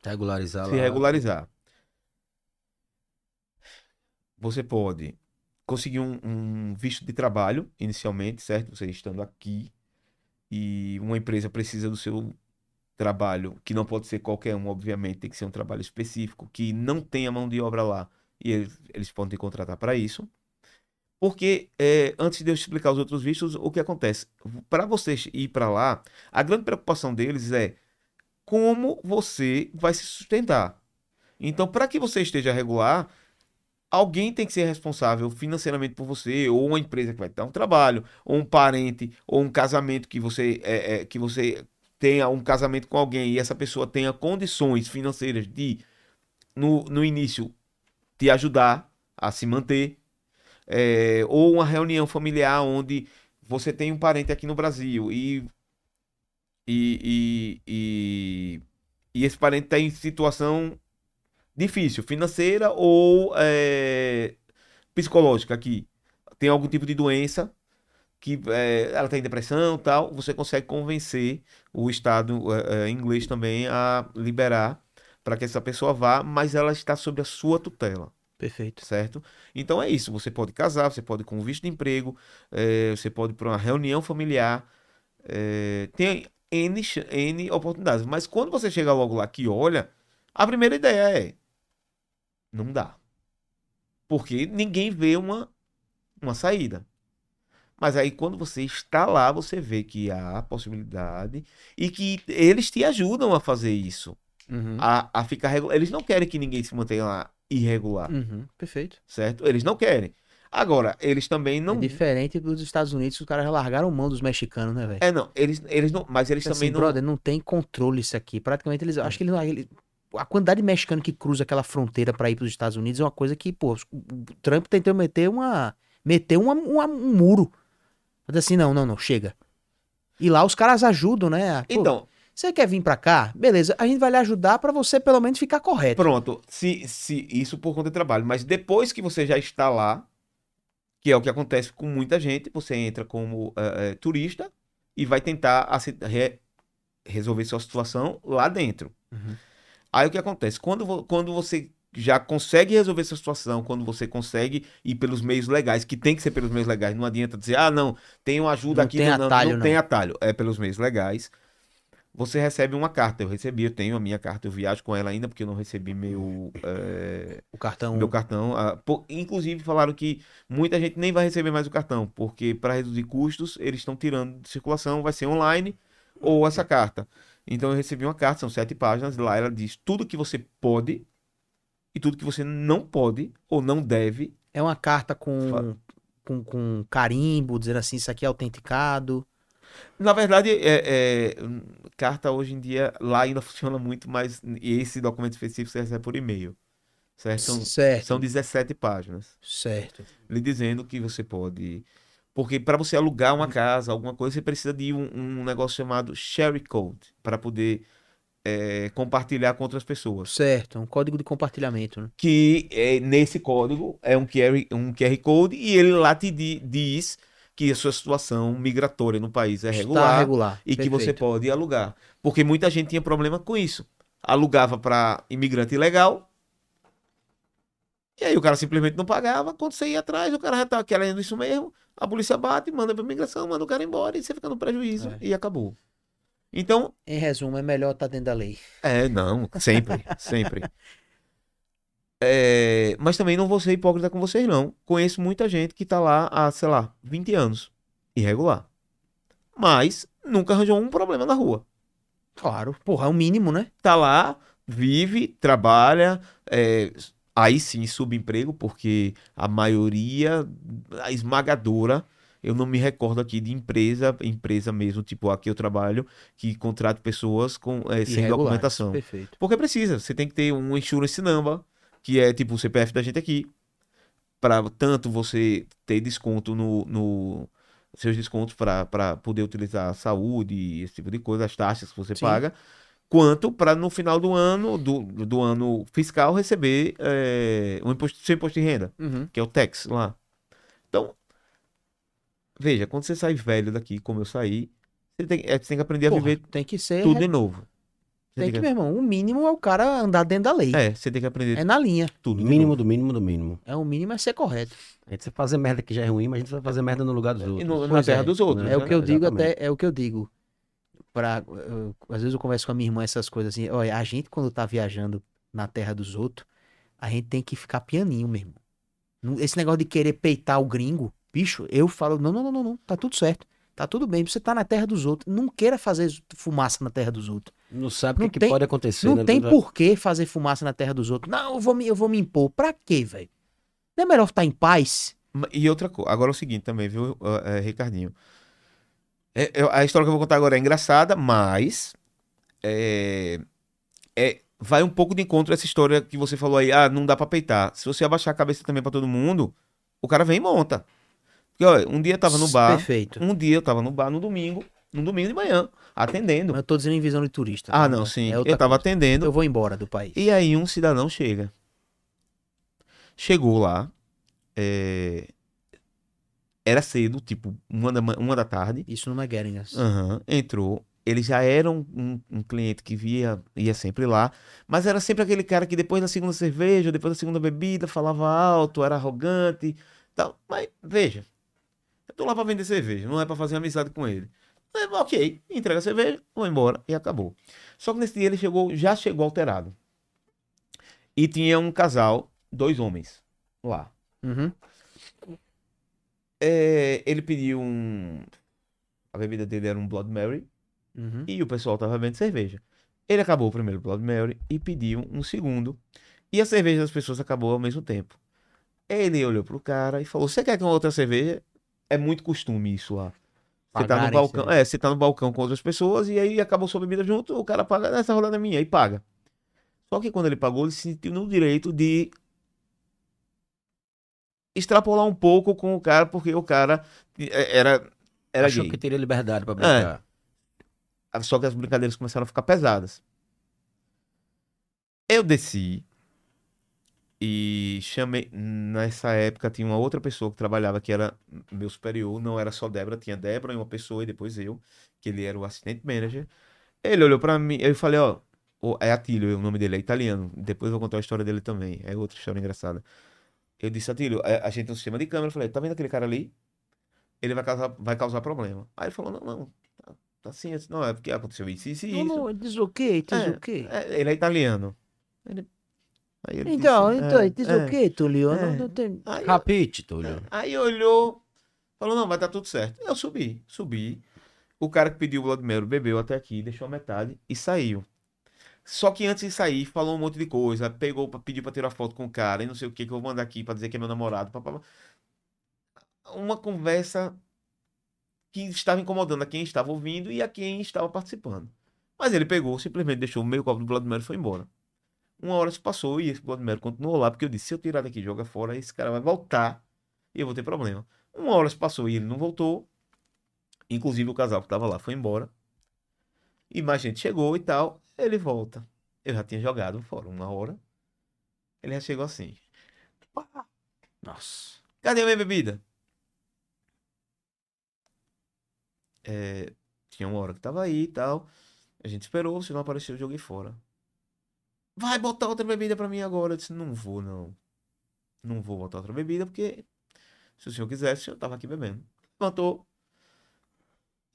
Regularizar
se regularizar. Você pode conseguir um, um visto de trabalho inicialmente, certo? Você estando aqui e uma empresa precisa do seu trabalho, que não pode ser qualquer um, obviamente, tem que ser um trabalho específico, que não tenha mão de obra lá e eles, eles podem te contratar para isso. Porque, eh, antes de eu explicar os outros vistos, o que acontece? Para você ir para lá, a grande preocupação deles é como você vai se sustentar. Então, para que você esteja regular, alguém tem que ser responsável financeiramente por você, ou uma empresa que vai te dar um trabalho, ou um parente, ou um casamento que você é, é, que você tenha um casamento com alguém e essa pessoa tenha condições financeiras de no, no início te ajudar a se manter, É, ou uma reunião familiar onde você tem um parente aqui no Brasil e e, e, e E esse parente está em situação difícil, financeira ou é, psicológica aqui. Tem algum tipo de doença que é, ela tem depressão tal. Você consegue convencer o Estado é, é, inglês também a liberar para que essa pessoa vá, mas ela está sob a sua tutela,
Perfeito.
certo? Então é isso. Você pode casar, você pode ir com um visto de emprego, é, você pode ir para uma reunião familiar. é, tem N, ch- N oportunidades. Mas quando você chega logo lá que olha, a primeira ideia é: não dá. Porque ninguém vê uma, uma saída. Mas aí, quando você está lá, você vê que há possibilidade e que eles te ajudam a fazer isso.
Uhum.
A, a ficar regular. Eles não querem que ninguém se mantenha lá irregular,
Uhum. Perfeito.
certo? Eles não querem. Agora, eles também
É
não.
diferente dos Estados Unidos, que os caras largaram mão dos mexicanos, né, velho?
É, não. Eles, eles não. Mas eles
Assim,
Tipo também não.
brother, não tem controle isso aqui. Praticamente eles, acho que eles, eles- a quantidade de mexicano que cruza aquela fronteira pra ir pros Estados Unidos é uma coisa que, pô, os- o Trump tentou meter uma, meter uma, uma- um muro. Mas assim, não, não, não, chega. E lá os caras ajudam, né? Pô,
Então,
você quer vir pra cá? Beleza, a gente vai lhe ajudar pra você pelo menos ficar correto.
Pronto, se, se isso por conta de trabalho, mas depois que você já está lá, que é o que acontece com muita gente, você entra como eh, eh, turista e vai tentar ace- re- resolver sua situação lá dentro.
Uhum.
Aí o que acontece? Quando, vo- quando você já consegue resolver sua situação, quando você consegue ir pelos meios legais, que tem que ser pelos meios legais, não adianta dizer, ah, não, tem uma ajuda
Não
aqui,
tem
não, não,
atalho,
não
não.
tem atalho. É pelos meios legais você recebe uma carta. Eu recebi, eu tenho a minha carta, eu viajo com ela ainda, porque eu não recebi meu, eh,
O cartão.
meu cartão. Ah, pô, inclusive, falaram que muita gente nem vai receber mais o cartão, porque para reduzir custos, eles estão tirando de circulação, vai ser online ou essa carta. Então, eu recebi uma carta, são sete páginas, lá ela diz tudo que você pode e tudo que você não pode ou não deve.
É uma carta com,
Fa-
com, com carimbo, dizendo assim, isso aqui é autenticado.
Na verdade, é, é, hum, carta hoje em dia lá ainda funciona muito, mas esse documento específico você recebe por e-mail. Certo? Então,
certo,
São 17 páginas.
certo.
Lhe dizendo que você pode. Porque para você alugar uma casa, alguma coisa, você precisa de um, um negócio chamado Share Code para poder eh, compartilhar com outras pessoas.
Certo, é um código de compartilhamento, né?
Que eh, nesse código é um QR, um QR Code e ele lá te di- diz que a sua situação migratória no país é
Está
regular
Tá regular.
e que você
perfeito.
pode alugar. Porque muita gente tinha problema com isso. Alugava para imigrante ilegal. E aí o cara simplesmente não pagava. Quando você ia atrás, o cara já estava querendo isso mesmo. A polícia bate, manda para imigração, manda o cara embora e você fica no prejuízo.
É.
E acabou. Então,
Em resumo, é melhor estar dentro da lei.
é, não, sempre, sempre. É, mas também não vou ser hipócrita com vocês, não. Conheço muita gente que tá lá há, sei lá, 20 anos, irregular. Mas nunca arranjou um problema na rua.
Claro, porra, é o mínimo, né?
tá lá, vive, trabalha, é, aí sim subemprego, porque a maioria, a esmagadora, eu não me recordo aqui de empresa, empresa mesmo, tipo a que eu trabalho, que contrata pessoas com, é, sem
Irregular,
documentação.
Perfeito.
Porque precisa, você tem que ter um insurance number, que é tipo o CPF da gente aqui, para tanto você ter desconto no, no- seus descontos para poder utilizar a saúde, esse tipo de coisa, as taxas que você
Sim.
paga, quanto para no final do ano, do, do ano fiscal, receber eh, o imposto, seu imposto de renda,
Uhum.
que é o tax lá. Então, veja, quando você sai velho daqui, como eu saí, você tem, eh, você tem que aprender a
Porra,
viver
tem que ser.
tudo de novo. Você
Tem que,
tem
meu irmão, o mínimo é o cara andar dentro da lei.
que, é, você tem que aprender
É, na linha.
tudo. de
Mínimo
novo.
do mínimo do mínimo.
É o mínimo é ser correto.
A gente vai fazer merda que já é ruim, mas a gente vai fazer merda no lugar dos
E
outros.
no- na
Pois
terra
é.
dos outros.
Uhum.
É o
né?
que eu digo
Exatamente.
até, é o que eu digo. Pra, eu- às vezes eu converso com a minha irmã essas coisas assim, olha, a gente quando tá viajando na terra dos outros, a gente tem que ficar pianinho mesmo. Não- Esse negócio de querer peitar o gringo, bicho, eu falo, não, não, não, não, não, tá tudo certo. Tá tudo bem, você tá na terra dos outros. Não queira fazer fumaça na terra dos outros.
Não sabe o
Não
que, que
tem-
pode acontecer.
Não
né?
tem por que fazer fumaça na terra dos outros. Não, eu vou me, eu vou me impor. Pra quê, velho? Não é melhor estar em paz?
Ma- E outra coisa, agora é o seguinte também, viu, ah, eh, Ricardinho? É- eu- a história que eu vou contar agora é engraçada, mas é, é- vai um pouco de encontro a essa história que você falou aí, ah, não dá pra peitar. Se você abaixar a cabeça também pra todo mundo, o cara vem e monta. Porque, olha, um dia eu tava no bar,
Perfeito.
um dia eu tava no bar no domingo, num domingo de manhã, atendendo.
Mas eu tô dizendo em visão de turista.
Hum. Ah,
né?
não, sim.
É
eu
outra
tava
coisa.
atendendo.
Eu vou embora do país.
E aí um cidadão chega. Chegou lá. é, Era cedo, tipo, uma da, ma- uma da tarde.
Isso não é Gueringas.
Aham, entrou. Ele já era um, um- um cliente que via, ia sempre lá, mas era sempre aquele cara que depois da segunda cerveja, depois da segunda bebida, falava alto, era arrogante, tal. Mas veja, eu tô lá pra vender cerveja, não é pra fazer amizade com ele. É, ok, entrega a cerveja, vou embora e acabou. Só que nesse dia ele chegou, já chegou alterado. E tinha um casal, dois homens lá.
Uhum.
É, ele pediu um. A bebida dele era um Blood Mary.
Uhum.
E o pessoal tava bebendo cerveja. Ele acabou o primeiro Blood Mary e pediu um segundo. E a cerveja das pessoas acabou ao mesmo tempo. Ele olhou pro cara e falou: Você quer que uma outra cerveja? É muito costume isso lá. Você tá no
Pagarem
balcão.
cerveja.
É, você tá no balcão com outras pessoas e aí acabou sua bebida junto, o cara paga, essa rolada é minha, e paga. Só que quando ele pagou, ele se sentiu no direito de extrapolar um pouco com o cara, porque o cara eh, era. Era
Achou
gay.
que teria liberdade
É.
pra brincar.
Só que as brincadeiras começaram a ficar pesadas. Eu desci e chamei. Nessa época tinha uma outra pessoa que trabalhava que era meu superior, não era só Débora, tinha Débora e uma pessoa e depois eu, que ele era o assistente manager. Ele olhou pra mim, eu falei: Ó, o- é Atílio o nome dele, é italiano. Depois eu vou contar a história dele também, é outra história engraçada. Eu disse: Atílio, a, a gente tem um sistema de câmera. Eu falei: Tá vendo aquele cara ali? Ele vai causar, vai causar problema. Aí ele falou: Não, não, Tá assim, assim, não, é porque aconteceu isso, isso e
Não,
isso.
não, diz o quê? Diz
É,
o quê?
É, ele é italiano. Ele- Aí ele
Então,
disse,
então,
é,
diz
é.
o quê, Tulio?
é.
Não, não tem...
Aí,
Rapite, Túlio.
É. aí olhou, falou, não, vai dar tudo certo. Eu subi, subi. O cara que pediu o Blood Mary bebeu até aqui, deixou a metade e saiu. Só que antes de sair, falou um monte de coisa, pegou, pra- pediu pra tirar foto com o cara e não sei o que, que eu vou mandar aqui pra dizer que é meu namorado. pá, pá, pá. Uma conversa que estava incomodando a quem estava ouvindo e a quem estava participando. Mas ele pegou, simplesmente deixou o meio copo do Blood Mary e foi embora. Uma hora se passou e esse Blood Mary continuou lá, porque eu disse, se eu tirar daqui e jogar fora, esse cara vai voltar e eu vou ter problema. Uma hora se passou e ele não voltou. Inclusive o casal que estava lá foi embora. E mais gente chegou e tal. Ele volta. Eu já tinha jogado fora uma hora. Ele já chegou assim. Pá,
Nossa.
Cadê a minha bebida? É, tinha uma hora que tava aí e tal. A gente esperou, se não apareceu, eu joguei fora. Vai botar outra bebida pra mim agora. Eu disse, não vou, não. Não vou botar outra bebida, porque se o senhor quisesse, eu tava aqui bebendo. Levantou.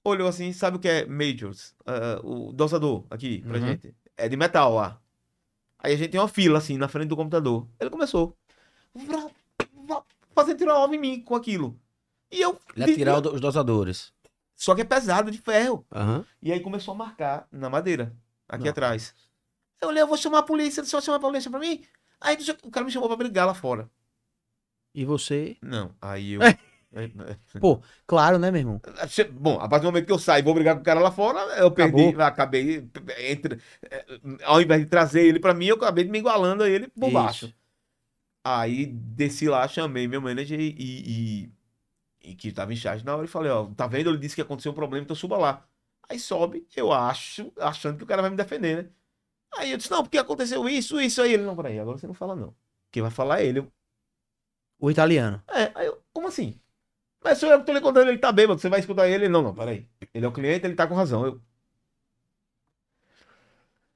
Olhou assim, sabe o que é Majors? Ah, o dosador aqui pra
Uhum.
gente. É de metal lá. Aí a gente tem uma fila assim na frente do computador. Ele começou. Vrá, vrá, Fazendo tirar ovo em mim com aquilo. E eu.
Ele ia tirar o do- os dosadores.
Só que é pesado de ferro.
Aham.
E aí começou a marcar na madeira, aqui
Não.
atrás. Eu olhei, eu vou chamar a polícia, você vai chamar a polícia pra mim? Aí não sei o que, o cara me chamou pra brigar lá fora.
E você?
Não, aí eu. É,
Pô, claro, né, meu irmão?
é, che- Bom, a partir do momento que eu saio e vou brigar com o cara lá fora, eu perdi, acabei. p- p- Entre, é, ao invés de trazer ele pra mim, eu acabei me igualando a ele por baixo.
Isso.
Aí desci lá, chamei meu manager e, e- e que tava em charge na hora e falei, ó, tá vendo? Ele disse que aconteceu um problema, então suba lá. Aí sobe, eu acho, achando que o cara vai me defender, né? Aí eu disse, não, porque aconteceu isso, isso, aí ele, não, peraí, agora você não fala não. Quem vai falar é ele. Eu,
O italiano.
é, aí eu, como assim? Mas se eu tô lhe contando, ele tá bêbado, você vai escutar ele? Não, não, peraí. Ele é o cliente, ele tá com razão. Eu,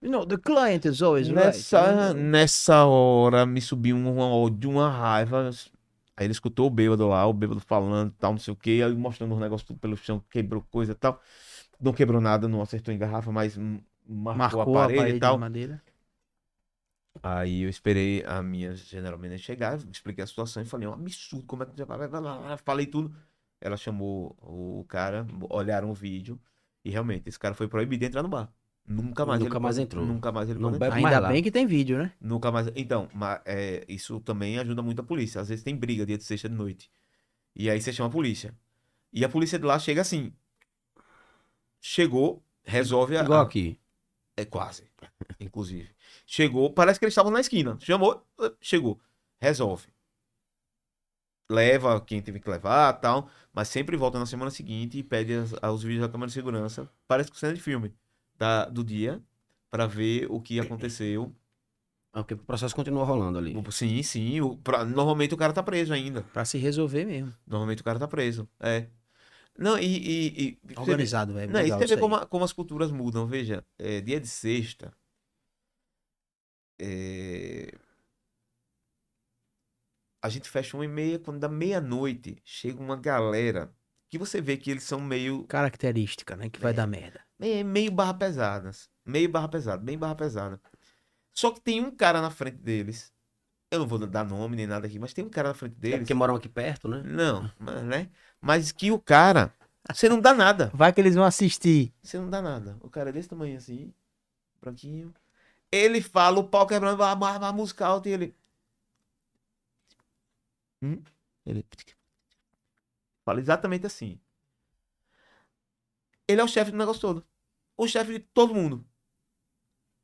You know, the client is always
Nessa,
right.
nessa hora me subiu um um ódio, uma raiva. Aí ele escutou o bêbado lá, o bêbado falando tal, não sei o que, aí mostrando os negócios tudo pelo chão, quebrou coisa e tal. Não quebrou nada, não acertou em garrafa, mas hum, marcou,
Marcou
a
a
parede
parede
e tal.
de madeira.
Aí eu esperei a minha general manager chegar, expliquei a situação e falei, é um absurdo, como é que você vai? vai, vai, vai?" Falei tudo. Ela chamou o cara, olharam o vídeo e realmente esse cara foi proibido de entrar no bar. Nunca mais
Nunca
ele
mais
pode-
entrou.
Nunca mais ele
Não
pode
bebe mais
Ainda
lá.
bem que tem vídeo, né?
Nunca mais. Então, ma- é, isso também ajuda muito a polícia. Às vezes tem briga dia de sexta de noite. E aí você chama a polícia. E a polícia de lá chega assim. Chegou, resolve a.
Igual aqui.
É quase. Inclusive. Chegou, parece que eles estavam na esquina. Chamou, eh, chegou. Resolve. leva quem teve que levar tal, mas sempre volta na semana seguinte e pede as- aos vídeos da câmera de segurança, parece que cena de filme, da, do dia, pra ver o que aconteceu.
Ah, Porque o processo continua rolando ali.
Sim, sim, o- pra- normalmente o cara tá preso ainda.
Pra se resolver mesmo.
Normalmente o cara tá preso, é. Não, e... e, e- você vê-
Organizado, velho.
Não, e
é legal
você
isso
vê
aí.
como, a- como as culturas mudam. Veja, é, dia de sexta... é, A gente fecha uma e meia, quando dá meia-noite, chega uma galera que você vê que eles são meio
Característica, né?
É.
Que vai dar merda.
Meio, meio barra pesadas. Meio barra pesada, bem barra pesada. Só que tem um cara na frente deles. Eu não vou dar nome nem nada aqui, mas tem um cara na frente
É
deles.
porque moram aqui perto, né?
Não, mas, né? Mas que o cara. Você não dá nada.
Vai que eles vão assistir.
Você não dá nada. O cara é desse tamanho assim, branquinho. Ele fala o pau quebrando, a, a, a música alta e ele. Hum? Ele. Fala exatamente assim. Ele é o chefe do negócio todo. O chefe de todo mundo.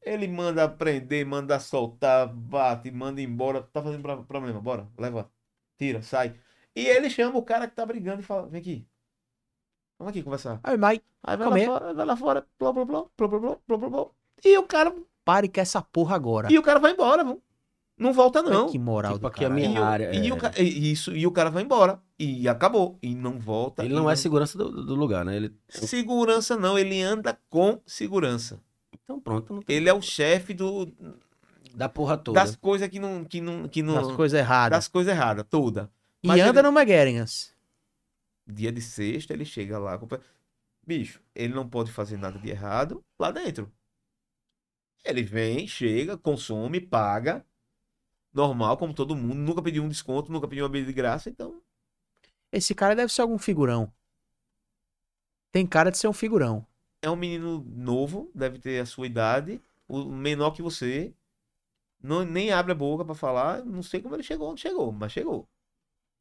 Ele manda prender, manda soltar, bate, manda embora. Tá fazendo pro- problema, bora, leva. Tira, sai. E ele chama o cara que tá brigando e fala: vem aqui. Vamos aqui conversar.
Aí, Mike,
Aí vai
Calma aí.
lá fora, vai lá fora, blá blá blá, blá blá blá, blá blá blá. E o cara,
pare que essa porra
Tá.
agora.
e o cara vai embora, viu? não volta não.
Olha Que moral
Tipo,
do
aqui a
caralho.
minha-
E, o,
área,
e
é.
o ca- e isso, e o cara vai embora e acabou e não volta.
Ele
e
não é segurança do, do lugar, né? Ele...
segurança não, ele anda com segurança.
Então pronto, não tem...
Ele é o chefe do
da porra toda.
das coisas que não que não que não
Das coisas erradas.
das coisas erradas toda.
E
Mas
anda
ele-
no Maguerinhas.
Dia de sexta ele chega lá, com- bicho, ele não pode fazer nada de errado lá dentro. Ele vem, chega, consome, paga. Normal, como todo mundo. Nunca pediu um desconto, nunca pediu uma bebida de graça, então.
Esse cara deve ser algum figurão. Tem cara de ser um figurão.
É um menino novo, deve ter a sua idade, o menor que você. Não, nem abre a boca pra falar. Não sei como ele chegou, onde chegou, mas chegou.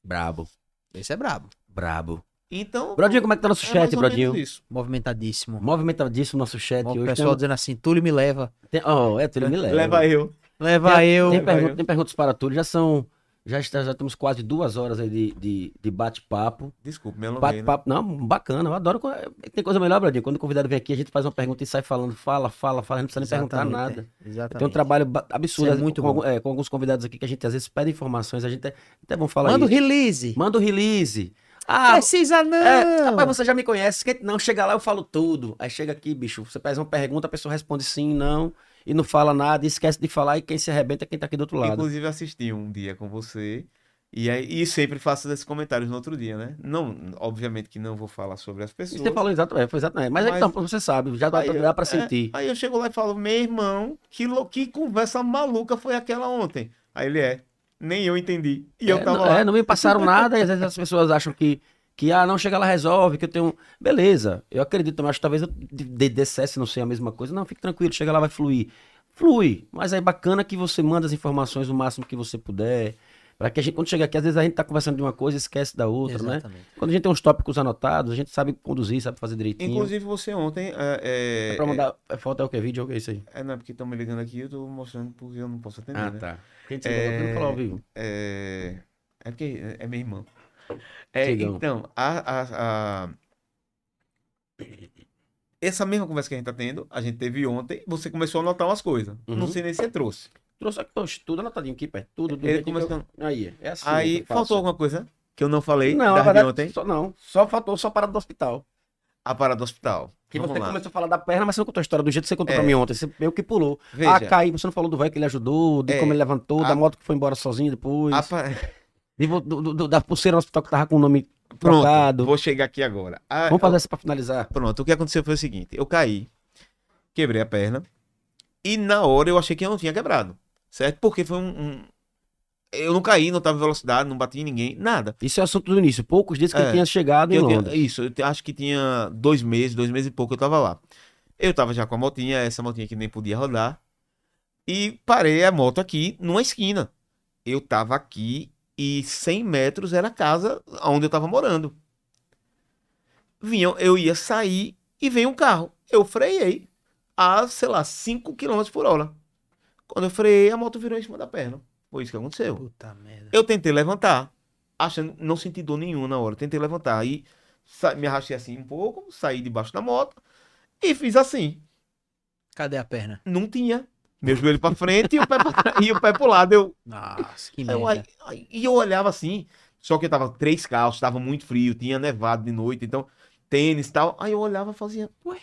Brabo,
Esse é brabo.
brabo.
Então.
Brodinho, como é que tá nosso
é mais
chat,
ou menos
Brodinho?
isso.
Movimentadíssimo.
Movimentadíssimo nosso chat
Ó, O
É, hoje. um
pessoal dizendo assim, Túlio me leva.
Tem... tem- Oh, é, tu ele me leva.
Leva eu.
Leva eu.
Tem, pergun-
eu.
tem perguntas para tudo. Já são. Já, está- já temos quase duas horas aí de, de, de bate-papo.
Desculpa, me alonguei, né?
Bate-papo, não, bacana. Eu adoro. quando- Tem coisa melhor, Bradinho. Quando o convidado vem aqui, a gente faz uma pergunta e sai falando, fala, fala, fala, não precisa nem perguntar
Exatamente,
nada.
é. Exatamente.
Tem um trabalho ba- absurdo
Isso é muito
com,
bom.
algum- é, com alguns convidados aqui que a gente às vezes pede informações, a gente até, até vamos falar
Manda o
isso.
release.
Manda o release. Ah,
Precisa não.
é, rapaz, você já me conhece. Quem- Não, chega lá, eu falo tudo. Aí chega aqui, bicho, você faz uma pergunta, a pessoa responde sim, não, e não fala nada, e esquece de falar, e quem se arrebenta é quem tá aqui do outro lado.
Inclusive, eu assisti um dia com você. E, aí, e sempre faço esses comentários no outro dia, né? Não, obviamente que não vou falar sobre as pessoas.
Você falou exatamente, foi exatamente. Mas,
Mas-
então, você sabe, já dá,
Aí eu-
dá pra
é,
sentir.
aí eu chego lá e falo, meu irmão, que, lou- que conversa maluca foi aquela ontem? Aí ele é, nem eu entendi. E eu
É,
tava
não,
lá.
é, não me passaram nada, e às vezes as pessoas acham que, que ah, não, chega lá, resolve, que eu tenho. Beleza, eu acredito, mas acho que talvez eu de- de- dissesse, não sei, a mesma coisa. Não, fique tranquilo, chega lá, vai fluir. Flui, mas é bacana que você manda as informações o máximo que você puder. Pra que a gente, quando chega aqui, às vezes a gente tá conversando de uma coisa e esquece da outra, né?
Exatamente.
Quando a gente tem uns tópicos anotados, a gente sabe conduzir, sabe fazer direitinho.
Inclusive, você ontem. É, é,
é pra mandar. É, falta é o que? Vídeo é o que? Isso aí.
é- é, não, porque estão me ligando aqui, eu tô mostrando porque eu não posso atender. né?
tá. Quem te
É-
é... falar ao vivo?
É, é porque é- é meu irmão. É,
Digão.
então, a, a- a- Essa mesma conversa que a gente tá tendo, a gente teve ontem, você começou a anotar umas coisas.
Uhum.
Não sei nem se você trouxe.
Trouxe aqui, oxe, tudo anotadinho aqui, pé. Tudo, tudo.
Ele começou...
Aí, é assim.
Aí,
eu faço.
faltou alguma coisa que eu não falei
Não,
da
na
de
verdade,
ontem?
Só, não. Só faltou só a parada do hospital.
A parada do hospital.
Que
Vamos
você
lá.
começou a falar da perna, mas você não contou a história do jeito que você contou
É.
pra mim ontem. Você meio que pulou.
Veja,
ah, caí. Você não falou do velho que ele ajudou, de
É.
como ele levantou,
A-
da moto que foi embora sozinho depois.
a pa-
de vo- do- do- do- da pulseira no hospital que tava com o nome
Pronto,
trocado.
vou chegar aqui agora. Ah,
Vamos fazer isso pra finalizar.
Pronto, o que aconteceu foi o seguinte: eu caí, quebrei a perna, e na hora eu achei que eu não tinha quebrado, certo? Porque foi um. um- Eu não caí, não tava em velocidade, não bati em ninguém, nada.
Isso é o assunto do início. Poucos dias que
É.
ele tinha chegado em
Eu tinha-
Londres.
isso, eu te- acho que tinha dois meses, dois meses e pouco eu tava lá. Eu tava já com a motinha, essa motinha que nem podia rodar, e parei a moto aqui numa esquina. Eu tava aqui e 100 metros era a casa onde eu tava morando. vinham, eu ia sair e veio um carro. Eu freiei a, sei lá, 5 km por hora. Quando eu freiei, a moto virou em cima da perna. Foi isso que aconteceu.
Puta merda.
Eu tentei levantar. achando, não senti dor nenhuma na hora. Tentei levantar. Aí sa- me arrastei assim um pouco, saí debaixo da moto e fiz assim.
Cadê a perna?
Não tinha. Meu joelho pra frente e o pé pra trás- e o pé pro lado. Eu,
Nossa, que
eu-
merda.
aí- aí- e eu olhava assim. Só que eu tava três calços, tava muito frio, tinha nevado de noite, então tênis e tal. Aí eu olhava e fazia, ué,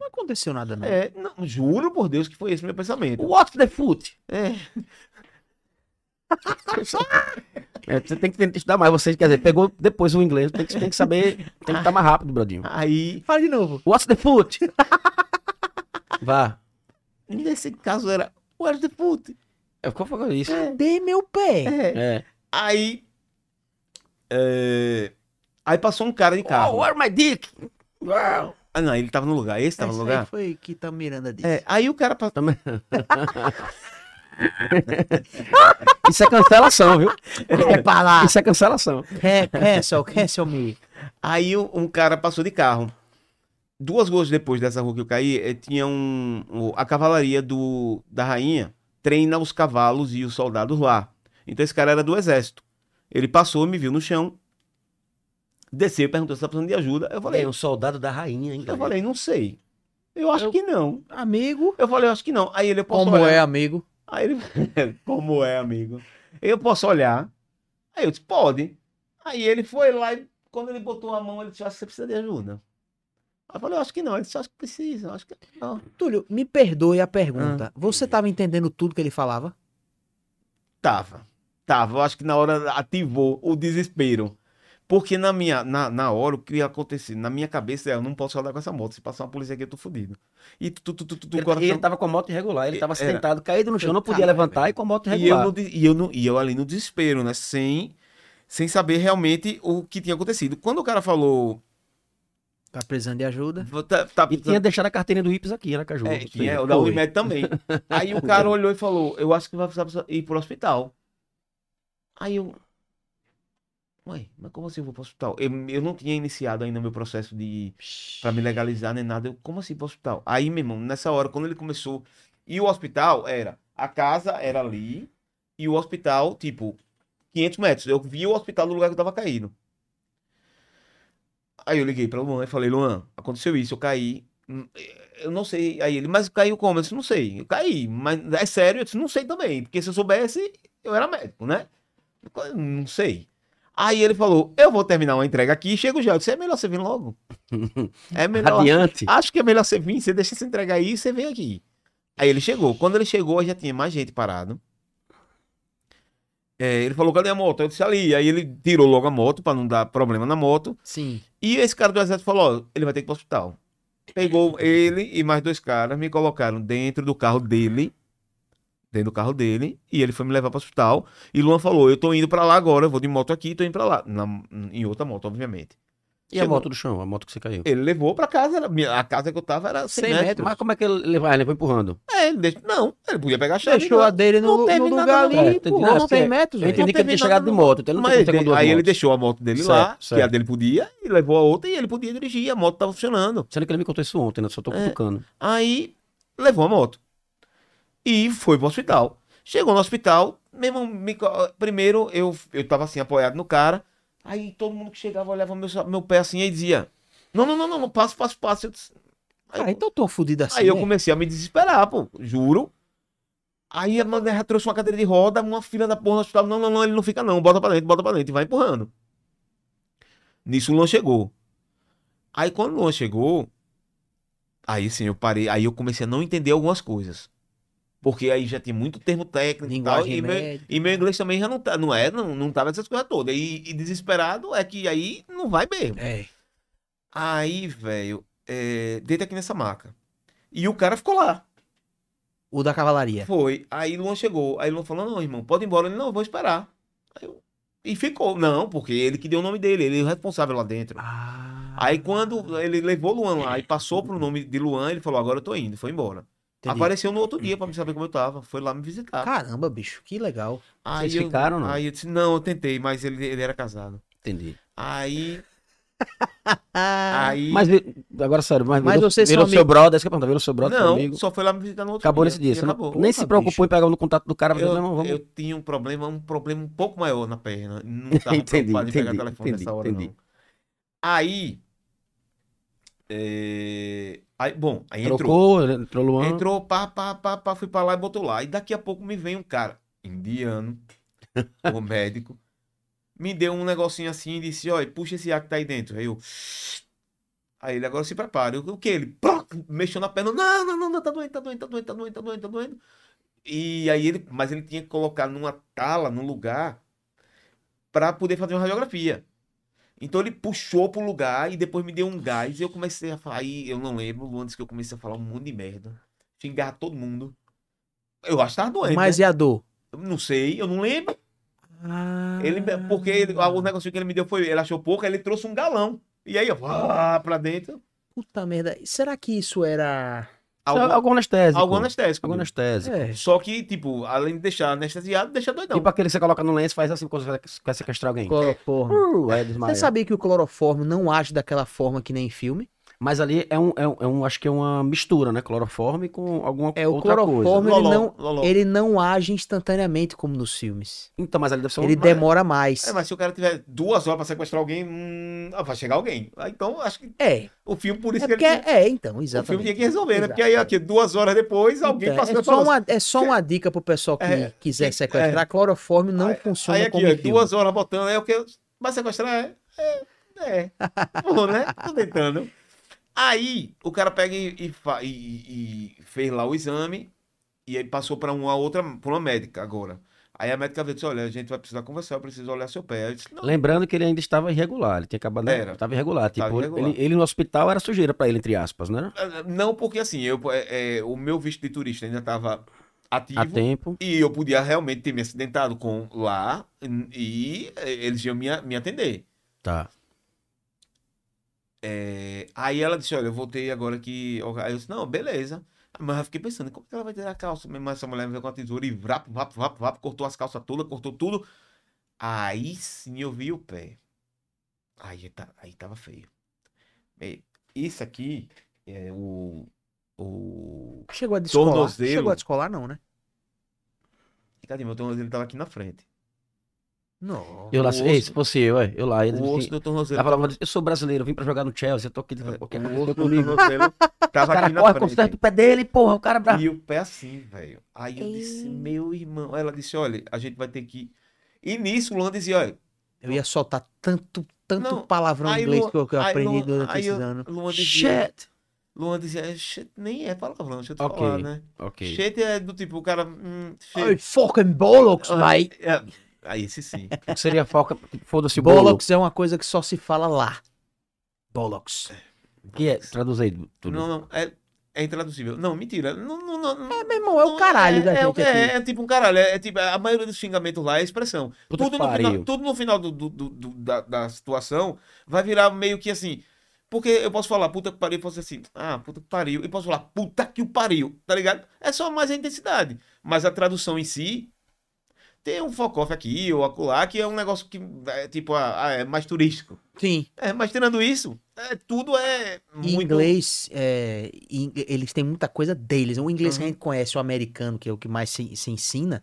Não aconteceu nada, não.
é, não, juro por Deus que foi esse meu pensamento.
What the foot?
É.
É, você tem que tentar estudar mais. Você, quer dizer, pegou depois o inglês, tem que, tem que saber, tem que estar mais rápido, Brodinho.
Aí,
Fala de novo.
What's the foot? Vá.
nesse caso era, where's the foot?
É, qual foi isso?
Cadê meu pé?
É.
É.
Aí. é, Aí passou um cara de
Oh,
carro.
where my dick? Wow.
Ah, não, ele tava no lugar. Esse tava no
Essa aí
lugar.
foi que tá Miranda disse.
É, aí o cara passou.
Também. Isso é cancelação, viu?
É pra lá.
Isso é cancelação.
É, cancel, cancel me.
Aí um, um cara passou de carro. Duas ruas depois dessa rua que eu caí, eh, tinha um. o- a cavalaria do, da rainha treina os cavalos e os soldados lá. Então esse cara era do exército. Ele passou, me viu no chão. Desceu e perguntou se tá precisando de ajuda. Eu falei,
um soldado da rainha, hein?
eu falei, não sei. Eu acho
Eu-
que não.
Amigo.
Eu falei, eu acho que não. Aí ele eu posso
Como
olhar? né?
é, amigo?
Aí ele, como é, amigo? Eu posso olhar? Aí eu disse, pode. Aí ele foi lá e quando ele botou a mão, ele disse, "Acho que você precisa de ajuda. Aí eu falei, eu acho que não. Ele disse, acho que precisa, acho que não.
Túlio, me perdoe a pergunta. Você tava entendendo tudo que ele falava?
Tava, tava. Eu acho que na hora ativou o desespero. Porque na minha, na, na hora, o que ia acontecer? Na minha cabeça, eu não posso andar com essa moto. Se passar uma polícia aqui, eu tô fudido. E tu, tu, tu, tu, tu,
Ele, tá
coração-
ele tava com a moto irregular, ele tava
Era.
sentado, caído no chão, não podia
Caralho,
levantar e com a moto
tá- E eu,
irregular.
no de- e, eu no- e eu ali no desespero, né? Sem, sem saber realmente o que tinha acontecido. Quando o cara falou.
Tá precisando de ajuda?
"Vou Tá, tá
E tinha deixado a carteirinha do Ips aqui, né, Caju?
é,
Ou
tinha
seja,
o da
foi.
Unimed também. Aí o cara olhou e falou: Eu acho que vai precisar ir pro hospital. Aí eu. Ué, mas como assim eu vou pro hospital? Eu, eu não tinha iniciado ainda meu processo de. pra me legalizar nem nada. Eu, como assim pro hospital? Aí, meu irmão, nessa hora, quando ele começou. E o hospital era. A casa era ali. E o hospital, tipo, 500 metros. Eu vi o hospital do lugar que eu tava caindo. Aí eu liguei pra Luan e falei: Luan, aconteceu isso, eu caí. Hum, Eu não sei. Aí ele, mas caiu como? Eu disse: Não sei. Eu caí. Mas é sério? Eu disse: Não sei também. Porque se eu soubesse, eu era médico, né? Eu Não sei. Aí ele falou: Eu vou terminar uma entrega aqui. Chego já. Eu disse: É melhor você vir logo. É melhor.
Adiante.
Acho que é melhor você vir, você deixa se entregar aí e você vem aqui. Aí ele chegou. Quando ele chegou, já tinha mais gente parado. É, ele falou, cadê a moto? Eu disse ali. Aí ele tirou logo a moto pra não dar problema na moto.
Sim.
E esse cara do exército falou, ó, ele vai ter que ir pro hospital. Pegou ele e mais dois caras, me colocaram dentro do carro dele. Dentro do carro dele. E ele foi me levar pro hospital. E Luan falou, eu tô indo pra lá agora, eu vou de moto aqui, tô indo pra lá. Na- em outra moto, obviamente.
E a moto do chão, a moto que você caiu?
Ele levou pra casa, era- minha- a casa que eu tava era
100
100 É, metros.
metros.
Mas como é que ele ele vai? Ele foi empurrando.
É, ele deixa... Não, ele podia pegar a chave.
Deixou
não.
a dele
não
no,
teve
no
nada
lugar ali,
não.
É,
pô.
entendi.
Não
É,
tem metros,
Eu
velho.
entendi que ele
teve
tinha chegado
nada
de
no-
moto, então ele não
Mas
tem
ele-
como ter com duas
aí ele
motos.
deixou a moto dele
Certo,
lá, que a
certo.
dele podia, e levou a outra, e ele podia dirigir, a moto tava funcionando.
Sendo que ele me contou isso ontem, né? Eu Só tô
É.
cutucando.
Aí levou a moto. E foi pro hospital. Chegou no hospital, mesmo me co- primeiro eu, eu tava assim, apoiado no cara. Aí todo mundo que chegava olhava meu, sa- meu pé assim e dizia: Não, não, não, não, não, passo, passo, passo. Eu disse, aí,
Ah, então eu tô fudido assim,
aí eu
né?
comecei a me desesperar, pô, juro. Aí a mulher trouxe uma cadeira de roda, uma fila da porra no hospital. Não, não, não, ele não fica não, bota pra dentro, bota pra dentro e vai empurrando. Nisso o Luan chegou. Aí quando o Luan chegou, aí sim eu parei, aí eu comecei a não entender algumas coisas. Porque aí já tem muito termo técnico e tal,
Linguagem
e meu,
médica.
e meu inglês também já não, tá, não é, não, não tava essas coisas todas. E, e desesperado é que aí não vai mesmo.
É.
Aí, velho, é, deita aqui nessa maca. E o cara ficou lá.
O da
É.
cavalaria.
Foi. Aí Luan chegou. Aí Luan falou: Não, irmão, pode ir embora. Ele: Não, eu vou esperar. Aí eu- E ficou. Não, porque ele que deu o nome dele. Ele é o responsável lá dentro.
Ah.
Aí quando ele levou Luan lá e passou pro nome de Luan, ele falou: Agora eu tô indo. Foi embora.
entendi.
Apareceu no outro dia pra me saber como eu tava. Foi lá me visitar.
Caramba, bicho, que legal.
Aí
Vocês
eu,
ficaram, não?
aí eu disse: Não, eu tentei, mas ele, ele era casado.
Entendi.
Aí.
Ah,
Aí.
Mas ele- Agora, sério, mas,
Mas
virou,
vocês são
virou seu
amigos.
brother, isso que eu ia perguntar, virou seu brother, seu
não,
amigo.
só foi lá me visitar no outro
Acabou
dia,
nesse dia.
e
Você não-
acabou.
nem se
Porra,
preocupou
bicho.
em pegar no contato do cara, você
Eu,
não, vamos.
eu tinha um problema, um problema um pouco maior na perna. Não estava
Entendi,
preocupado em pegar
entendi,
telefone
entendi,
nessa hora,
entendi.
não. Aí, é, aí, bom, aí entrou.
Trocou, né? entrou Luan.
Entrou, pá, pá, pá, pá, fui pra lá e botou lá. E daqui a pouco me vem um cara, indiano, o médico, me deu um negocinho assim e disse, olha, puxa esse ar que tá aí dentro. Aí eu... Aí ele, agora se prepara. Eu, o que? Ele pró, mexeu na perna. Não, não, não, não, tá doendo, tá doendo, tá doendo, tá doendo, tá doendo, tá doendo. E aí ele... Mas ele tinha que colocar numa tala, num lugar, pra poder fazer uma radiografia. Então ele puxou pro lugar e depois me deu um gás e eu comecei a falar. Aí eu não lembro, o Luan disse que eu comecei a falar um monte de merda. Xingar todo mundo. Eu acho que tava doendo.
Mas
né?
e a dor?
Eu Não sei, eu não lembro. Ah. Ele,
Ah.
porque ele, o negocinho que ele me deu foi. Ele achou pouco, aí ele trouxe um galão. E aí eu ah, pra dentro.
Puta merda. Será que isso era.
Isso é
Algum,
Algum anestésico.
algum anestésico.
Algum anestésico.
É.
Só que, tipo, além de deixar anestesiado, deixa doidão.
Tipo aquele que você coloca no lenço e faz assim quando você quer sequestrar alguém.
Cloroforme.
Uh, é desmaia.
Você sabia que o cloroforme não age daquela forma que nem em filme?
Mas ali é um, é, um, é um- acho que é uma mistura, né? Cloroforme com alguma
É, o
outra coisa.
cloroforme- ele não-
loló.
Ele não age instantaneamente como nos filmes.
Então, mas ali deve ser um...
Ele demora mais.
É, mas se o cara tiver duas horas pra sequestrar alguém, hum, ah, vai chegar alguém. Ah, Então, acho que
É,
o filme, por isso
é
que
porque
ele.
é, então,
O filme
exatamente.
tinha que resolver, né? Porque aí, aqui, duas horas depois, alguém
Então,
passou
é, só uma, é só uma dica pro pessoal que
assim, É,
quiser
que-
sequestrar. Cloroforme não funciona
Aí aqui,
como
ó,
em filme.
duas horas botando, é o que. Vai sequestrar? É. É. é. Bom, né? Tô tentando. Aí o cara pega e, e fa- e- e- e fez lá o exame e aí passou para uma outra, para uma médica agora. Aí a médica veio e disse: Olha, a gente vai precisar conversar, eu preciso olhar seu pé. Eu disse: Não,
Lembrando que ele ainda estava irregular, ele tinha acabado... né?
Era.
Estava irregular, tipo,
Tava irregular.
Ele, ele no hospital era sujeira pra ele, entre aspas, né?
não porque assim, eu, é, é, o meu visto de turista ainda estava ativo.
Há tempo.
E eu podia realmente ter me acidentado com lá e eh, eles iam me, a- me atender.
Tá.
É, aí ela disse, olha, eu voltei agora que... Aí eu disse, não, beleza. Mas eu fiquei pensando, como é que ela vai tirar a calça? Mesmo essa mulher veio com a tesoura e vapo, vapo, vapo, vapo, cortou as calças todas, cortou tudo. Aí sim eu vi o pé. Aí, tá, aí tava feio. E, isso aqui é o... O...
Chegou a descolar.
Tornozelo.
Chegou a descolar, não, né?
Cadê meu tornozelo? Tava aqui na frente.
Não.
Eu lá,
O
ei,
osso-
se fosse eu, é, eu lá. Ele,
O osso do tornozelo
ela falava, eu sou brasileiro, eu vim pra jogar no Chelsea, eu tô aqui, o que
O
aconteceu
osso do
comigo?
tornozelo
O
tava
cara
aqui na
corre,
frente.
conserta o pé dele, porra, o cara é bravo.
E o pé assim, velho. Aí eu disse,
Ei.
meu irmão. Ela disse, olha, a gente vai ter que. E nisso o Luan dizia, olha.
Eu ia soltar tanto, tanto
Não,
palavrão
aí
inglês
Lu-
que eu, que eu
aí
aprendi
Lu-
durante
aí
esses
eu-
anos.
Luan dizia,
Shit!
Luan dizia, shit, nem é palavrão, deixa eu te
Ok,
falar, né?
Ok.
Shit é do tipo, o cara. Hum, shit.
Ai, fucking bollocks, mate.
É, aí esse sim.
O que seria foca, foda-se o bolo.
Bollocks é uma coisa que só se fala lá. Bollocks.
Que é, traduz aí tudo.
não, não, é, é intraduzível. Não, mentira. Não, não, não, não-
É, meu irmão, é o caralho
é,
da
é,
gente
é,
aqui.
é tipo um caralho. É, é tipo, a maioria dos xingamentos lá é expressão.
Puta
tudo,
que
no
pariu.
final, tudo no final do, do- do- do- da, da situação vai virar meio que assim. Porque eu posso falar puta que pariu e posso assim, ah, puta que pariu. E posso falar puta que o pariu, tá ligado? É só mais a intensidade. Mas a tradução em si tem um foco-off aqui ou acolá, que é um negócio que é tipo, ah, ah, é mais turístico.
Sim.
É, mas tirando isso, é, tudo é
E
muito.
inglês, é, ing- eles têm muita coisa deles. O inglês que a
Uhum.
gente conhece, o americano, que é o que mais se, se ensina.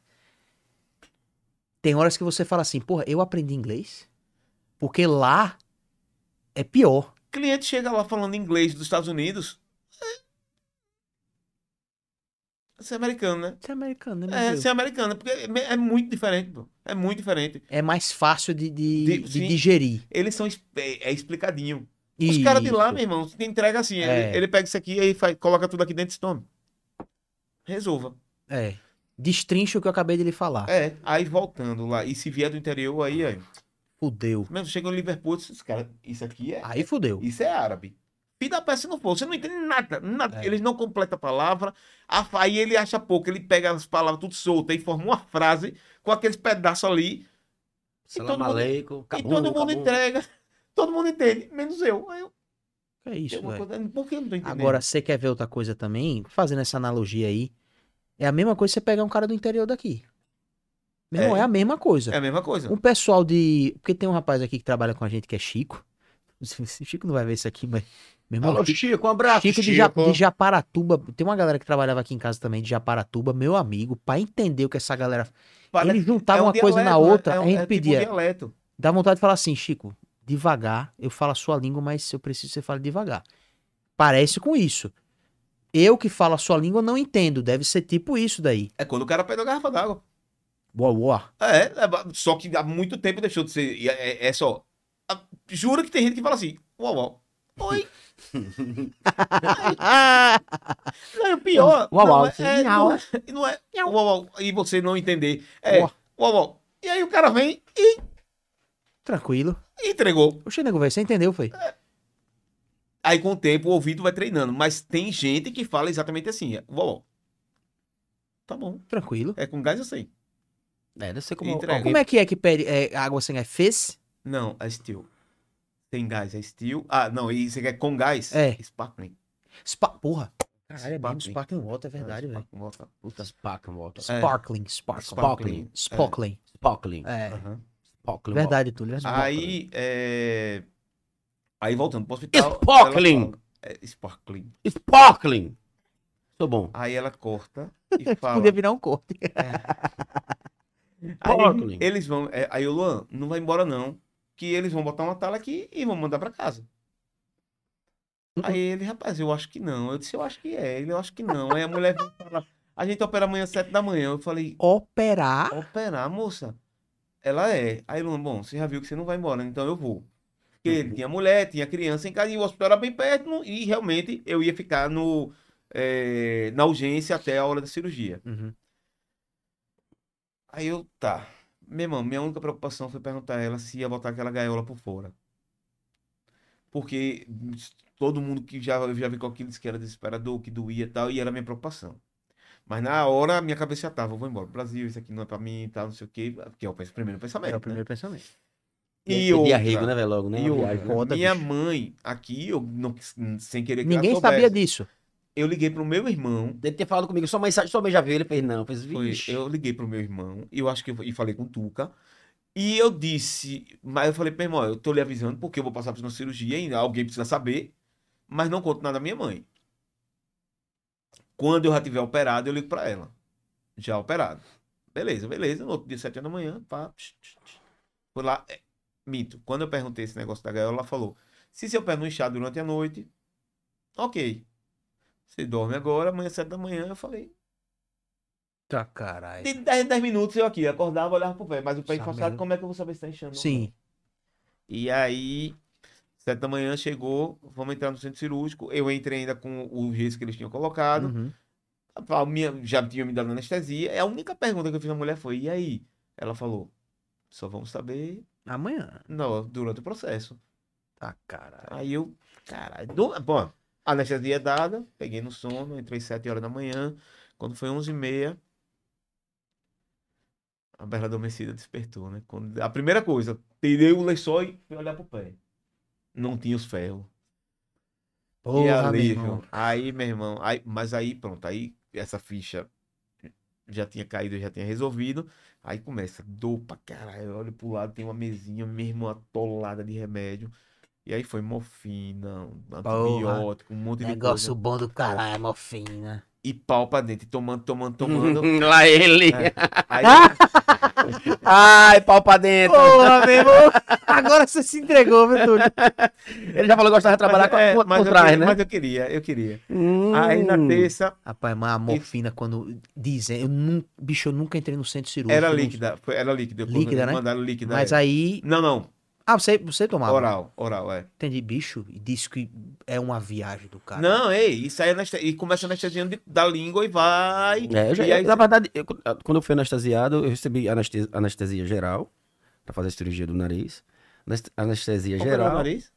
Tem horas que você fala assim, porra, eu aprendi inglês? Porque lá é pior.
cliente chega lá falando inglês dos Estados Unidos. é- Você é americano, né?
Você é americano, né? meu
É,
Deus?
você é americano, porque é me- é muito diferente, pô. É muito diferente.
É mais fácil de, de-
De-
de
sim.
digerir.
Eles são. es- É, é explicadinho. Os caras de lá, meu irmão, te entrega assim.
É.
Ele, ele pega isso aqui e faz, coloca tudo aqui dentro e toma. Resolva.
É. Destrincha o que eu acabei de lhe falar.
né? É, aí voltando lá. E se vier do interior, aí, aí.
Fudeu.
Mesmo chega no Liverpool, esses cara, isso aqui é.
Aí fudeu.
Isso é árabe. Fim da peça não for. Você não entende nada. nada.
É.
Eles não completam a palavra. A, aí ele acha pouco. Ele pega as palavras tudo soltas e forma uma frase com aqueles pedaços ali. e todo
Salam
mundo-
aleikum,
e todo mundo entrega. Todo mundo entende. Menos eu. Aí eu
Que É isso,
tem uma
velho.
coisa- Por que eu não tô entendendo?
Agora, você quer ver outra coisa também? Fazendo essa analogia aí. É a mesma coisa você pegar um cara do interior daqui. Meu irmão, é,
É.
a mesma coisa.
é a mesma coisa.
Um pessoal de. Porque tem um rapaz aqui que trabalha com a gente que é Chico. O Chico não vai ver isso aqui, mas. Meu irmão,
Alô,
Chico,
Chico, um abraço.
Chico de,
Chico.
Ja- de Japaratuba. Tem uma galera que trabalhava aqui em casa também de Japaratuba, meu amigo, pra entender o que essa galera.
Parece-
Ele juntava
é um
uma coisa na
dialeto,
outra,
é um-
a gente
é tipo
pedia.
dialeto.
Dá vontade de falar assim, Chico, devagar. Eu falo a sua língua, mas eu preciso que você fale devagar. Parece com isso. Eu que falo a sua língua não entendo. Deve ser tipo isso daí.
É quando o cara pede a garrafa d'água.
Boa, boa.
É, é, ba- só que há muito tempo deixou de ser. e É, é- é só. a- Juro que tem gente que fala assim: uau, uau. Oi. Não, o pior.
Uau, uau.
Não, é, é, não é, não é uau, uau, e você não entender. É uau,
Uau.
uau. E aí o cara vem e
Tranquilo.
entregou.
Oxe, nego, velho, você entendeu, foi?
Aí com o tempo o ouvido vai treinando. Mas tem gente que fala exatamente assim: é, uau, uau. Tá bom.
Tranquilo.
É com gás eu sei.
É, deve ser como
Entrega.
alguém
Como é que é que pede é, água sem gás? Fez?
Não, é steel. Tem gás, é steel. Ah, não, e você quer com gás?
É.
Sparkling.
Spa... Porra. Caralho, é mesmo
Sparkling. "Ah,
Sparkling Water, é verdade, velho.
Sparkling water.
Puta, Spacken, Walter.
É.
Sparkling, Sparkling.
Sparkling.
Sparkling.
Sparkling.
É.
Aham.
Sparkling.
Verdade, Túlio. verdade.
Aí, é... Aí voltando pro hospital.
Sparkling.
ela fala- É, sparkling.
Walter. Sparkling! Sou bom.
Aí ela corta e fala.
Podia virar um corte.
Aí
Sparkling.
eles vão. é, aí o Luan, não vai embora não. Que eles vão botar uma tala aqui e vão mandar pra casa. Aí ele, rapaz, eu acho que não. Eu disse, eu acho que é. Ele, eu acho que não. Aí a mulher vem e fala, a gente opera amanhã às sete da manhã. Eu falei,
Operar.
operar, moça. Ela é. Aí Luan, bom, você já viu que você não vai embora, né? então eu vou. Porque ele tinha mulher, tinha criança em casa e o hospital era bem perto não- e realmente eu ia ficar no, eh, na urgência até a hora da cirurgia.
Uhum.
Aí eu, tá. Meu irmão, minha única preocupação foi perguntar a ela se ia botar aquela gaiola por fora. Porque hum, todo mundo que já, eu já vi com aquilo disse que era desesperador, que doía e tal, e era a minha preocupação. Mas na hora, minha cabeça já tava, eu vou embora pro Brasil, isso aqui não é pra mim e tal, não sei o quê, porque é o pe- primeiro pensamento,
Era o
né?
primeiro pensamento.
E
Pedir
outra,
arrego, né, velho? Logo, né?
e
Uma
outra,
viagem.
foda,
minha
bicho.
mãe, aqui, eu não, sem querer que ela
Ninguém
soubesse,
sabia disso.
eu liguei pro meu irmão,
Deve ter falado comigo, sua mãe, sa- sua mãe já veio, ele fez, não, fez,
Foi,
vixe.
eu liguei pro meu irmão e eu acho que eu, e falei com o Tuca. E eu disse, mas eu falei, meu irmão, eu tô lhe avisando porque eu vou passar por uma cirurgia e alguém precisa saber, mas não conto nada à minha mãe. Quando eu já tiver operado, eu ligo pra ela. Já operado. Beleza, beleza. No outro dia, sete horas da manhã, pá. tch, tch, tch. Foi lá. é, mito. Quando eu perguntei esse negócio da gaiola, ela falou: se seu pé não inchar durante a noite, ok. Você dorme agora, amanhã, sete da manhã, eu falei.
Tá, caralho.
É De 10 em 10 minutos eu aqui, acordava, olhava pro pé, mas o pé
Essa
enfaixado,
merda.
como é que eu vou saber se tá inchando? ou não?
Sim.
E aí, 7 da manhã chegou, vamos entrar no centro cirúrgico. Eu entrei ainda com o gesso que eles tinham colocado.
Uhum.
A minha- já tinha me dado anestesia. E A única pergunta que eu fiz à mulher foi: e aí? Ela falou: só vamos saber
Amanhã.
não, durante o processo.
Tá, caralho.
Aí eu, caralho. do- Bom, a anestesia é dada, peguei no sono, entrei 7 horas da manhã. Quando foi 11 e meia, a Bela Adormecida despertou, né? Quando, a primeira coisa, tirei o lençol e fui olhar pro pé. Não tinha os ferros. Que
Porra, meu
alívio.
irmão.
Aí, meu irmão, aí, mas aí, pronto, aí essa ficha já tinha caído, já tinha resolvido. Aí começa, dor pra caralho, eu olho pro lado, tem uma mesinha, meu irmão, atolada de remédio. E aí foi morfina, antibiótico, um monte de
Negócio
coisa.
bom do caralho, é morfina.
E pau pra dentro, e tomando, tomando, tomando.
Lá ele.
É. Aí,
Ah,
Ai, pau pra dentro.
Oh.
Porra, meu irmão. Agora você se entregou, viu, Túlio?
Ele já falou que gostava de trabalhar
mas,
com,
é,
com,
mas
por
eu
trás,
queria,
né?
mas eu queria, eu queria.
Hum.
Aí na terça
Rapaz, mas a morfina, quando dizem, eu nunca, bicho, eu nunca entrei no centro cirúrgico.
era
não-
líquida, foi- era líquida. eu-
Líquida, né?
Mandaram líquida.
Mas
é.
aí.
Não, não,
Ah, você, você tomava.
oral, oral, é.
Entendi, bicho. E disse que é uma viagem do
tá?
cara.
Não, ei, isso aí é aneste- e começa anestesiando de- da língua e vai.
É, eu já,
e aí,
na verdade, eu- quando eu fui anestesiado, eu recebi anestesia, anestesia geral pra fazer a cirurgia do nariz. Anest- Anestesia
Operou o
geral.
nariz?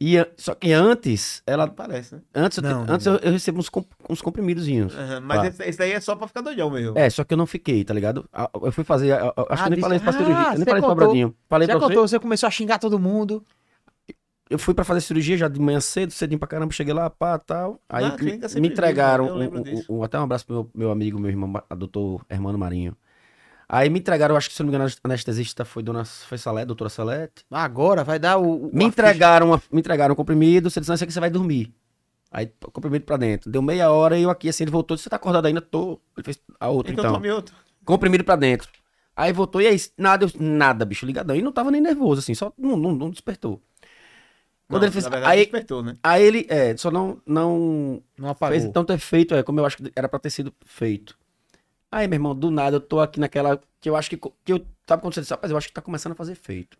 E, a- só que antes, ela.
Parece, né?
Antes, eu te-
Não, não,
antes Eu, eu recebo uns, comp- uns comprimidozinhos.
Aham, mas
Tá.
esse, esse daí é só pra ficar doidão mesmo.
É, só que eu não fiquei, tá ligado? A- Eu fui fazer. a- a- acho que eu nem
disse-
falei isso pra
Ah,
cirurgia. Eu
você
nem falei isso pra
contou.
Bradinho. Falei
Já
pra você?
contou, você começou a xingar todo mundo.
eu fui pra fazer cirurgia já de manhã cedo, cedinho pra caramba, cheguei lá, pá, tal. Aí
Ah, a
me,
clínica
me
sempre diz, né?
entregaram,
Eu lembro
um- um-
disso.
um- até um abraço pro meu, meu amigo, meu irmão, ba- doutor Hermano Marinho. Aí me entregaram, acho que se não me engano, a anestesista foi dona foi Salete, doutora Salete.
Agora vai dar o. o-
Me
a
entregaram, uma- me entregaram um comprimido, você disse, não, isso aqui você vai dormir. Aí, o comprimido pra dentro. Deu meia hora e eu aqui, assim, ele voltou, disse, você tá acordado ainda? Tô. Ele fez a outra,
Então,
então.
tome outro.
Comprimido pra dentro. Aí voltou, e aí, nada, eu- nada, bicho, ligadão. E não tava nem nervoso, assim, só não, não, não despertou. Quando
Não,
ele fez,
na verdade,
aí-
despertou, né?
Aí ele, é, só não, não
ficha Não apagou.
fez tanto efeito, é, como eu acho que era pra ter sido feito. Aí, meu irmão, do nada eu tô aqui naquela que eu acho que, co- que eu, sabe quando você diz, rapaz, eu acho que tá começando a fazer efeito.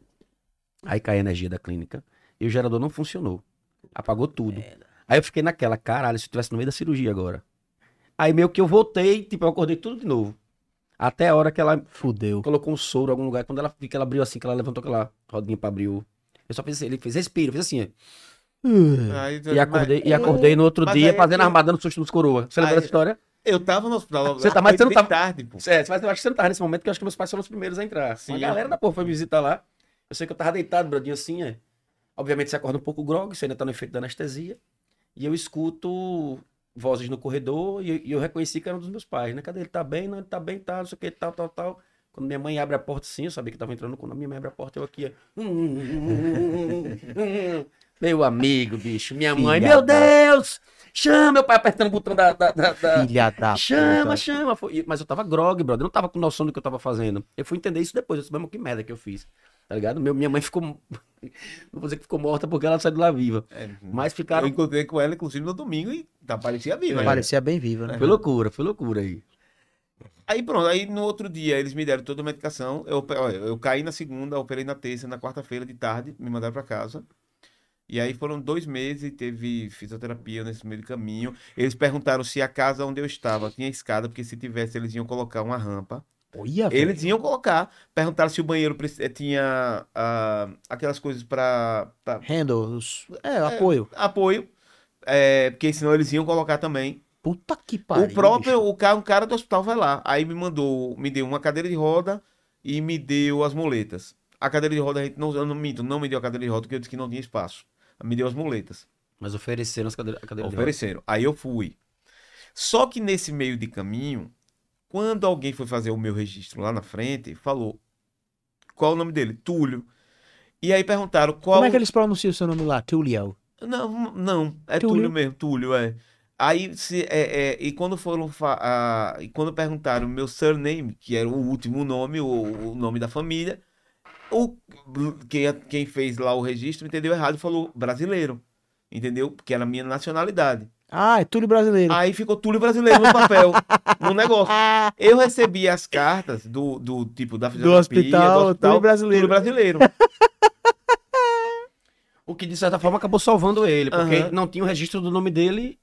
Aí cai a energia da clínica e o gerador não funcionou. Apagou tudo. Aí eu fiquei naquela, caralho, se eu tivesse no meio da cirurgia agora. Aí meio que eu voltei, tipo, eu acordei tudo de novo. Até a hora que ela
Fudeu.
colocou um soro em algum lugar. Quando ela vi que ela abriu assim, que ela levantou aquela rodinha pra abrir o. Eu só fiz assim, ele fez respiro, fez assim, ó.
Ah.
Aí,
É. E acordei,
mas-
e acordei no outro
Mas
dia
aí é
fazendo
que-
armada no susto dos coroa. Você lembra
Aí-
dessa história?
Eu tava no hospital.
Você tá- mas
foi
você não
bem
tava-
tarde, pô.
É, mas eu acho que você não tava nesse momento, que eu acho que meus pais foram os primeiros a entrar.
Sim,
Uma
é.
galera da porra foi me visitar lá. Eu sei que eu tava deitado, bradinho assim, é. Obviamente você acorda um pouco grog, você ainda tá no efeito da anestesia. E eu escuto vozes no corredor e, e eu reconheci que era um dos meus pais, né? Cadê ele? Tá bem? Não, ele tá bem, tá, não sei o que, tal, tal, tal. Quando minha mãe abre a porta, sim, eu sabia que tava entrando quando a minha mãe abre a porta, eu aqui, ó. Hum, Meu amigo, bicho, minha mãe,
Filha
meu
da-
Deus! Chama meu pai apertando o botão da- da- da- da,
Filha da
chama,
puta.
chama. Foi- e- Mas eu tava grog, brother. Eu não tava com noção do que eu tava fazendo. Eu fui entender isso depois. Eu disse, mesmo que merda que eu fiz. Tá ligado? Meu- minha mãe ficou. Não vou dizer que ficou morta porque ela saiu de lá viva.
É,
Mas
eu
ficaram.
encontrei com ela, inclusive, no domingo e tá, parecia viva.
É.
né?
Parecia bem viva, né?
Foi loucura, foi loucura aí.
Aí pronto, aí no outro dia eles me deram toda a medicação. Eu, ope- olha, eu caí na segunda, operei na terça, na quarta-feira de tarde, me mandaram pra casa. E aí foram dois meses e teve fisioterapia nesse meio do caminho. Eles perguntaram se a casa onde eu estava tinha escada, porque se tivesse eles iam colocar uma rampa.
Olha, velho.
Eles iam colocar. Perguntaram se o banheiro preci- eh, tinha ah, aquelas coisas pra pra
Handle, os- é, apoio.
apoio. eh, porque senão eles iam colocar também.
Puta que pariu.
o próprio,
bicho.
o cara, um cara do hospital vai lá. Aí me mandou, me deu uma cadeira de roda e me deu as muletas. A cadeira de roda, a gente não, eu não minto, não me deu a cadeira de roda porque eu disse que não tinha espaço. Me deu as muletas.
Mas ofereceram as cadeiras. a cadeira de rodas.
Ofereceram. Aí eu fui. Só que nesse meio de caminho, quando alguém foi fazer o meu registro lá na frente, falou: qual o nome dele? Túlio. E aí perguntaram qual.
Como é que eles pronunciam o seu nome lá? Tulio.
Não, não, é
Túlio.
Túlio, mesmo, Túlio, é. Aí se é, é, e quando foram fa- ah, e quando perguntaram meu surname, que era o último nome, o, o nome da família, o quem, quem fez lá o registro entendeu errado, e falou brasileiro. Entendeu? Porque era a minha nacionalidade.
Ah, é Tulio brasileiro.
Aí ficou Túlio brasileiro no papel, no negócio.
Ah,
Eu recebi as cartas do, do tipo da
do
fisioterapia,
hospital, Tulio
Túlio
brasileiro.
brasileiro.
O que de certa forma acabou salvando ele, porque
Aham.
não tinha o registro do nome dele.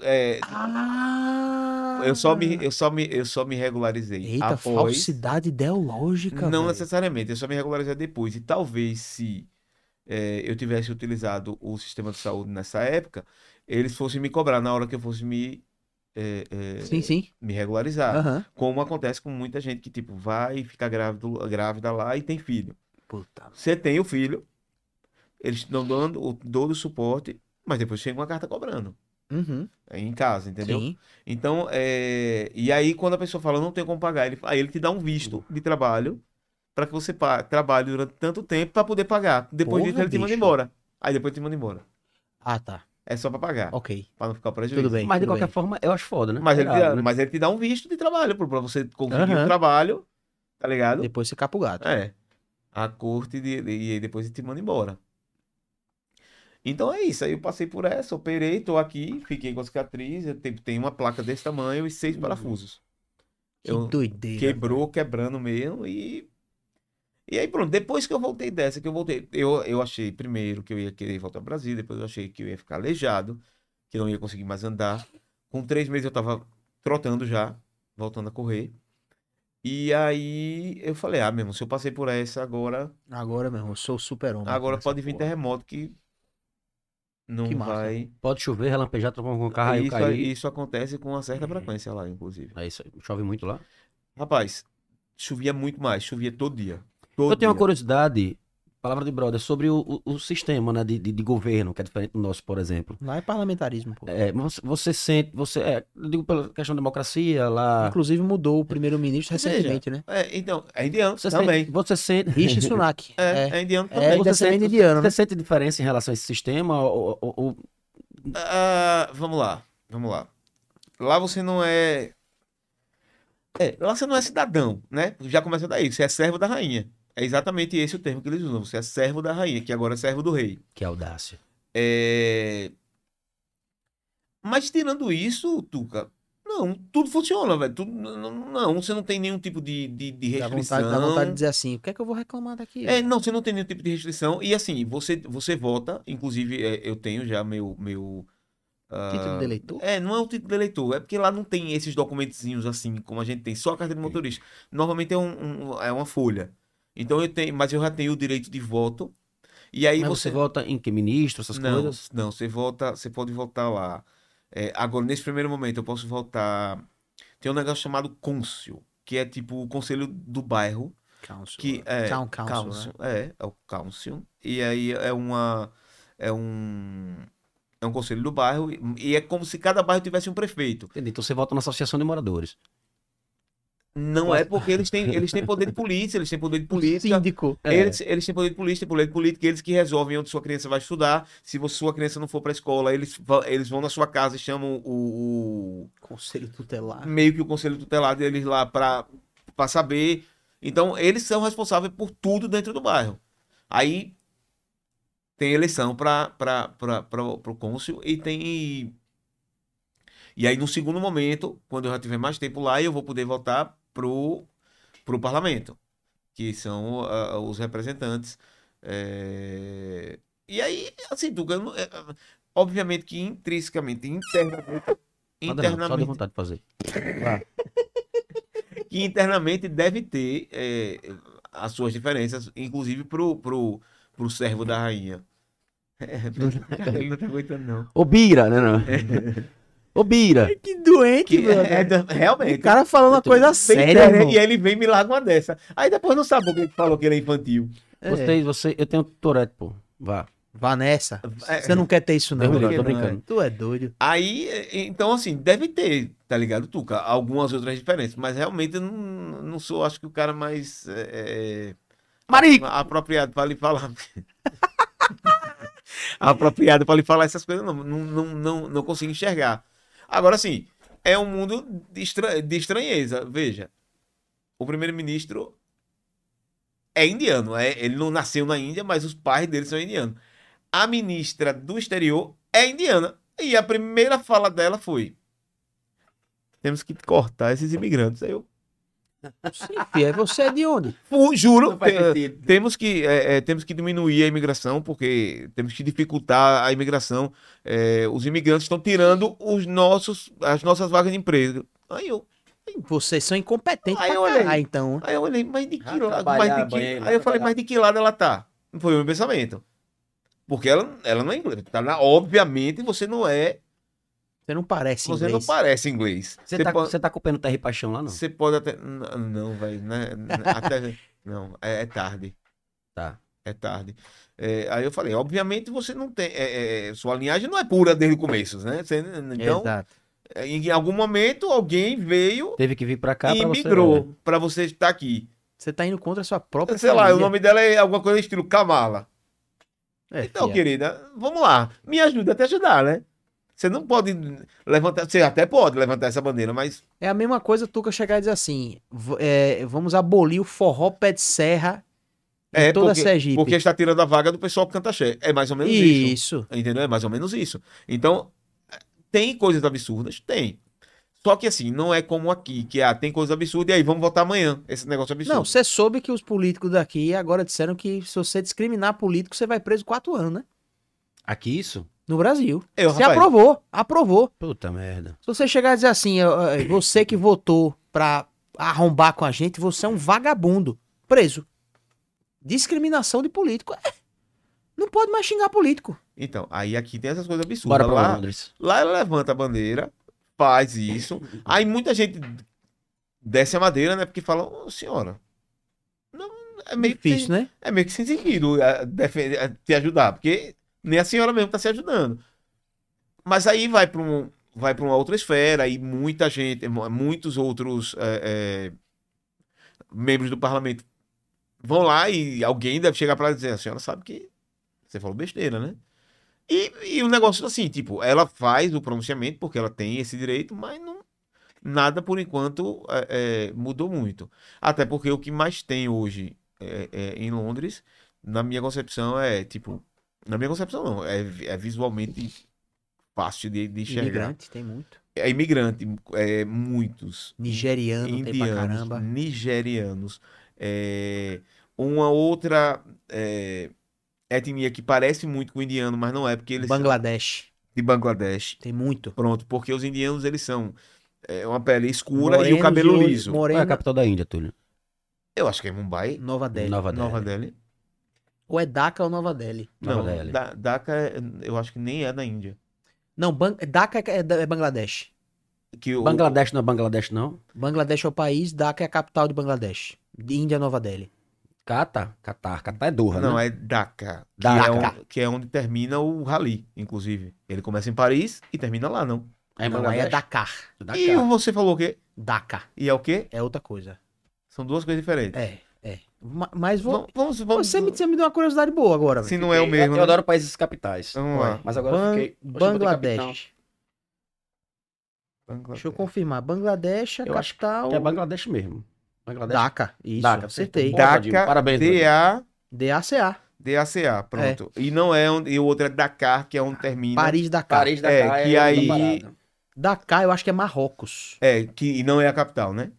É,
Ah.
eu só me eu só me eu só me regularizei
Eita,
após
falsidade ideológica,
Não
velho.
necessariamente, eu só me regularizei depois. E talvez se eh, eu tivesse utilizado o sistema de saúde nessa época, eles fossem me cobrar na hora que eu fosse me, eh, eh,
Sim, Ah. sim.
me regularizar.
Aham.
Como acontece com muita gente que, tipo, vai e fica grávido, grávida lá e tem filho.
Puta.
Você tem o filho, eles estão dando o- todo o suporte, mas depois chega uma carta cobrando
Uhum.
eh, em casa, entendeu?
Sim.
Então, é... e aí quando a pessoa fala, não tem como pagar, ele... aí ele te dá um visto de trabalho para que você pa- trabalhe durante tanto tempo para poder pagar. Depois
Porra,
disso ele te manda
bicho.
embora. Aí depois te manda embora.
Ah, tá.
É só para pagar, pra
Ok.
para não ficar prejuízo.
Tudo bem.
Mas de
tudo
qualquer
bem.
forma, eu acho foda, né?
Mas ele, te...
Errado, né?
Mas ele te dá um visto de trabalho para você conseguir
Aham.
o trabalho, tá ligado?
Depois você capa o gato.
É. A corte de... e aí depois ele te manda embora. Então é isso, aí eu passei por essa, operei, tô aqui, fiquei com a cicatriz, eu tenho- tenho uma placa desse tamanho e
Uhum.
seis parafusos.
Que
eu-
doideira.
Quebrou, quebrando mesmo e. E aí pronto, depois que eu voltei dessa, que eu voltei, eu, eu achei primeiro que eu ia querer voltar ao Brasil, depois eu achei que eu ia ficar aleijado, que eu não ia conseguir mais andar. Com três meses eu tava trotando já, voltando a correr. E aí eu falei, ah, meu irmão, se eu passei por essa agora,
velho. Agora, meu irmão, eu sou o super-homem.
agora
nessa
pode vir
porra.
terremoto que não
Que massa.
vai.
Pode chover, relampejar, trocar com carro, aí eu
isso,
caí.
isso acontece com uma certa frequência lá, inclusive.
É isso aí. Chove muito lá.
Rapaz, chovia muito mais, chovia todo dia. Todo
Eu tenho uma
dia.
curiosidade. Palavra de brother, sobre o, o, o sistema né, de, de, de governo, que é diferente do nosso, por exemplo.
Lá é parlamentarismo, pô.
É, você, você sente, você, é, eu digo pela questão da democracia, lá...
Inclusive mudou o primeiro-ministro
Veja,
recentemente, né?
É, então, é indiano
Você
também.
Sente, você sente...
Richard Sunak.
É,
É,
é indiano
é,
também.
você
descendente
sente-
indiano, né?
Você sente diferença em relação a esse sistema? Ou, ou- ou-
Ah, vamos lá, vamos lá. Lá você não é... é. Lá você não é cidadão, né? Já começa daí, você é servo da rainha. É exatamente esse o termo que eles usam. Você é servo da rainha, que agora é servo do rei.
Que audácia.
É... Mas tirando isso, Tuca, não, tudo funciona, velho. Tudo, não, não, você não tem nenhum tipo de, de, de
Dá
restrição.
vontade, dá vontade de dizer assim, o que é que eu vou reclamar daqui?
É, não, você não tem nenhum tipo de restrição. E assim, você, você vota, inclusive é, eu tenho já meu. meu ah,
Título Tipo de eleitor?
É, não é o título de eleitor, é porque lá não tem esses documentozinhos assim, como a gente tem, só a carteira de motorista. Normalmente é, um, um- é uma folha. Então eu tenho, mas eu já tenho o direito de voto. E aí
Mas você
você
vota em que ministro, essas
não,
coisas?
Não, você volta, você pode voltar lá. É, agora, nesse primeiro momento, eu posso voltar. Tem um negócio chamado côncio, que é tipo o conselho do bairro.
Council.
Que é,
Town Council,
council, é, é o council. E aí é uma. É um. É um conselho do bairro. e- E é como se cada bairro tivesse um prefeito.
Entendi, então você vota na associação de moradores.
Não é porque eles têm, eles têm poder de polícia, eles têm poder de política.
Um Síndico.
É.
Eles, eles têm poder de polícia, têm poder de política, eles que resolvem onde sua criança vai estudar. Se você- sua criança não for pra escola, eles, va- eles vão na sua casa e chamam o,
Conselho
o-
tutelar.
meio que o conselho tutelar deles lá pra, pra saber. Então, eles são responsáveis por tudo dentro do bairro. Aí tem eleição pra, pra, pra, pra, pro cônsul e tem. E aí, no segundo momento, quando eu já tiver mais tempo lá, eu vou poder votar pro, pro parlamento que são ah, os representantes. É, E aí, assim, Tuca, eu não- é, é, obviamente que intrinsecamente, internamente,
Nada não, Só deu
internamente,
vontade de fazer.
que internamente deve ter é, as suas diferenças, inclusive pro, pro, pro servo da rainha. É, ele não tá aguentando, não.
Ô Bira, né? Não? Ô Bira.
Que doente,
Que,
mano.
é, é, realmente.
O cara falando uma coisa
Tem
séria,
internet,
irmão.
e aí ele vem e me larga uma dessa. Aí depois não sabe por que ele falou que ele é infantil.
É.
Vocês, você, eu tenho Tourette, pô. Vá.
Vá nessa.
É.
Você não quer ter isso, não.
Tô
brincando,
velho.
tô brincando.
Tu é doido.
Aí, eh, então, assim, deve ter, tá ligado, Tuca? Algumas outras diferenças, mas realmente eu não, não sou, acho que o cara mais eh, eh,
Marico!
apropriado pra lhe falar. apropriado pra lhe falar essas coisas, não, não, não, não, não consigo enxergar. Agora, assim, é um mundo de, estra- de estranheza. Veja, o primeiro-ministro é indiano, é, ele não nasceu na Índia, mas os pais dele são indianos. A ministra do exterior é indiana. E a primeira fala dela foi: temos que cortar esses imigrantes. Aí eu
Sim, filho. Você é de onde?
fu- juro,
Não faz
te-
sentido.
temos que, é, é, temos que diminuir a imigração, porque temos que dificultar a imigração. É, os imigrantes estão tirando os nossos, as nossas vagas de emprego. Aí eu,
Vocês são incompetentes
Aí
pra
eu olhei.
caralho, então.
aí eu olhei, mas de que
Vai
lado?
trabalhar,
Mas de que-
banheiro, vai
aí eu falei,
trabalhar.
mas de que lado ela tá? Foi o meu pensamento. Porque ela, ela não é inglesa. Tá na, obviamente você não é.
Você não parece
você não
inglês.
parece inglês.
Você tá,
po-
você tá culpando Terra e Paixão lá, não?
Você pode até. N- Não, velho. Né? N- Até. Não, é, é tarde.
Tá.
É tarde. É, aí eu falei, obviamente você não tem. é, é, sua linhagem não é pura desde o começo, né? Você- então,
Exato.
é, em algum momento alguém veio
Teve que vir pra cá
e
pra você...
migrou pra você estar aqui.
Você tá indo contra a sua própria
Sei lá, o
família.
nome dela é alguma coisa estilo Kamala.
É,
Então,
fia.
querida, vamos lá. Me ajuda a te ajudar, né? Você não pode levantar. Você até pode levantar essa bandeira, mas.
É a mesma coisa Tuca chegar e dizer assim, v- é, vamos abolir o forró pé de serra em
É,
toda
porque-
Sergipe.
Porque está tirando a vaga do pessoal que canta axé. É mais ou menos isso.
Isso.
Entendeu? É mais ou menos isso. Então, tem coisas absurdas? Tem. Só que assim, não é como aqui, que ah, tem coisas absurdas e aí vamos votar amanhã. Esse negócio é absurdo.
Não, você soube que os políticos daqui agora disseram que se você discriminar político, você vai preso quatro anos, né?
Aqui isso?
No Brasil.
Eu,
Você
Então, rapaz,
aprovou, aprovou.
Puta merda.
Se você chegar e dizer assim, ó, ó, você que votou pra arrombar com a gente, você é um vagabundo. Preso. Discriminação de político. É. Não pode mais xingar político.
Então, aí aqui tem essas coisas
Bora
absurdas.
pra
Lá,
Londres.
lá ela levanta a bandeira, faz isso. Aí muita gente desce a madeira, né? Porque fala, "Ô, senhora, não, é meio que
Difícil, né?
É meio que sem sentido eh, defender- eh, te ajudar, porque nem a senhora mesmo tá se ajudando. Mas aí vai para um, vai para uma outra esfera e muita gente, mu- muitos outros eh, eh, membros do parlamento vão lá e alguém deve chegar para ela e dizer: a senhora sabe que você falou besteira, né? E, e o negócio assim, tipo, ela faz o pronunciamento porque ela tem esse direito, mas não, nada por enquanto eh, eh, mudou muito. Até porque o que mais tem hoje é- é, em Londres, na minha concepção, é tipo. Na minha concepção, não. É, vi- é visualmente fácil de, de enxergar.
Imigrante, tem muito.
É imigrante, é, muitos.
Nigeriano tem pra
Indianos,
caramba.
nigerianos. é, uma outra é, etnia que parece muito com o indiano, mas não é, porque eles são
Bangladesh,
de Bangladesh.
tem muito.
Pronto, porque os indianos, eles são é, uma pele escura e
Morenos
o cabelo
olho-
liso.
Qual é a
Moreno,
capital da Índia, Túlio?
Eu acho que é Mumbai,
Nova Delhi.
Nova Delhi.
Nova Delhi.
Ou é Dhaka ou Nova Delhi.
Nova
Não,
Delhi.
Da- Dhaka, eu acho que nem é da Índia.
Não, Ban- Dhaka é, da- é Bangladesh.
que o-
Bangladesh não é Bangladesh, não?
Bangladesh é o país, Dhaka é a capital de Bangladesh. De Índia, Nova Delhi.
Catar. Catar. Catar é Doha,
não
né?
é Dhaka, que
Dhaka.
é on- que é, onde termina o rally, inclusive. Ele começa em Paris e termina lá, não?
em
Não, aí é
Bangladesh.
Dakar.
Dakar.
E o- você falou o quê?
Dhaka.
E é o quê?
É outra coisa.
São duas coisas diferentes.
É, é. Ma- Mas vou-
Vamos, vamos, vamos-
você, me, você me deu uma curiosidade boa agora,
se
velho.
não é o
Eu-
mesmo.
Eu
né? Então,
adoro países capitais.
Vamos lá.
Mas agora eu
Ban-
fiquei. Oxe, eu botei capitão.
Bangladesh. Deixa eu confirmar. Bangladesh, a
Eu acho
capital.
É Bangladesh mesmo. Bangladesh.
Dhaka. Isso,
Dhaka, acertou.
acertei.
Boa,
então, Dhaka,
Vadinho, parabéns,
D-A,
DACA.
D-A-C-A, pronto. E não é onde, e o outro é Dakar, que é onde termina.
Paris, Dakar.
Paris da
É,
Caia
que
é outra
aí-
parada.
Dakar, eu acho que é Marrocos.
É, que e não é a capital, né?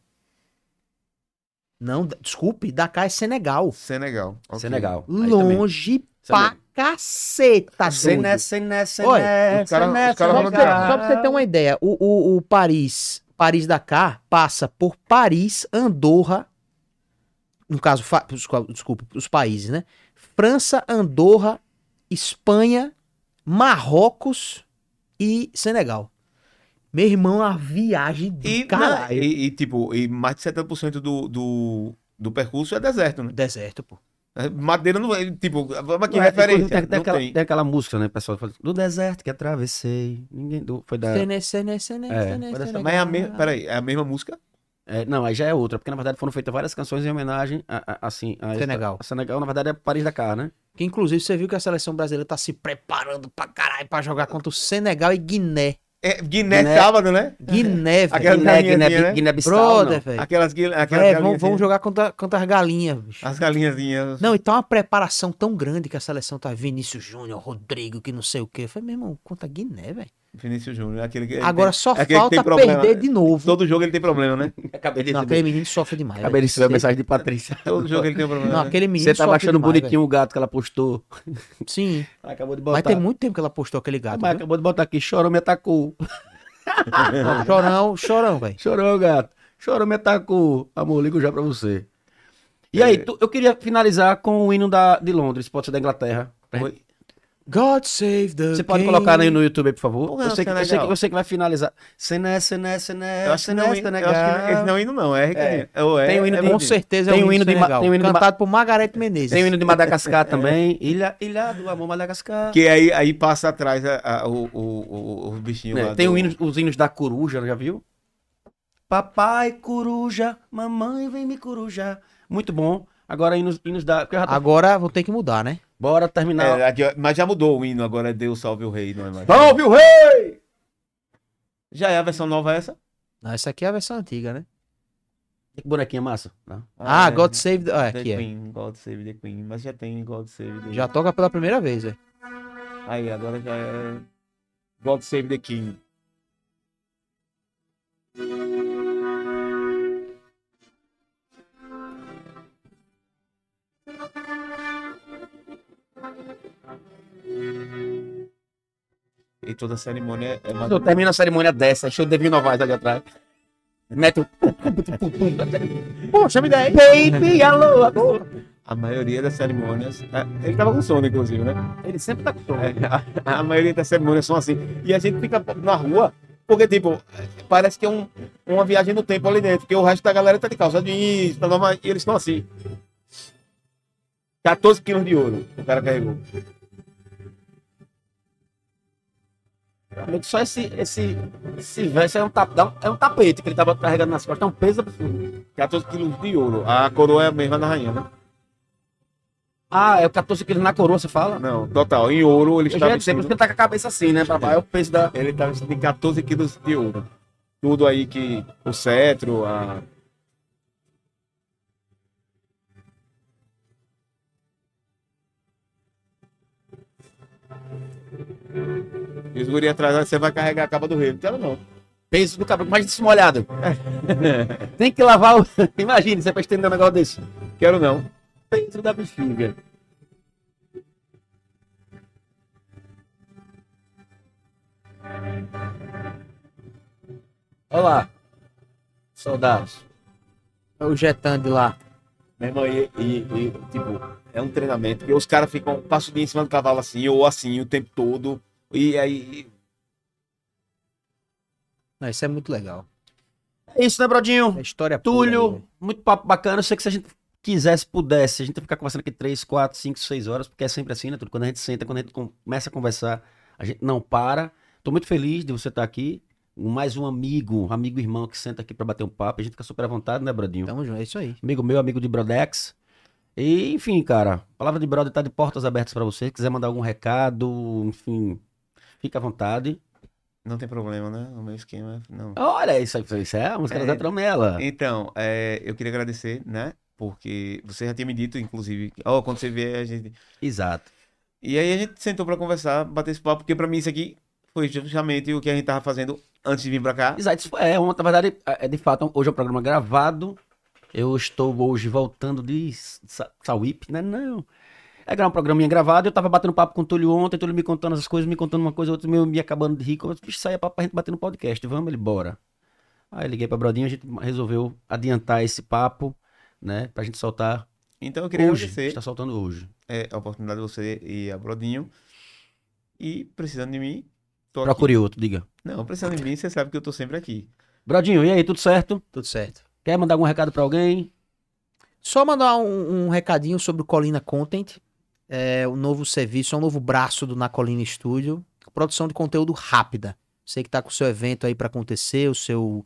Não, desculpe, Dakar é Senegal.
Senegal. ok.
Senegal. é Aí também.
Longe pra
Senegal.
caceta,
Sené,
doido.
Sené, Sené.
Olha,
Sené,
os caras-
Sené,
os caras
Só
vão
pra, você,
Senegal.
Senegal.
só pra você ter uma ideia, o, o, o Paris, Paris Dakar, passa por Paris, Andorra, no caso, fa- os qual- desculpa, os países, né? França, Andorra, Espanha, Marrocos e Senegal. Meu irmão, a viagem do
E, na,
caralho.
e, e, tipo, e mais de 70% do, do, do percurso é deserto, né?
Deserto, pô.
Madeira não é, tipo, vamos aqui,
Não, é,
referência.
tá-
inclusive, Tem, tem
não
aquela,
tem.
tem aquela música, né, pessoal? fala, Do deserto que atravessei. Ninguém. do- foi da.
Sene, sene, sene,
É,
sene,
mas essa-
Senegal.
Mas é a mesma, peraí, é a mesma música?
é, não, aí já é outra, porque na verdade foram feitas várias canções em homenagem a, a- assim, a esta-
Senegal.
a Senegal, na verdade, é Paris da Car, né?
Que inclusive você viu que a seleção brasileira tá se preparando pra caralho pra jogar contra o Senegal e Guiné.
É, Guiné,
Guiné.
sábado, né?
Guiné,
Aquela
velho.
Guiné,
galinhazinha,
Guiné,
né?
Guiné-Bissau,
Brother,
não.
velho.
Aquelas, guil- aquelas
É, vão,
galinhas.
vão jogar contra, contra as galinhas, bicho.
Ah.
As galinhazinhas.
Não, então é uma preparação tão grande que a seleção tá Vinícius Júnior, Rodrigo, que não sei o quê. Eu falei, meu irmão, contra a Guiné, velho.
Vinícius Júnior. Aquele que,
Agora só
é que ele
falta
tem problema.
perder de novo.
Todo jogo ele tem problema, né?
Acabei de
Não,
receber,
aquele menino sofre demais.
acabei de
velho.
receber a mensagem de Patrícia.
Todo jogo ele tem problema.
Não,
né?
aquele menino
"Ah, Você tava
sofre
achando
demais,
bonitinho o gato que ela postou.
velho. Sim,
Ela acabou de
mas
botar. Ah,
tem muito tempo que ela postou aquele gato.
Mas
viu?
acabou de botar aqui, chorou, me atacou.
Chorão, chorão, velho.
Chorou, gato. Chorou, me atacou. Amor, ligo já pra você.
É.
E aí, tu- eu queria finalizar com o hino da, de Londres, pode ser da Inglaterra.
Oi.
God save the
Você pode
king.
colocar aí no YouTube, aí, por favor?
Porra,
eu, sei que, eu, sei
Senegal.
que, eu sei que vai finalizar. é, Sené, Sené, Sené,
Eu acho que
Sené,
não, é-
né,
eu
Senegal.
acho que esse não é hino, não. É, recadinho. É, ou é,
Tem o hino
é
de-
um Com
verdinho.
certeza
Tem
é
o
um
hino de Ma-
Senegal,
tem o hino de Ma-
cantado por Margareth Menezes.
Tem o hino de Madagascar também. Ilha, ilha do amor, Madagascar.
É. Que aí, aí passa atrás a- a- o, o, o, o bichinho
É,
lá.
tem
do-
o hino- os hinos da coruja, já viu? Papai coruja, mamãe vem me coruja. Muito bom. Agora hinos, hinos da... porque eu já tô-
Agora vou ter que mudar, né?
Bora terminar.
É, aqui, ó, mas já mudou o hino, agora é Deus salve o rei, não é mais?
Salve o rei!
Já é a versão nova essa?
Não, essa aqui é a versão antiga, né?
Que bonequinha massa. Não.
Ah,
é.
God Save the... Ah,
The
aqui é.
Queen, God Save the Queen, mas já tem God Save the
Já toca pela primeira vez, é. velho.
Aí, agora já é God Save the King. E toda a cerimônia é
Quando eu termino a cerimônia dessa, show de Devinho Novaes ali atrás. Mete o. Poxa, me dá aí. Baby, alô, alô.
A maioria das cerimônias. é, Ele tava com sono, inclusive, né?
Ele sempre tá com som.
É, a, a maioria das cerimônias são assim. E a gente fica na rua, porque, tipo, parece que é um- uma viagem no tempo ali dentro, porque o resto da galera tá de calça jeans, tá normal, e eles estão assim. 14 quilos de ouro. O cara carregou.
Meio que Só esse, esse, esse verso é um, tap, dá um- é um tapete que ele tava carregando nas costas, é um peso absurdo.
14 quilos de ouro. A coroa é a mesma da rainha, né?
Ah, é o 14 quilos na coroa, você fala?
Não, total. Em ouro ele
Eu já
estava.
ia dizer, por isso que
vestindo-
ele tá com a cabeça assim, né? Pra baixo, é o peso da.
Ele tá, estava vestido em 14 quilos de ouro. Tudo aí que. O cetro, a. E os guri atrás, "Ah, você vai carregar a capa do rei. Não quero não. É.
Peso do cabelo, mais desmolhado. Tem que lavar o. Imagina, você vai estender um negócio desse.
Quero não.
Peso da bexiga. Olha lá. Soldados.
É o Jetan de lá.
Meu irmão, e, e- e, tipo, é um treinamento. Porque os caras ficam, passam o dia em cima do cavalo assim, ou assim, o tempo todo. E aí.
Não, isso é muito legal.
É isso, né, Brodinho?
É história pura.
Túlio,
ali.
muito papo bacana. Eu sei que se a gente quisesse, pudesse, a gente ia ficar conversando aqui 3, 4, 5, 6 horas, porque é sempre assim, né, Túlio? Quando a gente senta, quando a gente com- começa a conversar, a gente não para. Tô muito feliz de você estar aqui. Mais um amigo, um amigo irmão que senta aqui pra bater um papo. A gente fica super à vontade, né, Brodinho?
Tamo junto, é isso aí.
Amigo meu, amigo de Brodex. E, enfim, cara, a palavra de brother tá de portas abertas pra você. Se quiser mandar algum recado, enfim, fica à vontade.
Não tem problema, né? O meu esquema, não.
Olha, isso, aí- isso é a música
É.
da Zé Tramela.
Então, é, eu queria agradecer, né? Porque você já tinha me dito, inclusive, que, ó, quando você vier, a gente.
Exato.
E aí a gente sentou pra conversar, bater esse papo, porque pra mim isso aqui foi justamente o que a gente tava fazendo antes de vir pra cá.
Exato, isso é, ontem, na verdade, é de fato, hoje é um programa gravado. Eu estou hoje voltando de Sa- Sauípe, né? Não. É gra- um programinha gravado, eu tava batendo papo com o Túlio ontem, Túlio me contando as coisas, me contando uma coisa, outra, me, me acabando de rir. Como bicho, saia é papo pra gente bater no podcast, vamos, ele, bora. Aí liguei pra Brodinho, a gente resolveu adiantar esse papo, né? Pra gente soltar
Então eu queria
hoje. A gente
agradecer
tá soltando hoje.
é, a oportunidade de você e a Brodinho. E precisando de mim, tô aqui.
Procure outro, diga.
Não, precisando de mim, você sabe que eu tô sempre aqui.
Brodinho, e aí, tudo certo?
Tudo certo.
Quer mandar algum recado pra alguém?
Só mandar um, um recadinho sobre o Colina Content. É um novo serviço, é um novo braço do Na Colina Studio. Produção de conteúdo rápida. Você que tá com o seu evento aí para acontecer, o seu,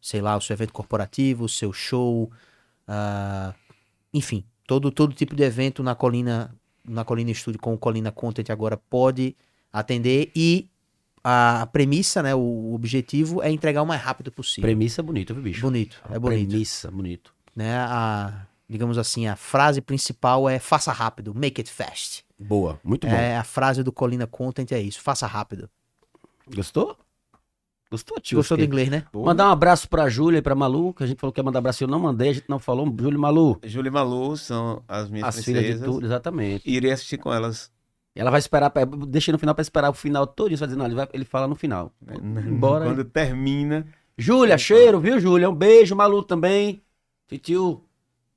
sei lá, o seu evento corporativo, o seu show, ah, enfim, todo, todo tipo de evento na Colina, na Colina Studio com o Colina Content agora pode atender e a premissa, né, o objetivo é entregar o mais rápido possível.
Premissa é bonita, viu, bicho?
Bonito, é bonito
Premissa, bonito.
né? A, digamos assim, a frase principal é faça rápido, make it fast.
Boa, muito bom.
É, a frase do Colina Content é isso, faça rápido.
Gostou? Gostou, tio?
Gostou do
Fiquei-
inglês, né?
Mandar um abraço pra Júlia e pra Malu, que a gente falou que ia mandar abraço e eu não mandei, a gente não falou. Júlia e Malu,
Júlia e Malu são as minhas
as filhas de
princesas.
tudo, exatamente.
E irei assistir com elas.
Ela vai esperar, pra, deixei no final pra esperar o final todo isso, vai dizer, não, ele, vai- ele fala no final.
né?
Bora.
Quando termina.
Júlia, cheiro, viu, Júlia? Um beijo, Malu também. Titio,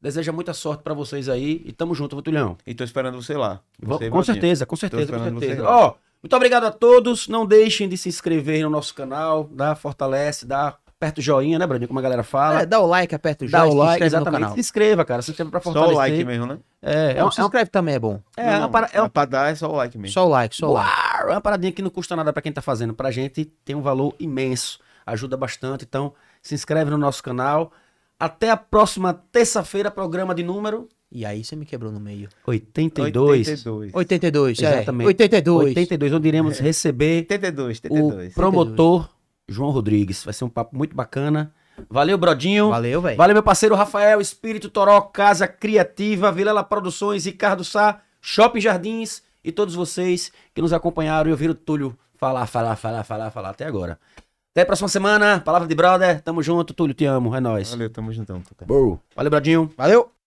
deseja muita sorte pra vocês aí e tamo junto, Vitulhão.
E tô esperando você lá.
Vamos-
Você e
com
Brodinho.
certeza, com certeza, com
esperando você
certeza.
lá.
Ó, muito obrigado a todos. Não deixem de se inscrever no nosso canal, dá fortalece, dá aperta o joinha, né, Brandinho? Como a galera fala.
É, dá o like, aperta o
Dá o
joinha, se
like,
inscreve no
exatamente.
canal.
Se inscreva, cara. Se inscreva pra
Só
fortalecer.
o like mesmo, né?
É, é,
Não,
um-
se inscreve também é bom.
é, um- é
Não,
uma, para- é
pra
uma-
dar é só o like mesmo.
Só o like, só o like.
Uau, é uma paradinha que não custa nada pra quem tá fazendo. Pra gente tem um valor imenso. Ajuda bastante. Então, se inscreve no nosso canal. Até a próxima terça-feira, programa de número
E aí você me quebrou no meio.
82.
82.
82,
Exatamente.
é. 82.
82, onde iremos
É.
receber
82,
o
82.
promotor João Rodrigues. Vai ser um papo muito bacana. Valeu, Brodinho.
Valeu, velho.
Valeu, meu parceiro Rafael, Espírito Toró, Casa Criativa, Vilela Produções, Ricardo Sá, Shopping Jardins e todos vocês que nos acompanharam e ouviram o Túlio falar, falar, falar, falar, falar até agora. Até a próxima semana. Palavra de brother. Tamo junto, Túlio. Te amo. É nóis.
Valeu, tamo juntão. Tuca.
Valeu, Bradinho.
Valeu.